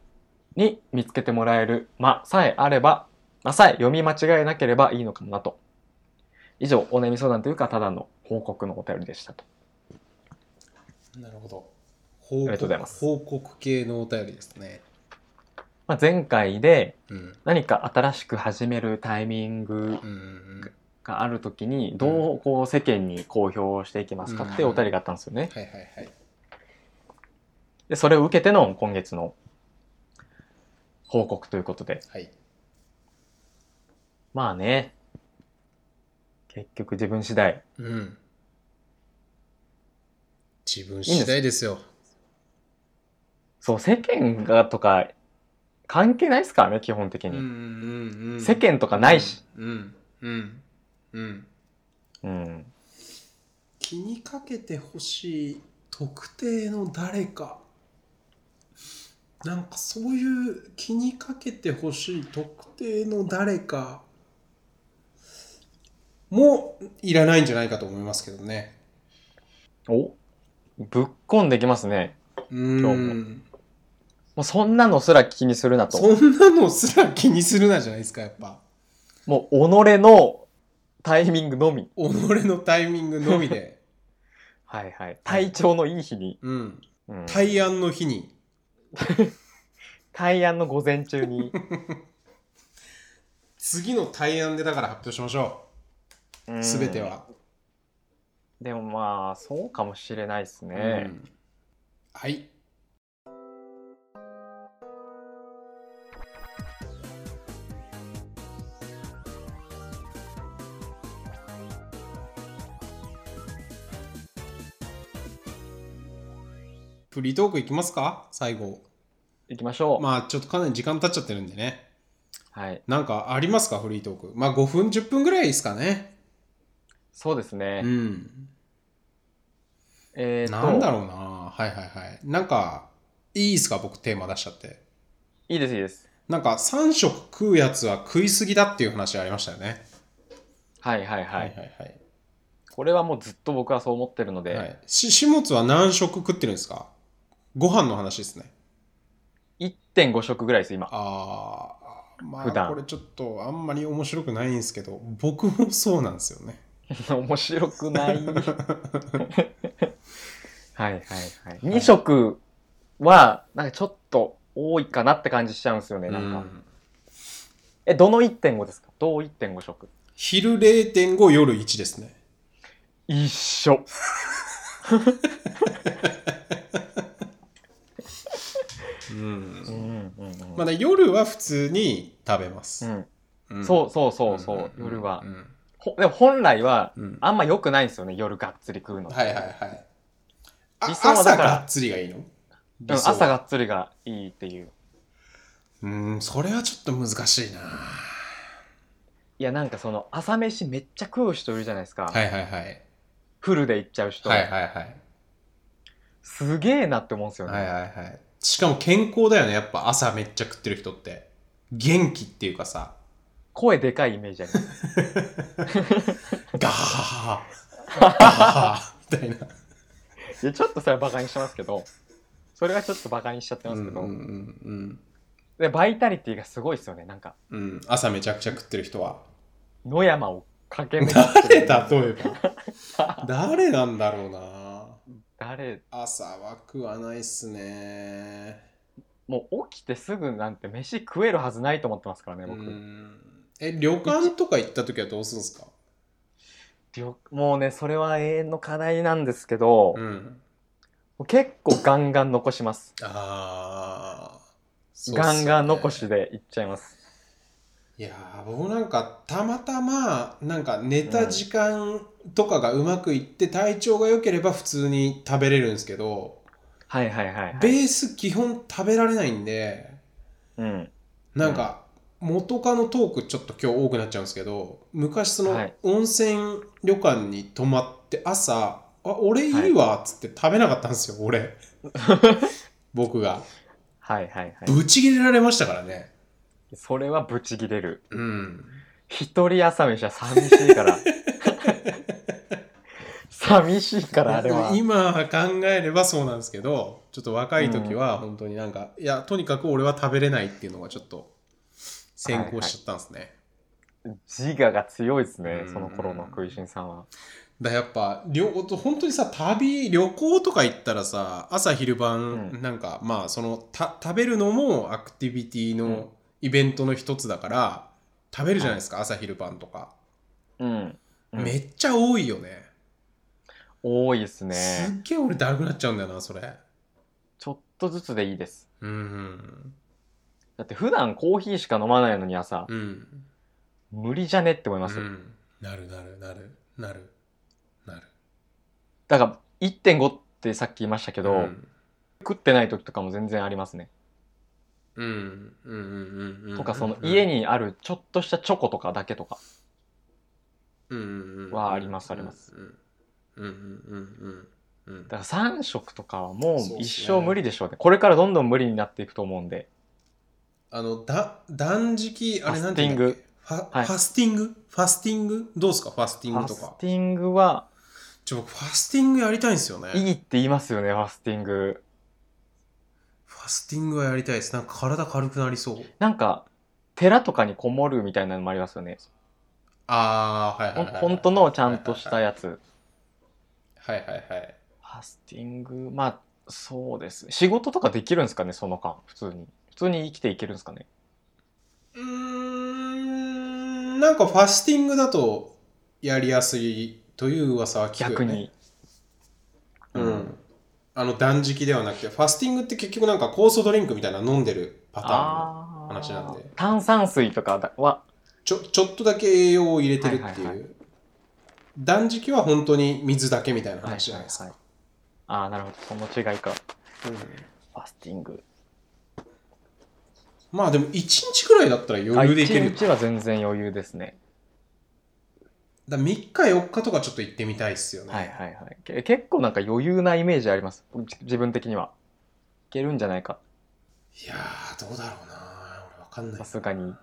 A: に見つけてもらえる「ま」さえあれば「ま」さえ読み間違えなければいいのかなと以上お悩み相談というかただの報告のお便りでしたと
B: なるほど。報
A: ありがとうございます
B: 報告系のお便りですね。
A: まあ、前回で
B: うん。
A: 何か新しく始めるタイミング
B: うんうんうん。はい
A: がある時にどうこう世間に公表していきますかっていうお便りがあったんですよね。
B: はいはい。
A: で、それを受けての今月の報告ということで。
B: はい。
A: まあね、結局自分次第。
B: うん。自分次第ですよ。
A: そう、世間がとか関係ないですからね、基本的
B: うんう
A: に。
B: んうんうん。
A: 世間とかないし。
B: うん。うん。うん。
A: うん。
B: 気にかけてほしい特定の誰かなんかそういう気にかけてほしい特定の誰かもいらないんじゃないかと思いますけどね
A: おぶっこんできますね。
B: う
A: 今
B: ん
A: もうそんなのすら気にするなと。
B: そんなのすら気にするなじゃないですかやっぱ
A: もう己のタイミングのみ。
B: 己のタイミングのみで
A: はいはい。体調のいい日に。
B: うん
A: うん、
B: 対案の日に
A: 対案の午前中 に。
B: 次の対案でだから発表しましょ
A: う
B: う。
A: ん
B: すべて。は。
A: でもまあ、そうかもしれないですね。
B: うんはい。フリートークいきますか最後。
A: 行きましょう。
B: まあちょっとかなり時間経っちゃってるんでね。
A: はい。
B: なんかありますかフリートーク。まあ5分10分ぐらいですかね。
A: そうですね。
B: うん。
A: えー、と
B: なんだろうなはいはいはい。なんか、いいですか僕テーマ出しちゃって。
A: いいです、いいです。
B: なんか3食食うやつは食いすぎだっていう話ありましたよね。
A: はいはいはい。
B: はいはい。
A: これはもうずっと僕はそう思ってるので、
B: はい、し、しもつは何食食ってるんですかご飯の話ですね。
A: 1.5食ぐらいです、今。
B: あー、ま
A: 普
B: あ
A: 段
B: これちょっとあんまり面白くないんですけど、僕もそうなんですよね。
A: 面白く ない。はいはいはい。2食は、なんかちょっと多いかなって感じしちゃうんですよね、なんか。
B: うん
A: え、どの1.5ですかどう1.5食
B: 昼0.5、夜1ですね。
A: 一緒。
B: うん
A: うんうんうん。
B: まだ夜は普通に食べます。
A: うん、そうそうそうそう、夜は、ほでも本来は、
B: うん
A: あんま良くないんですよね、夜がっつり食うの。
B: はいはいはい。あ
A: 理想は
B: 朝
A: だから
B: がっつりがいいの
A: うん朝が。っつりがいいっていう。
B: 理想はうん、それはちょっと難しいな。
A: いや、なんかその、朝飯めっちゃ食う人いるじゃないですか。
B: はいはいはい。
A: フルで行っちゃう人。
B: はいはいはい。
A: すげえなって思うんですよね。
B: はいはいはい。しかも健康だよね。やっぱ朝めっちゃ食ってる人って。元気っていうかさ。
A: 声でかいイメージあります。
B: ガーガーみたいな。
A: いやちょっとそれはバカにしてますけど、それはちょっとバカにしちゃってま
B: うん
A: す
B: う
A: け
B: ん
A: ど、
B: うん
A: でバイタリティがすごいですよね。なんか、
B: うん。うん、朝めちゃくちゃ食ってる人は。
A: 野山を駆け巡って
B: 誰
A: る
B: だ例え ば誰なんだろうな
A: 誰
B: 朝は食わないっすね
A: もう起きてすぐなんて飯食えるはずないと思ってますからね、
B: う
A: 僕。
B: んえ旅館とか行った時はどうするんすか
A: 旅もうね、それは永遠の課題なんですけど、も
B: ん
A: う結構ガンガン残します。
B: ああ
A: ガンガン残しでいっちゃいます。
B: いやー僕なんかたまたまなんか寝た時間とかがうまくいって体調が良ければ普通に食べれるんですけど、
A: はいはいはい、は
B: ベ
A: い。
B: ース基本食べられないんで
A: うん。
B: なんか元カノトークちょっと今日多くなっちゃうんですけど昔そ
A: は
B: の
A: い
B: 温泉旅館に泊まって朝「あ俺いいわ」っつって食べなかったんですよ 俺僕が
A: はいはいはい。
B: ぶち切れられましたからね
A: それはブチギレる。
B: うん
A: 一人朝飯は寂しい から。寂しいから、あれは。
B: 今考えればそうなんですけどちょっと若い時は本当になんか、いやとにかく俺は食べれないっていうのがちょっと先行しちゃったんですね、
A: 自我が強いですね
B: う、ん
A: その頃の食いしんさんは。
B: だやっぱ旅本当にさ旅旅行とか行ったらさ朝昼晩、
A: うん
B: なんかまあそのた食べるのもアクティビティ
A: うん
B: のイベントの一つだから食べるじゃないですか、朝昼晩とか、
A: うん。うん
B: めっちゃ多いよね
A: 多いです
B: す
A: ね。
B: っげえ俺だるくなっちゃうんだよなそれ
A: ちょっとずつでいいです。
B: うん
A: だって普段コーヒーしか飲まないのに朝、
B: うん
A: 無理じゃねって思いうますよ。
B: んなるなるなるなるなる
A: だから1.5ってさっき言いましたけど、
B: うん
A: 食ってない時とかも全然ありますね。
B: うんうんうんうんうん
A: とかその家
B: に
A: にあるちょっとしたチョコとかだけとか。はありますあります
B: うんうんうんうんうん
A: だから3食とかはも
B: そう
A: う
B: っすね
A: 一生無理でしょうね。これからどんどん無理になっていくと思うんで。
B: あのだ断食あれなんて言うんだっけファ
A: はい
B: ファスティングファスティングどうですかファスティ
A: フ
B: ング
A: ァ
B: と
A: ス
B: か
A: ティングは
B: ちょ僕ファスティングやりたいんですよね
A: いいって言いますよね、ファスティング。
B: ファスティングはやりたいですなんか体軽くなりそう
A: なんか、寺とかにこもるみたいなのもありますよね。
B: ああはい
A: ほ
B: は
A: ん
B: いはい
A: 本当のちゃんとしたやつ。
B: はいはいはい
A: ファスティング、まあ、そうですね。仕事とかできるんですかね、その間、普通に。普通に生きていけるんですかね
B: うーん、なんかファスティングだとやりやすいという噂は聞くよ
A: 逆
B: ね。
A: に。
B: うん。あの断食ではなくて、ファスティングって結局なんか酵素ドリンクみたいなの飲んでるパターン。
A: あー
B: 話なんで
A: 炭酸水とかだは
B: ちょちょっとだけ栄養を入れてるっていう。
A: はいはい
B: 断食は本当に水だけみたいな話じゃないですか。
A: はいはいはいああなるほどその違いかファスティング
B: うん、まあでも1日くらいだったら余裕でい
A: あ
B: ける。
A: 一日は全然余裕ですね
B: だ3日4日とかちょっと行ってみたいっすよね。
A: はいはいはいけ結構なんか余裕なイメージありますじ自分的にはいけるんじゃないか
B: いやー、どうだろうな俺わかんない
A: さ。すがに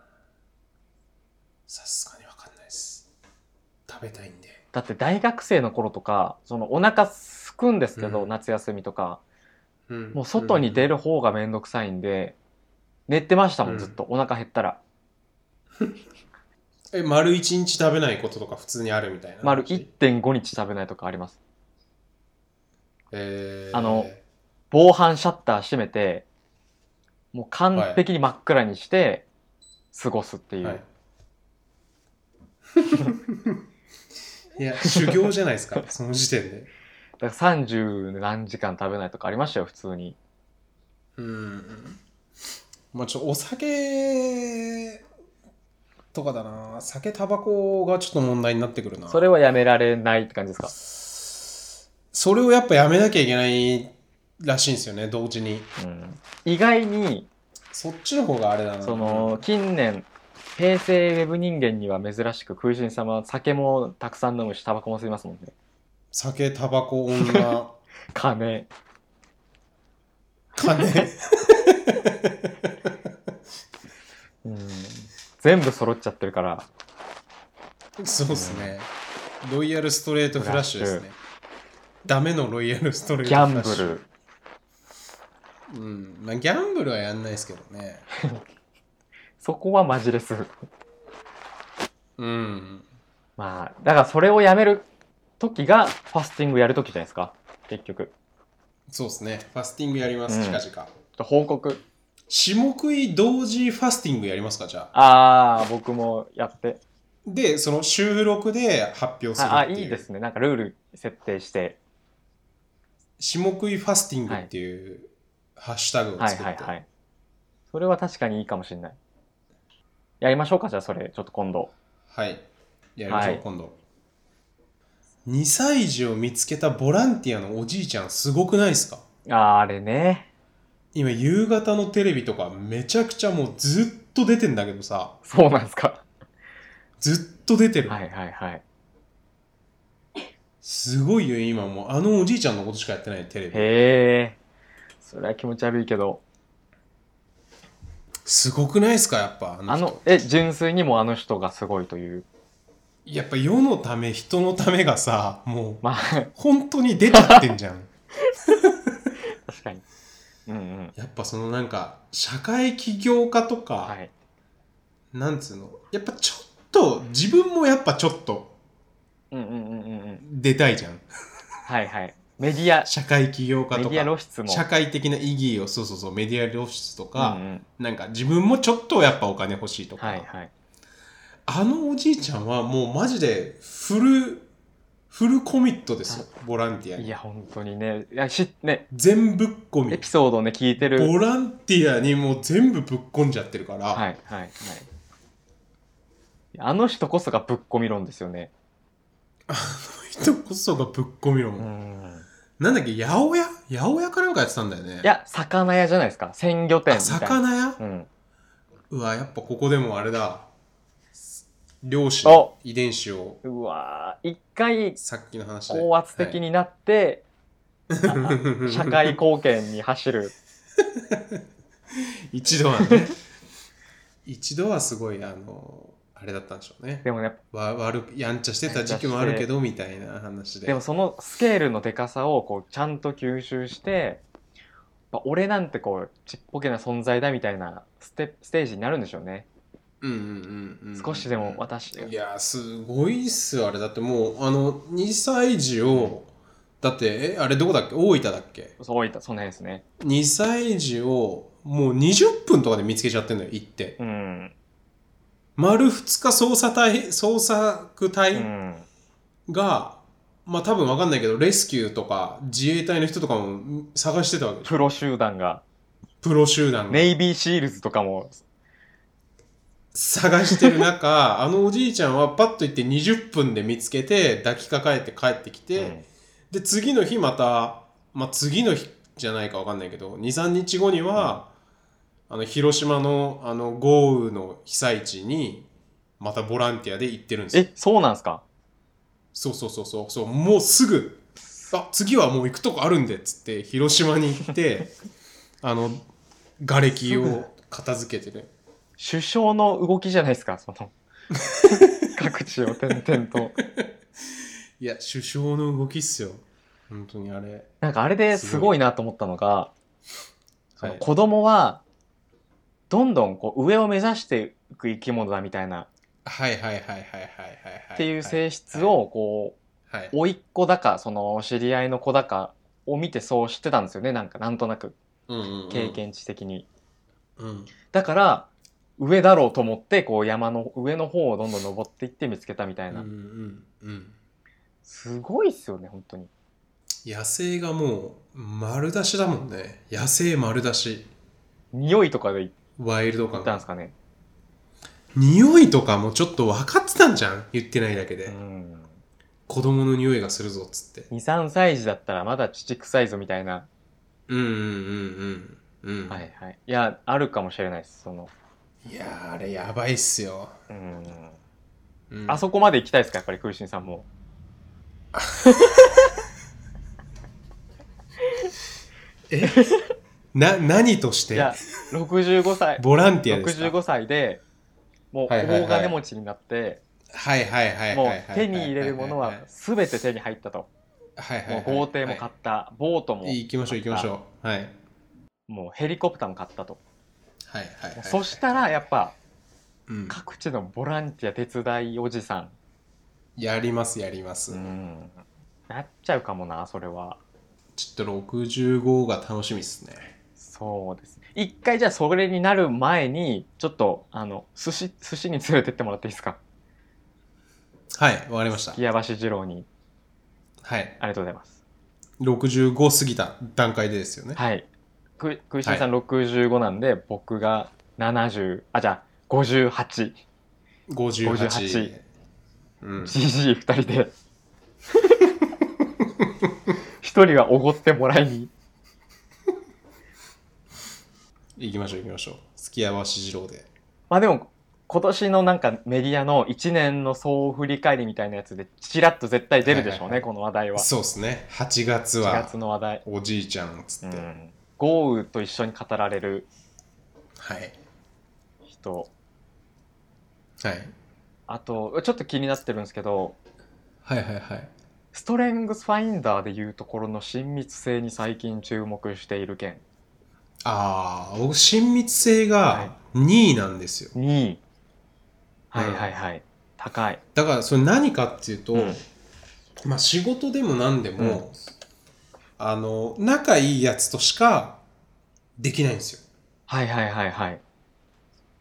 B: さすがにわかんないです。食べたいんで。
A: だって大学生の頃とかそのお腹すくんですけど、
B: うん
A: 夏休みとか
B: うん
A: もう外に出る方がめんどくさいんで、寝てましたも
B: うん
A: んずっと、お腹減ったら
B: え、丸一日食べないこととか普通にあるみたいな。
A: 丸。1.5日食べないとかあります
B: えー、
A: あの、防犯シャッター閉めてもう完璧に真っ暗にして過ごすっていう、
B: はい。 いや、修行じゃないですか、 その時点で。
A: だから30何時間食べないとかありましたよ普通に
B: うん。まあちょっとお酒とかだな。酒、タバコがちょっと問題になってくるな。
A: それはやめられないって感じですか
B: それをやっぱやめなきゃいけないらしいんですよね、同時に。
A: うん意外に
B: そっちの方があれだな。
A: その近年平成ウェブ人間には珍しく空人様は酒もたくさん飲むしタバコも吸いますもんね
B: 酒、タバコ、女、
A: 金
B: 金。
A: うん全部揃っちゃってるから
B: そうですね。ロイヤルストレートフラッシュですね。ダメのロイヤルストレー
A: ギ
B: ト
A: ャ
B: フ
A: ン
B: ラッシュ。
A: ブ
B: ル。うん。まあ、ギャンブルはやんないですけどね。
A: ルそこはマジです
B: うん。
A: まあ、だからそれをやめる時がファスティングやる時じゃないですか。結局。
B: そうですね。ファスティングやります、
A: うん
B: 近々。
A: 報告。
B: 下食い同時ファスティングやりますか、じゃあ。
A: ああ、僕もやって。
B: で、その収録で発表する
A: ああ、
B: っていう。
A: いいですね。なんかルール設定して。
B: 下食いファスティングっていうハッシュタグを
A: はい
B: 作って。
A: はいはい。それは確かにいいかもしれない。やりましょうか、じゃあそれ、ちょっと今度。
B: はい。やりましょう、
A: はい
B: 今度。2歳児を見つけたボランティアのおじいちゃん、すごくないですか
A: ああ、あれね。
B: 今、夕方のテレビとか、めちゃくちゃもうずっと出てんだけどさ、
A: そうなんですか。
B: ずっと出てる。
A: はいはいはい。
B: すごいよ、今もう、あのおじいちゃんのことしかやってない、テレビ。
A: へえ。それは気持ち悪いけど。
B: すごくないですか、やっぱ、あの
A: あ
B: 人
A: の、え、純粋にもあの人がすごいという。
B: やっぱ世のため、人のためがさ、もう、
A: まあ、
B: 本当に出ちゃってんじゃん。
A: 確かに。うんうん。
B: やっぱそのなんか、社会起業家とか、
A: はい。
B: なんつうの、やっぱちょっと、自分もやっぱちょっと
A: うんうんうんうんうん。
B: 出たいじゃん。
A: はいはい。メディア、
B: 社会起業家
A: メ
B: と
A: ディア
B: か、
A: 露出も。
B: 社会的な意義を、そうそうそう、メディア露出とか、
A: うんうん
B: なんか自分もちょっとやっぱお金欲しいとか、
A: はいはい。
B: あのおじいちゃんはもうマジでフル、フルコミットですよ、ボランティア
A: い
B: に。
A: や、本当にね、いやしね
B: 全ぶっ込
A: エ
B: み
A: ピ。ソードをね、聞いてる。
B: ボランティアにもう全部ぶっ込んじゃってるから、
A: はいはいはい。あの人こそがぶっこみ論ですよね。
B: 人こそがぶっ込みろ、
A: うん。
B: なんだっけ八百屋八百屋かなんかやってたんだよね
A: いや、魚屋じゃないですか。鮮魚店
B: あ
A: みたいな。
B: 魚屋
A: うん。
B: うわやっぱここでもあれだ漁師
A: お
B: の遺伝子を
A: うわー一回
B: さっきの話で
A: 高圧的になって、
B: はい
A: 社会貢献に走 る。
B: 一度はね 一度はすごいあのあれだったんでしょうね
A: でもね、
B: わ悪くやんちゃしてた時期もあるけどみたいな話で
A: でもそのスケールのでかさをこうちゃんと吸収して、まあ俺なんてこうちっぽけな存在だみたいなステステージになるんでしょうね。
B: うんうんうんうん
A: 少しでも私が
B: いやーすごいっすよあれだってもうあの2歳児をだって、え、あれどこだっけ大分だっけ
A: そういった、その辺ですね。
B: ?2 歳児をもう20分とかで見つけちゃってんのよ、行って。
A: うん。
B: 丸2日捜査隊、捜索
A: う
B: 隊
A: ん。
B: が、まあ多分わかんないけど、レスキューとか自衛隊の人とかも探してたわけでしょ
A: プロ集団が、
B: プロ集団が。
A: ネイビーシールズとかも、
B: 探してる中、 あのおじいちゃんはパッと行って20分で見つけて、抱きかかえて帰ってきて、
A: うん
B: で、次の日また、まあ、次の日じゃないかわかんないけど、2、3日後には、あの、広島の、あの、豪雨の被災地に、またボランティアで行ってるんですよ。
A: え、そうなんすか
B: そうそうそうそう、そう、もうすぐ、あ、次はもう行くとこあるんで、っつって、広島に 行って、あの、瓦礫を片付けてね。
A: 首相の動きじゃないですか、そ の。各地を転々と。
B: いや、首相の動きっすよ。本当にあれ。
A: なんかあれですごいなと思ったのが、そ
B: は
A: の
B: い。
A: 子供は、どんどんこう上を目指していく生き物だみたいな、
B: はいはいはいはいはいはいはい。
A: っていう性質を、こ
B: はい。はい。
A: う、甥っ子だか、その知り合いの子だかを見てそう知ってたんですよね、なんか、なんとなく、
B: うんうんうん
A: 経。験値的に。
B: うん。
A: だから、上だろうと思って、こう山の上の方をどんどん登っていって見つけたみたいな。
B: うんうんうん
A: すごいっすよね、本当に。
B: 野生がもう丸出しだもんね野生丸出し
A: 匂いとかで行
B: ワイルド感
A: ったんですかね。
B: 匂いとかもちょっと分かってたんじゃん言ってないだけで、
A: うん。
B: 子供の匂いがするぞっつって
A: 2、3歳児だったらまだ乳臭いぞみたいな。
B: うんうんうんうんうん、
A: はいはい。いや、あるかもしれないです、その。
B: いやーあれやばいっすよ、
A: うん。
B: うん
A: あそこまで行きたいですか、やっぱり空心さんも。
B: な何とし
A: い
B: て
A: や、65歳、
B: ボランティアですか
A: 65歳で、もう
B: はいはいはい
A: 大金持ちになって、
B: はいはいはいはい
A: も
B: はいう
A: 手に入れるもの
B: はい
A: は全て手に入ったと。
B: はいはい
A: もう豪邸も買
B: は
A: った、ボートも
B: い、行きましょう行きましょうはいはい
A: もうヘリコプターも買ったと。
B: はいはいはい
A: そしたらやっぱ
B: うん
A: 各地のボランティア手伝いおじさ
B: やりますやります、
A: ん、うん、なっちゃうかもなそれは
B: ちょっと65が楽しみっすね
A: そうです一回じゃあそれになる前にちょっとあの寿司寿司に連れてってもらっていいですか
B: はい、わかりました。
A: 木屋橋二郎に
B: はい。
A: ありがとうございます
B: 65過ぎた段階でですよね。
A: はいく食いしんさん65なんで、僕が70あじゃあ5858
B: 58。うん。
A: じじい2人で 一人はおごってもらいに
B: 行きましょう行きましょう。すき家はしじろうで。
A: まあでも今年のなんかメディアの1年の総振り返りみたいなやつでちらっと絶対出るでしょうね、
B: はいはいはい
A: この話題は
B: そうですね。8月
A: 4
B: は
A: 月の話題、
B: おじいちゃんっつ
A: う
B: って。
A: ん、豪雨と一緒に語られる
B: はい。
A: 人
B: はい。
A: あとちょっと気になってるんですけど
B: はいはいはい。
A: ストレングスファインダーでいうところの親密性に最近注目している件
B: あー、僕、親密性
A: は
B: が2位なんですよ。
A: 2位はいはいはい、高い
B: だから、それ何かっていうと、
A: うん
B: まあ、仕事でも何で
A: うん
B: も、あの、仲いいやつとしかできないんですよ。
A: はいはいはいはい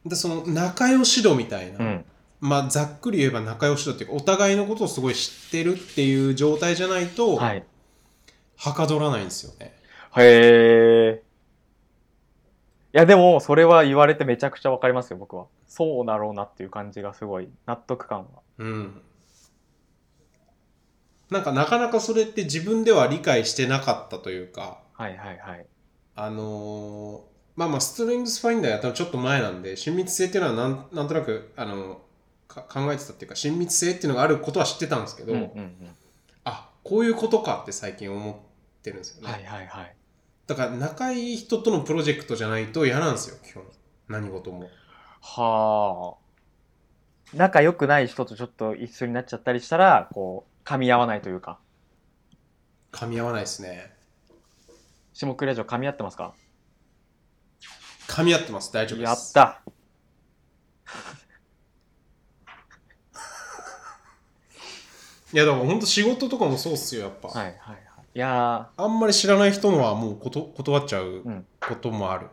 B: で、その、仲良し度みたいな。
A: うん
B: まあ、ざっくり言えば仲良しだっていうかお互いのことをすごい知ってるっていう状態じゃないと、
A: はいへ
B: はかどらないんですよね。
A: えいやでもそれは言われてめちゃくちゃわかりますよ僕はそうだろうなっていう感じがすごい納得感は
B: うん。なんかなかなかそれって自分では理解してなかったというか、
A: はいはいはい
B: あのーまあまあ、ストレングスファインダーやったのちょっと前なんで、親密性っていうのはなんなんとなく、あのか考えてたっていうか、親密性っていうのがあることは知ってたんですけど、
A: うんうん
B: あ、こういうことかって最近思ってるんですよ
A: うん
B: ね。
A: はいはいはい
B: だから仲いい人とのプロジェクトじゃないと嫌なんですよ基本何事も
A: はあ仲良くない人とちょっと一緒になっちゃったりしたらこう噛み合わないというか
B: 噛み合わないですね
A: 下倉城噛み合ってますか
B: 噛み合ってます大丈夫です
A: やった
B: いやだから本当仕事とかもそうっすよやっぱ、
A: はいはいはいいや
B: あんまり知らない人のはもうこと断っちゃう
A: うん
B: こともある、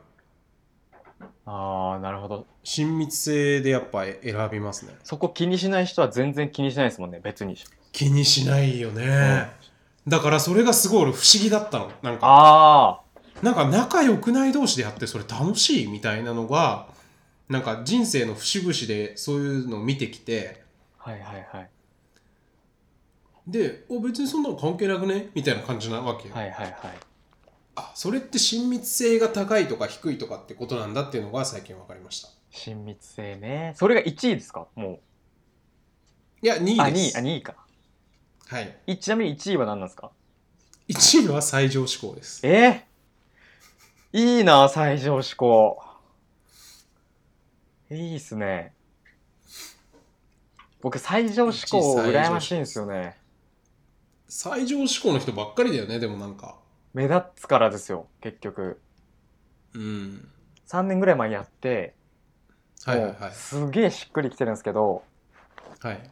A: ー、あー、なるほど。
B: 親密性でやっぱ選びますね
A: そこ気にしない人は全然気にしないですもんね、別に。
B: 気にしないよね、だからそれがすごい俺不思議だったのなんか
A: あ
B: なんか仲良くない同士でやってそれ楽しいみたいなのがなんか人生の節々でそういうのを見てきて
A: あ、はいはいはい。
B: でお別にそんなの関係なくねみたいな感じなわけよ、
A: はいはいはい。
B: あそれって親密性が高いとか低いとかってことなんだっていうのが最近分かりました
A: 親密性ね。それが1位ですかも
B: いや2
A: う。あ、
B: 位で
A: 2位、
B: す
A: あ、2位か。
B: はい、
A: いちなみに1位は何なんですか
B: 1位は最上志向です
A: えー、いいな、最上志向。いいっすね。僕、最上志向
B: 一位最上志
A: 羨
B: 向
A: ましいんですよね。
B: 最上志向の人ばっかりだよねでもなんか
A: 目立つからですよ、結局。
B: うん
A: 3年ぐらい前にやって、
B: はいはい
A: も
B: は
A: う
B: い
A: すげえしっくりきてるんですけど、
B: はいへ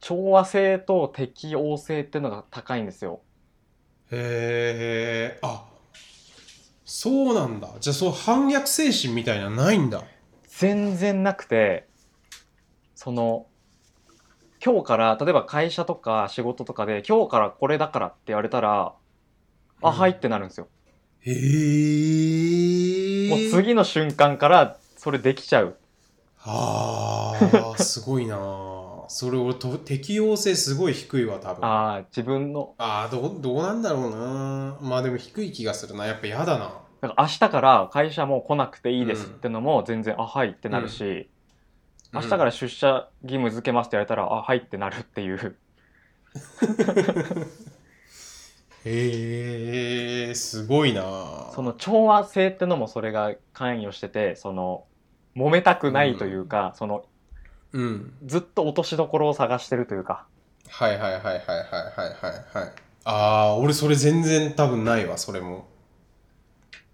A: 調和性と適応性っていうのが高いんですよ。
B: えあそうなんだじゃあそう反逆精神みたいなのないんだ
A: 全然なくてその今日から例えば会社とか仕事とかで今日からこれだからって言われたら、あ
B: うん
A: はいってなるんですよ
B: へえ
A: もう次の瞬間からそれできちゃう
B: あーすごいなーそれ俺と適応性すごい低いわ多分あ
A: ああ自分の
B: あーどうどうなんだろうなまあでも低い気がするなやっぱ嫌だな
A: なんか明日から会社もう来なくていいですってのも全然、あはいってなるし、明日か
B: うん
A: ら出社義務付けますって言われたら、あはいってなるっていう
B: へえすごいな
A: その調和性ってのもそれが関与しててその揉めたくないというか、その
B: うん
A: ずっと落としどころを探してるというか
B: はいはいはいはいはいはいはいはいああー俺それ全然多分ないわそれも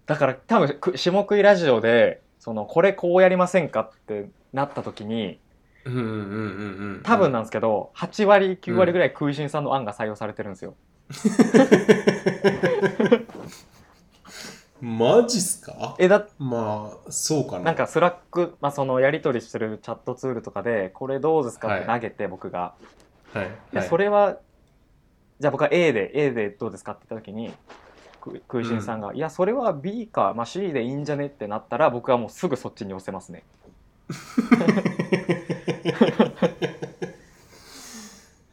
A: だから多分く下食いラジオでそのこれこうやりませんかってなった時に
B: うんうんうんうんうん
A: 多分なんですけど、8割9割ぐらい空心さんの案が採用されてるんですよ、
B: マジっすか
A: えだ
B: まあそうかな
A: なんかスラック、まあ、そのやり取りしてるチャットツールとかでこれどうですかって投げて僕が、
B: はい
A: で
B: はい
A: それはじゃあ僕は A で A でどうですかって言った時にく空心さんが、いやそれは B か、まあ、C でいいんじゃねってなったら僕はもうすぐそっちに寄せますね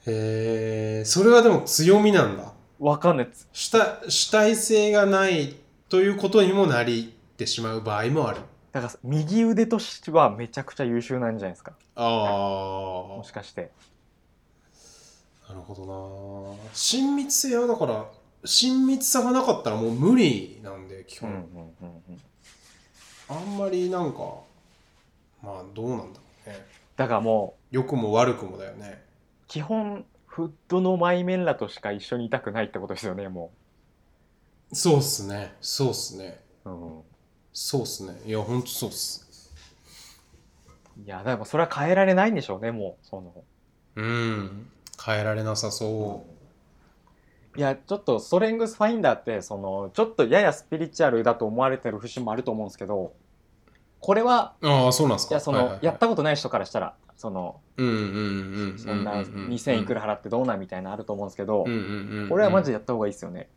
B: へえそれはでも強みなんだ
A: わかんないつ
B: 主体主体性がないということにもなりってしまう場合もある
A: だから右腕としてはめちゃくちゃ優秀なんじゃないですか
B: あ
A: もしかして
B: あなるほどな親密性はだから親密さがなかったらもう無理なんで基
A: うん
B: 本、
A: うんうんうん
B: あんまりなんかまあどうなんだろうね
A: だからも
B: 良くも悪くもだよね
A: う基本フットのマイメンらとしか一緒にいたくないってことですよねも
B: そうっすねそうっすね
A: う、うん
B: そうっすねいやほんとそうっす
A: いやでもそれは変えられないんでしょうねもうその
B: うん変えられなさそ
A: いやちょっとストレングスファインダーってそのちょっとややスピリチュアルだと思われてる節もあると思うんですけどこれは
B: うああそうなんす
A: い
B: か
A: やその、
B: はいはいはい
A: やったことない人からしたらその
B: うんうんううん
A: そんな2,000いくら払ってどうなんみたいなのあると思うんですけど、
B: うんうんうんうん
A: これはマジでやった方がいいですよね、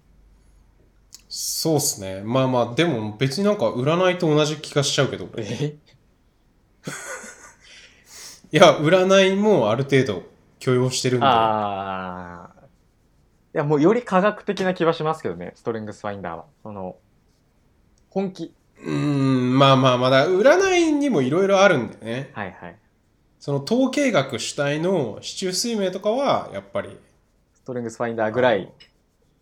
B: そうっすねまあまあでも別になんか占いと同じ気がしちゃうけど俺い
A: え
B: や占いもある程度許容してるんであ
A: ああ。いや、もうより科学的な気はしますけどね、ストレングスファインダーは。その、本気。
B: うんまあまあまだ占いにもいろいろあるんでね
A: はいはい。
B: その統計学主体の市中水明とかはやっぱり
A: ストレングスファインダーぐらい、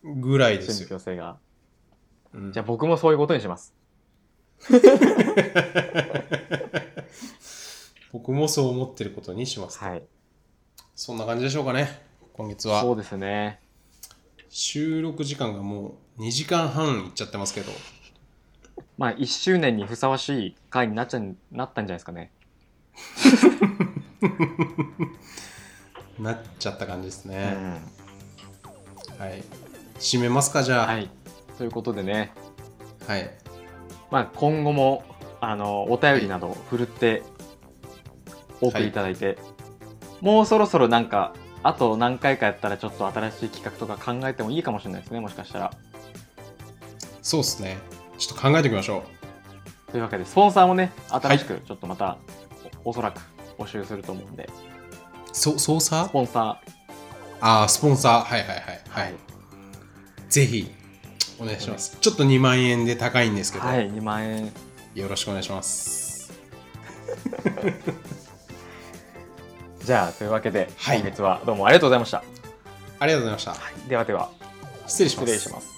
B: ぐらいです
A: 信
B: よ、
A: 憑性が。
B: うん
A: じゃあ僕もそういうことにします。
B: 僕もそう思ってることにします、
A: はい。
B: そんな感じでしょうかね今月
A: そ
B: は
A: うですね。
B: 収録時間がもう2時間半いっちゃってますけど
A: まあ、1周年にふさわしい回になっちゃんなったんじゃないですかね。
B: なっちゃった感じですね、
A: うん
B: はい。締めますか、じゃあ。
A: はい。ということでね、
B: はい。
A: まあ、今後もあのお便りなどふるってお送りいただいて、もうそろそろなんかあと何回かやったらちょっと新しい企画とか考えてもいいかもしれないですねもしかしたら。
B: そうですね。ちょっと考えておきましょ
A: というわけでスポンサーもね新しくちょっとまた、おおそらく募集すると思うんで
B: う。そ操
A: ス
B: 作
A: ポンサ
B: ああ、スポンサー。はいはい
A: ー
B: はい。はい、ぜひ、お願いします。ちょっと2万円で高いんですけど、
A: はい2万円
B: よろしくお願いします。
A: じゃあというわけで、
B: はい
A: 今月はどうもありがとうございました。
B: ありがとうございました。
A: ではでは
B: 失礼しま
A: 失
B: す。
A: 礼します。